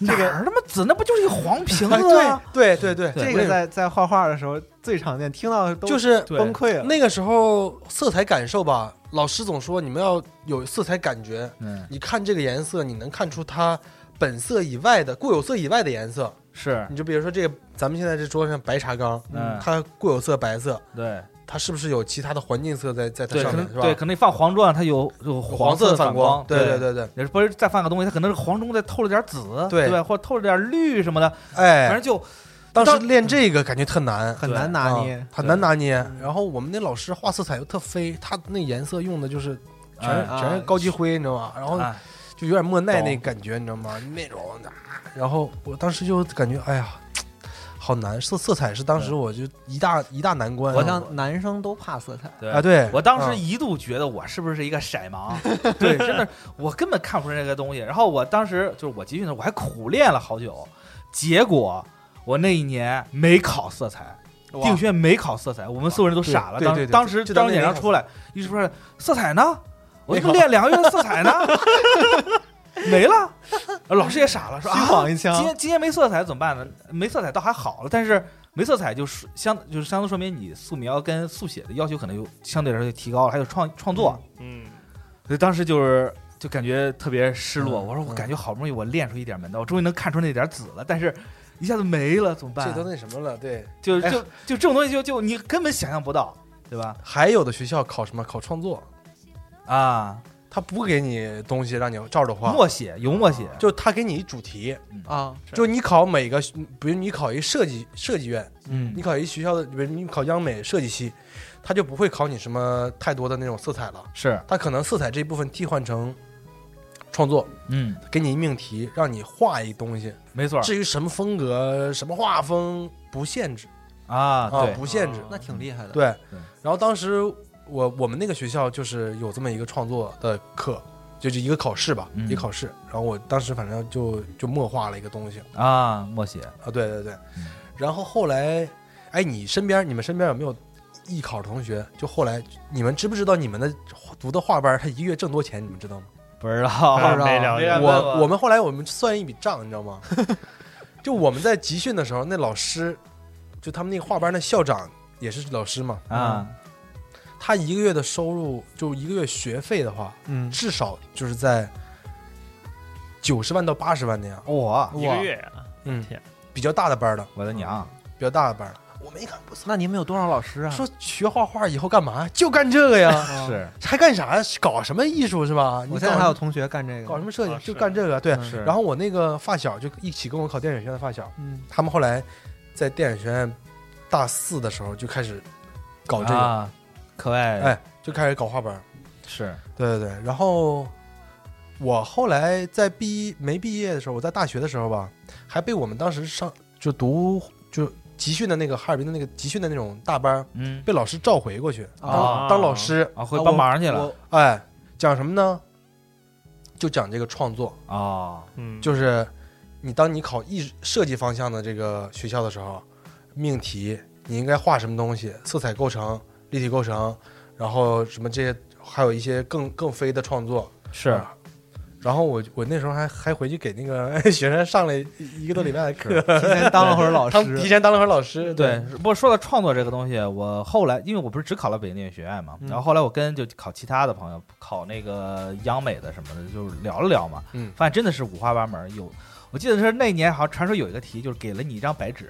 Speaker 6: 哪儿他妈紫？那不就是一个黄瓶
Speaker 5: 哎，
Speaker 6: 子 吗？
Speaker 5: 对对对对，
Speaker 4: 这
Speaker 5: 我也
Speaker 4: 个在在画画的时候最常见，听到都
Speaker 5: 就是
Speaker 6: 对
Speaker 4: 崩溃了。
Speaker 5: 那个时候色彩感受吧，老师总说你们要有色彩感觉，
Speaker 6: 嗯，
Speaker 5: 你看这个颜色，你能看出它本色以外的固有色以外的颜色。
Speaker 6: 是，
Speaker 5: 你就比如说这个，咱们现在这桌上白茶缸，
Speaker 6: 嗯，
Speaker 5: 它固有色白色，
Speaker 6: 对
Speaker 5: 它是不是有其他的环境色在在它
Speaker 6: 对，
Speaker 5: 上
Speaker 6: 可
Speaker 5: 面
Speaker 6: 能
Speaker 5: 是吧？
Speaker 6: 对，可能你放黄砖，它有有
Speaker 5: 有
Speaker 6: 黄
Speaker 5: 色
Speaker 6: 的
Speaker 5: 反
Speaker 6: 光，
Speaker 5: 对对。对对，
Speaker 6: 也是不是再放个东西，它可能是黄中再透了点紫，
Speaker 5: 对
Speaker 6: 对吧，或者透了点绿什么的，反
Speaker 5: 哎
Speaker 6: 正，就
Speaker 5: 当时
Speaker 6: 当
Speaker 5: 练这个感觉特难，
Speaker 4: 很难拿捏
Speaker 5: 啊，很难拿捏。然后我们那老师画色彩又特飞，他那颜色用的就是全
Speaker 6: 哎
Speaker 5: 是全是高级灰，你知道吗？然后
Speaker 6: 哎
Speaker 5: 就有点莫奈那感觉，你知道吗？那种的，然后我当时就感觉，哎呀，好难，色色彩是当时我就一大一大难关。
Speaker 4: 好像男生都怕色彩，
Speaker 6: 对嗯
Speaker 5: 啊，对
Speaker 6: 我当时
Speaker 5: 啊
Speaker 6: 一度觉得我是不是一个色盲？ 对，真的，我根本看不出来这个东西。然后我当时就是我集训的时候，我还苦练了好久，结果我那一年没考色彩，定轩没考色彩，我们所有人都傻了。
Speaker 5: 对
Speaker 6: 当
Speaker 5: 对对
Speaker 6: 当时
Speaker 5: 就
Speaker 6: 当
Speaker 5: 就当
Speaker 6: 时演
Speaker 5: 那嗯
Speaker 6: 上
Speaker 5: 年
Speaker 6: 出来，一直说色彩呢，我
Speaker 5: 没
Speaker 6: 他妈练两个月的色彩呢， 没了。老师也傻了，说
Speaker 4: 虚
Speaker 6: 啊，
Speaker 4: 晃一
Speaker 6: 今
Speaker 4: 枪，
Speaker 6: 天今天没色彩怎么办呢？没色彩倒还好了，但是没色彩就是相就是相当说明你素描跟速写的要求可能就相对来说就提高了，还有创创作，
Speaker 3: 嗯，
Speaker 6: 所以当时就是就感觉特别失落。
Speaker 5: 嗯
Speaker 6: 我说
Speaker 5: 嗯
Speaker 6: 我感觉好不容易我练出一点门道，我终于能看出那点紫了，但是一下子没了，怎么办
Speaker 5: 这？都那什么了，对。
Speaker 6: 就
Speaker 5: 哎
Speaker 6: 就就这种东西就就你根本想象不到，对吧？
Speaker 5: 还有的学校考什么？考创作，
Speaker 6: 啊，
Speaker 5: 他不给你东西让你照着画，
Speaker 6: 默写有默写，
Speaker 5: 就他给你一主题，
Speaker 4: 啊，
Speaker 3: 是
Speaker 5: 就你考每个，比如你考一设计设计院，
Speaker 6: 嗯
Speaker 5: 你考一学校的，比如你考央美设计系，他就不会考你什么太多的那种色彩了，
Speaker 6: 是
Speaker 5: 他可能色彩这一部分替换成创作，
Speaker 6: 嗯，
Speaker 5: 给你一命题，让你画一东西，
Speaker 6: 没错
Speaker 5: 至于什么风格、什么画风不限制
Speaker 6: 啊，
Speaker 5: 啊，
Speaker 6: 对，
Speaker 5: 不限制。
Speaker 3: 哦
Speaker 4: 那挺厉害的。
Speaker 5: 对，
Speaker 6: 对
Speaker 5: 然后当时我我们那个学校就是有这么一个创作的课，就是一个考试吧，
Speaker 6: 嗯
Speaker 5: 一个考试。然后我当时反正就就默画了一个东西
Speaker 6: 啊，默写
Speaker 5: 啊，对对对
Speaker 6: 嗯。
Speaker 5: 然后后来，哎，你身边你们身边有没有艺考同学？就后来你们知不知道你们的读的画班他一个月挣多钱？你们知道吗？
Speaker 6: 不知道，
Speaker 3: 没
Speaker 4: 啊
Speaker 3: 了
Speaker 6: 没了
Speaker 3: 解，
Speaker 6: 问
Speaker 5: 我
Speaker 6: 问
Speaker 5: 我们后来我们算一笔账，你知道吗？ 就我们在集训的时候，那老师，就他们那个画班的校长也是老师嘛，
Speaker 6: 啊，
Speaker 5: 他一个月的收入，就一个月学费的话，
Speaker 4: 嗯，
Speaker 5: 至少就是在九十万到八十万那样，
Speaker 6: 我
Speaker 3: 一
Speaker 4: 哇
Speaker 3: 个月啊，
Speaker 5: 嗯
Speaker 3: 天，
Speaker 5: 比较大的班儿的，
Speaker 6: 我的娘！
Speaker 5: 比较大的班儿的。我们一看，我操，
Speaker 4: 那你们有多少老师啊？
Speaker 5: 说学画画以后干嘛？就干这 个呀，
Speaker 4: 啊，
Speaker 6: 是
Speaker 5: 还干啥呀？搞什么艺术是吧？你
Speaker 4: 我
Speaker 5: 搞
Speaker 4: 现在还有同学干这
Speaker 5: 搞
Speaker 4: 个
Speaker 5: 什，么设计，
Speaker 3: 啊
Speaker 5: 就是干这个。对，
Speaker 4: 嗯
Speaker 6: 是，
Speaker 5: 然后我那个发小就一起跟我考电影学院的发小。
Speaker 4: 嗯，
Speaker 5: 他们后来在电影学院大四的时候就开始搞这个，
Speaker 6: 啊，课外
Speaker 5: 哎，就开始搞画班。
Speaker 6: 是
Speaker 5: 对对对，然后我后来在毕没毕业的时候，我在大学的时候吧，还被我们当时上就读就集训的那个哈尔滨的那个集训的那种大班，
Speaker 6: 嗯
Speaker 5: 被老师召回过去当、
Speaker 4: 啊
Speaker 5: 当老师，
Speaker 6: 啊，会帮忙去了
Speaker 4: 我
Speaker 5: 哎，讲什么呢？就讲这个创作，
Speaker 6: 哦，
Speaker 3: 嗯，
Speaker 5: 就是你当你考艺设计方向的这个学校的时候，命题你应该画什么东西，色彩构成、立体构成，然后什么这些，还有一些更更飞的创作
Speaker 6: 是
Speaker 5: 啊然后我我那时候还还回去给那个 学生上了一个多礼拜的课，
Speaker 4: 提前嗯当了会儿 老
Speaker 5: 他们提
Speaker 4: 师，
Speaker 5: 前当了会儿老师。
Speaker 6: 对，，不过说到创作这个东西，我后来因为我不是只考了北京电影学院嘛，
Speaker 5: 嗯
Speaker 6: 然后后来我跟就考其他的朋友，考那个央美的什么的，就是聊了聊嘛，
Speaker 5: 嗯
Speaker 6: 发现真的是五花八门。有，我记得是那年好像传说有一个题，就是给了你一张白纸，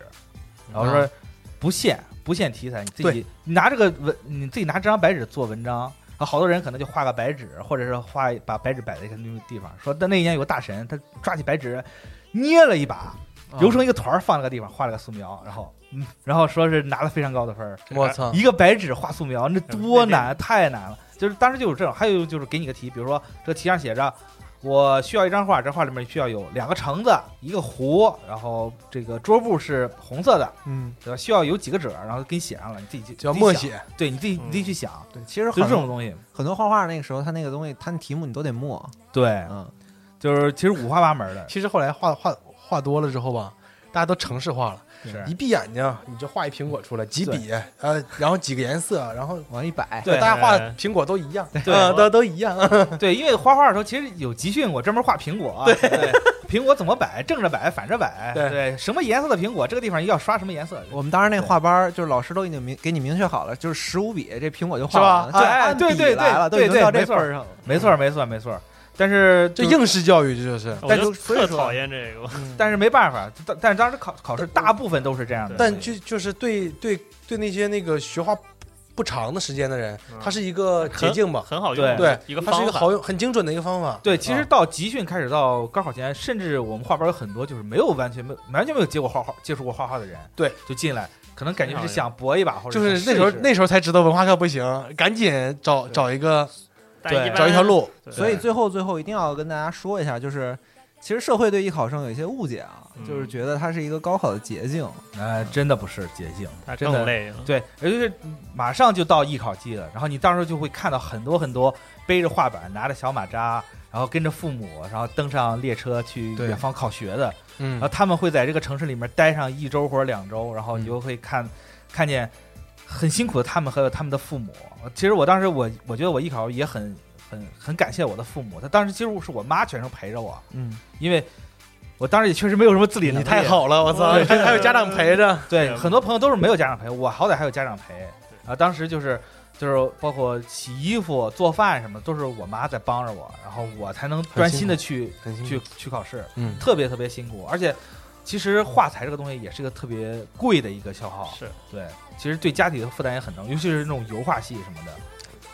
Speaker 5: 哦
Speaker 6: 然
Speaker 5: 啊
Speaker 6: 后说不限不限题材，你自己你拿这个文，你自己拿这张白纸做文章。啊，好多人可能就画个白纸，或者是画把白纸摆在一个地方。说，但那一年有个大神，他抓起白纸，捏了一把，
Speaker 4: 啊
Speaker 5: 哦
Speaker 6: 揉成一个团儿放那个地方，画了个素描，然后，嗯，然后说是拿了非常高的分儿。
Speaker 5: 我操，
Speaker 6: 啊一个白纸画素描，那多难，太难了。就是当时就有这种，还有就是给你个题，比如说这个题上写着，我需要一张画，这画里面需要有两个橙子，一个湖，然后这个桌布是红色的，
Speaker 5: 嗯，
Speaker 6: 对吧？需要有几个褶，然后给你写上了，你自己去
Speaker 5: 叫默，
Speaker 6: 你自己
Speaker 5: 写，
Speaker 6: 想对，你自己你自己去想，
Speaker 4: 对，其实
Speaker 6: 嗯就
Speaker 4: 很
Speaker 6: 这种东西。
Speaker 4: 很多画画那个时候，他那个东西，他那题目你都得默，
Speaker 6: 对，
Speaker 4: 嗯，
Speaker 6: 就是其实五花八门的，
Speaker 5: 其实后来画画画多了之后吧，大家都城市化了，
Speaker 6: 是
Speaker 5: 一闭眼睛你就画一苹果出来，几笔，呃，然后几个颜色，然后
Speaker 4: 往一摆，
Speaker 6: 对
Speaker 5: 大家画苹果都一样，
Speaker 6: 对
Speaker 5: 啊
Speaker 6: 我
Speaker 5: 都都一样。
Speaker 6: 对，因为画画的时候其实有集训，我专门画苹果、对，苹果怎么摆，正着摆，反着摆，
Speaker 5: 对
Speaker 6: 什么颜色的苹果，这个地方要刷什么颜色。
Speaker 4: 我们当时那画班儿就是老师都已经明给你明确好了，就是十五笔，这苹果就画
Speaker 6: 是吧
Speaker 4: 完了，就
Speaker 6: 哎
Speaker 4: 按
Speaker 6: 对
Speaker 4: 笔
Speaker 6: 对
Speaker 4: 来了，都
Speaker 6: 对
Speaker 4: 已经
Speaker 6: 对
Speaker 4: 到这
Speaker 6: 对没错
Speaker 4: 份儿上了。
Speaker 6: 没错，没错，没错。但是
Speaker 5: 这
Speaker 6: 就，
Speaker 5: 应试教育，这就是。
Speaker 3: 我
Speaker 4: 但
Speaker 3: 就是
Speaker 4: 所以
Speaker 3: 特
Speaker 4: 说
Speaker 3: 讨厌这个，
Speaker 6: 但是没办法，但但是当时考考试大部分都是这样的。
Speaker 5: 但就就是对对对那些那个学画不长的时间的人，它是一个捷径吧，
Speaker 3: 很好用，
Speaker 5: 对
Speaker 3: 一个
Speaker 5: 它是一
Speaker 3: 方
Speaker 5: 个
Speaker 3: 法
Speaker 5: 好。用、很精准的一个方法。
Speaker 6: 对，其实
Speaker 5: 啊
Speaker 6: 到集训开始到高考前，甚至我们画班有很多就是没有完全没有完全没有接过画画接触过画画的人，
Speaker 5: 对，就
Speaker 6: 就进来，可能感觉
Speaker 3: 很
Speaker 6: 是
Speaker 3: 少
Speaker 6: 想搏一把，或者
Speaker 5: 就是
Speaker 6: 试
Speaker 5: 那时候
Speaker 6: 试
Speaker 5: 那时候才知道文化课不行，赶紧找找一个
Speaker 3: 但一般
Speaker 5: 找一条，路。
Speaker 3: 对
Speaker 4: 所以最后最后一定要跟大家说一下，就是其实社会对艺考生有一些误解啊，
Speaker 3: 嗯
Speaker 4: 就是觉得它是一个高考的捷径，
Speaker 6: 呃，真的不是捷径，
Speaker 3: 它
Speaker 6: 真的
Speaker 3: 更累了。
Speaker 6: 对，也就是马上就到艺考季了，然后你到时候就会看到很多很多背着画板、拿着小马扎，然后跟着父母，然后登上列车去
Speaker 5: 对
Speaker 6: 远方考学的，
Speaker 5: 嗯
Speaker 6: 然后他们会在这个城市里面待上一周或者两周，
Speaker 5: 嗯
Speaker 6: 然后你就会看看见很辛苦的他们和他们的父母。其实我当时我我觉得我艺考也很很很感谢我的父母，他当时其实是我妈全程陪着我，
Speaker 4: 嗯，
Speaker 6: 因为我当时也确实没有什么自理能
Speaker 5: 你
Speaker 6: 力，
Speaker 5: 太好了，我
Speaker 4: 嗯
Speaker 5: 操！
Speaker 3: 对
Speaker 5: 这还有家长
Speaker 3: 嗯
Speaker 5: 陪着，
Speaker 6: 对，
Speaker 3: 对
Speaker 6: 很多朋友都是没有家长陪，我好歹还有家长陪。啊，当时就是就是包括洗衣服、做饭什么，都是我妈在帮着我，然后我才能专心的去
Speaker 5: 很辛
Speaker 6: 去
Speaker 5: 苦。
Speaker 6: 去考试，
Speaker 5: 嗯
Speaker 6: 特别特别辛苦。而且，其实画材这个东西也是个特别贵的一个消耗，
Speaker 3: 是
Speaker 6: 对，其实对家庭的负担也很重，尤其是那种油画系什么的，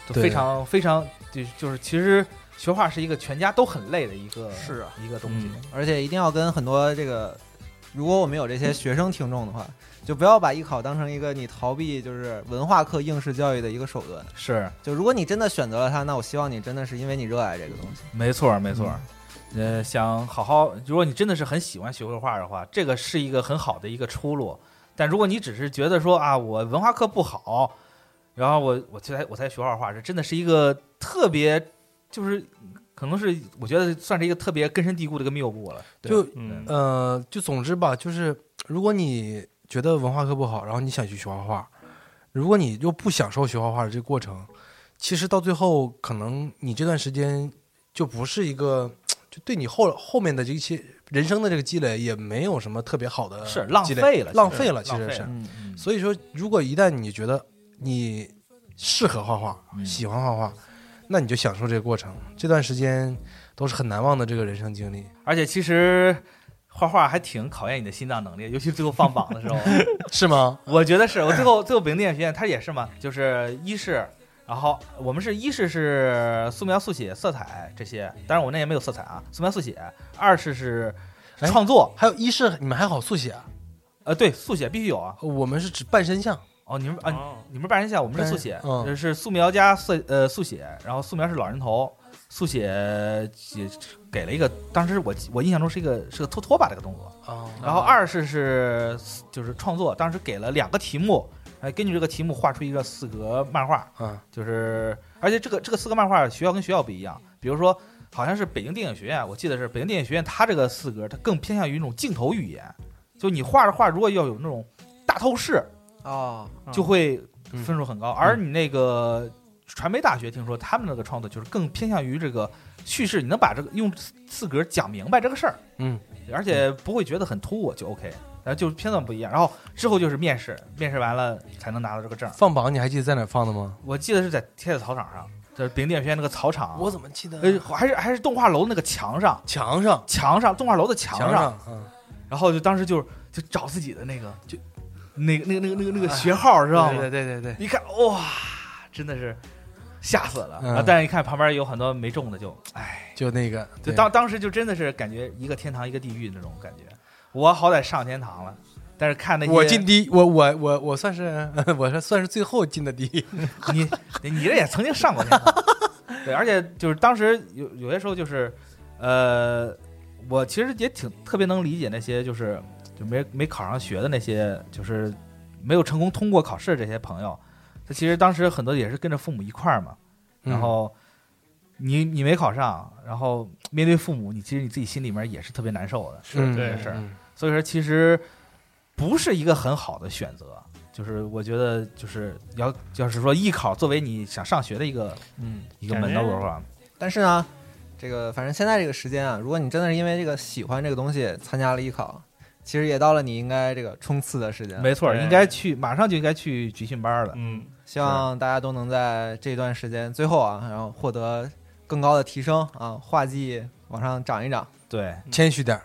Speaker 6: 就
Speaker 5: 对
Speaker 6: 非常非常就就是其实学画是一个全家都很累的一个
Speaker 4: 是啊
Speaker 6: 一个东
Speaker 5: 嗯
Speaker 6: 西，
Speaker 4: 而且一定要跟很多这个，如果我们有这些学生听众的话，就不要把艺考当成一个你逃避就是文化课应试教育的一个手段。
Speaker 6: 是。
Speaker 4: 就如果你真的选择了它，那我希望你真的是因为你热爱这个东西。
Speaker 6: 没错儿，没错儿。呃，想好好，如果你真的是很喜欢学绘画的话，这个是一个很好的一个出路。但如果你只是觉得说啊，我文化课不好，然后我我才我才学画画，这真的是一个特别，就是可能是我觉得算是一个特别根深蒂固的一个谬误了。对
Speaker 5: 就
Speaker 3: 嗯，
Speaker 5: 呃，就总之吧，就是如果你觉得文化课不好，然后你想去学画画，如果你又不享受学画画的这个过程，其实到最后，可能你这段时间就不是一个，就对你后后面的这些人生的这个积累也没有什么特别好的
Speaker 6: 是浪
Speaker 5: 积累
Speaker 6: 费了
Speaker 5: 浪
Speaker 6: 其
Speaker 5: 费
Speaker 6: 实
Speaker 5: 了，其
Speaker 6: 浪
Speaker 5: 实
Speaker 6: 费
Speaker 5: 是
Speaker 6: 了。
Speaker 4: 嗯，
Speaker 6: 嗯
Speaker 5: 所以说，如果一旦你觉得你适合画画，
Speaker 6: 嗯
Speaker 5: 喜欢画画，那你就享受这个过程，这段时间都是很难忘的这个人生经历。
Speaker 6: 而且其实画画还挺考验你的心脏能力，尤其是最后放榜的时候。
Speaker 5: 是吗？
Speaker 6: 我觉得是我最后 最后北京电影学院它也是嘛，就是一是，然后我们是一是是素描、速写、色彩这些，当然我那也没有色彩啊，素描、速写。二是是
Speaker 5: 哎
Speaker 6: 创作，
Speaker 5: 还有一是你们还好速写啊，
Speaker 6: 呃，对，速写必须有啊。
Speaker 5: 我们是指半身像，
Speaker 6: 哦，你们啊，
Speaker 3: 哦
Speaker 6: 你们半人像，我们是速写，
Speaker 5: 嗯
Speaker 6: 就是素描加色呃速写，然后素描是老人头，速写也给了一个，当时我我印象中是一个是个拖拖把这个动作。
Speaker 5: 啊，
Speaker 6: 然后二是是就是创作，当时给了两个题目，哎，根据这个题目画出一个四格漫画，
Speaker 5: 啊，
Speaker 6: 就是而且这个这个四格漫画学校跟学校不一样，比如说好像是北京电影学院，我记得是北京电影学院，它这个四格它更偏向于一种镜头语言，就你画着画如果要有那种大透视，
Speaker 4: 哦，
Speaker 3: 嗯
Speaker 6: 就会
Speaker 5: 嗯
Speaker 6: 分数很高，而你那个传媒大学听说他们那个创作就是更偏向于这个叙事，你能把这个用四格讲明白这个事儿，
Speaker 5: 嗯，
Speaker 6: 而且不会觉得很突兀就 OK。然后就是片段不一样，然后之后就是面试，面试完了才能拿到这个证。
Speaker 5: 放榜你还记得在哪儿放的吗？
Speaker 6: 我记得是在天子操场上，这北京电影学院那个操场，
Speaker 5: 怎么记得
Speaker 6: 呃还是还是动画楼那个墙上，
Speaker 5: 哎墙上，
Speaker 6: 墙上动画楼的墙
Speaker 5: 墙上，嗯，
Speaker 6: 然后就当时就是就找自己的那个就那个那个那个那个那
Speaker 5: 哎
Speaker 6: 个学号知道吗？
Speaker 5: 对对对对，
Speaker 6: 一看哇，真的是吓死了。
Speaker 5: 嗯
Speaker 6: 啊！但是一看旁边有很多没中的就，哎，
Speaker 5: 就那个，
Speaker 6: 就
Speaker 5: 对
Speaker 6: 当当时就真的是感觉一个天堂一个地狱那种感觉。我好歹上天堂了，但是看那些
Speaker 5: 我进第一，我我我我算是 我是算是最后进的第一，
Speaker 6: 你你这也曾经上过天堂， 对，而且就是当时有有些时候就是，呃，我其实也挺特别能理解那些就是就没没考上学的那些就是没有成功通过考试的这些朋友，他其实当时很多也是跟着父母一块儿嘛，
Speaker 5: 嗯
Speaker 6: 然后你你没考上，然后面对父母，你其实你自己心里面也是特别难受的，
Speaker 5: 嗯
Speaker 3: 对
Speaker 6: 是
Speaker 5: 嗯
Speaker 6: 所以说其实不是一个很好的选择。就是我觉得，就是要要是说艺考作为你想上学的一个
Speaker 4: 嗯，
Speaker 6: 一个门道的话，
Speaker 4: 但是呢，这个反正现在这个时间啊，如果你真的是因为这个喜欢这个东西参加了艺考，其实也到了你应该这个冲刺的时间。
Speaker 6: 没错，
Speaker 3: 对
Speaker 6: 应该去马上就应该去集训班了。
Speaker 3: 嗯，
Speaker 4: 希望大家都能在这段时间最后啊，然后获得更高的提升啊，画技往上涨一涨。
Speaker 6: 对
Speaker 5: 嗯谦虚点儿，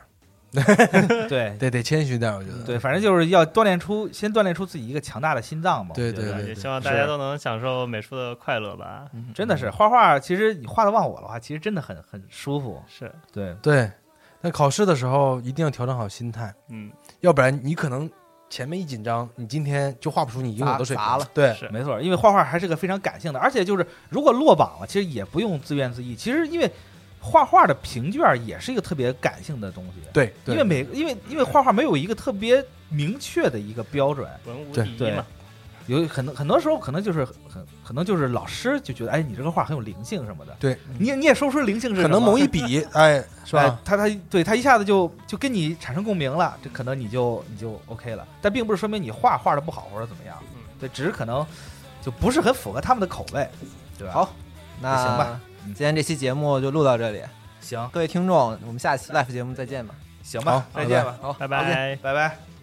Speaker 6: 对
Speaker 5: 对得谦虚点儿，我觉得，
Speaker 6: 对，反正就是要锻炼出先锻炼出自己一个强大的心脏嘛。
Speaker 5: 对对
Speaker 3: 对
Speaker 5: 对
Speaker 3: 也希
Speaker 5: 对，
Speaker 3: 望大家都能享受美术的快乐吧。
Speaker 6: 真的是画画，其实你画的忘我的话，其实真的很很舒服。
Speaker 3: 是，
Speaker 6: 对，
Speaker 5: 对，那考试的时候一定要调整好心态，
Speaker 3: 嗯，
Speaker 5: 要不然你可能前面一紧张，你今天就画不出你应有的水平
Speaker 4: 砸砸了，
Speaker 5: 对，
Speaker 3: 是，
Speaker 6: 没错，因为画画还是个非常感性的，而且就是如果落榜了，其实也不用自怨自艾。其实因为画画的评卷也是一个特别感性的东西，
Speaker 5: 对，对
Speaker 6: 因为每因为因为画画没有一个特别明确的一个标准，
Speaker 3: 文无
Speaker 5: 对
Speaker 3: 第一
Speaker 6: 对
Speaker 3: 嘛，
Speaker 6: 有很多很多时候可能就是很可能就是老师就觉得哎你这个画很有灵性什么的，
Speaker 5: 对
Speaker 6: 你也你也说不出灵性是
Speaker 5: 嗯
Speaker 6: 什
Speaker 5: 可
Speaker 6: 么
Speaker 5: 能某一笔，哎，是
Speaker 6: 哎
Speaker 5: 吧？
Speaker 6: 他他对他一下子就就跟你产生共鸣了，这可能你就你就 OK 了，但并不是说明你画画的不好或者怎么样
Speaker 3: 嗯，
Speaker 6: 对，只是可能就不是很符合他们的口味，对吧？
Speaker 4: 好，那
Speaker 6: 行吧嗯
Speaker 4: 今天这期节目就录到这里，
Speaker 6: 行
Speaker 4: 各位听众，我们下期 live 节目再见吧。
Speaker 6: 行
Speaker 5: 好
Speaker 6: 吧，再见吧，
Speaker 4: 好，
Speaker 3: 拜
Speaker 4: 再见
Speaker 3: 拜。
Speaker 6: 拜拜。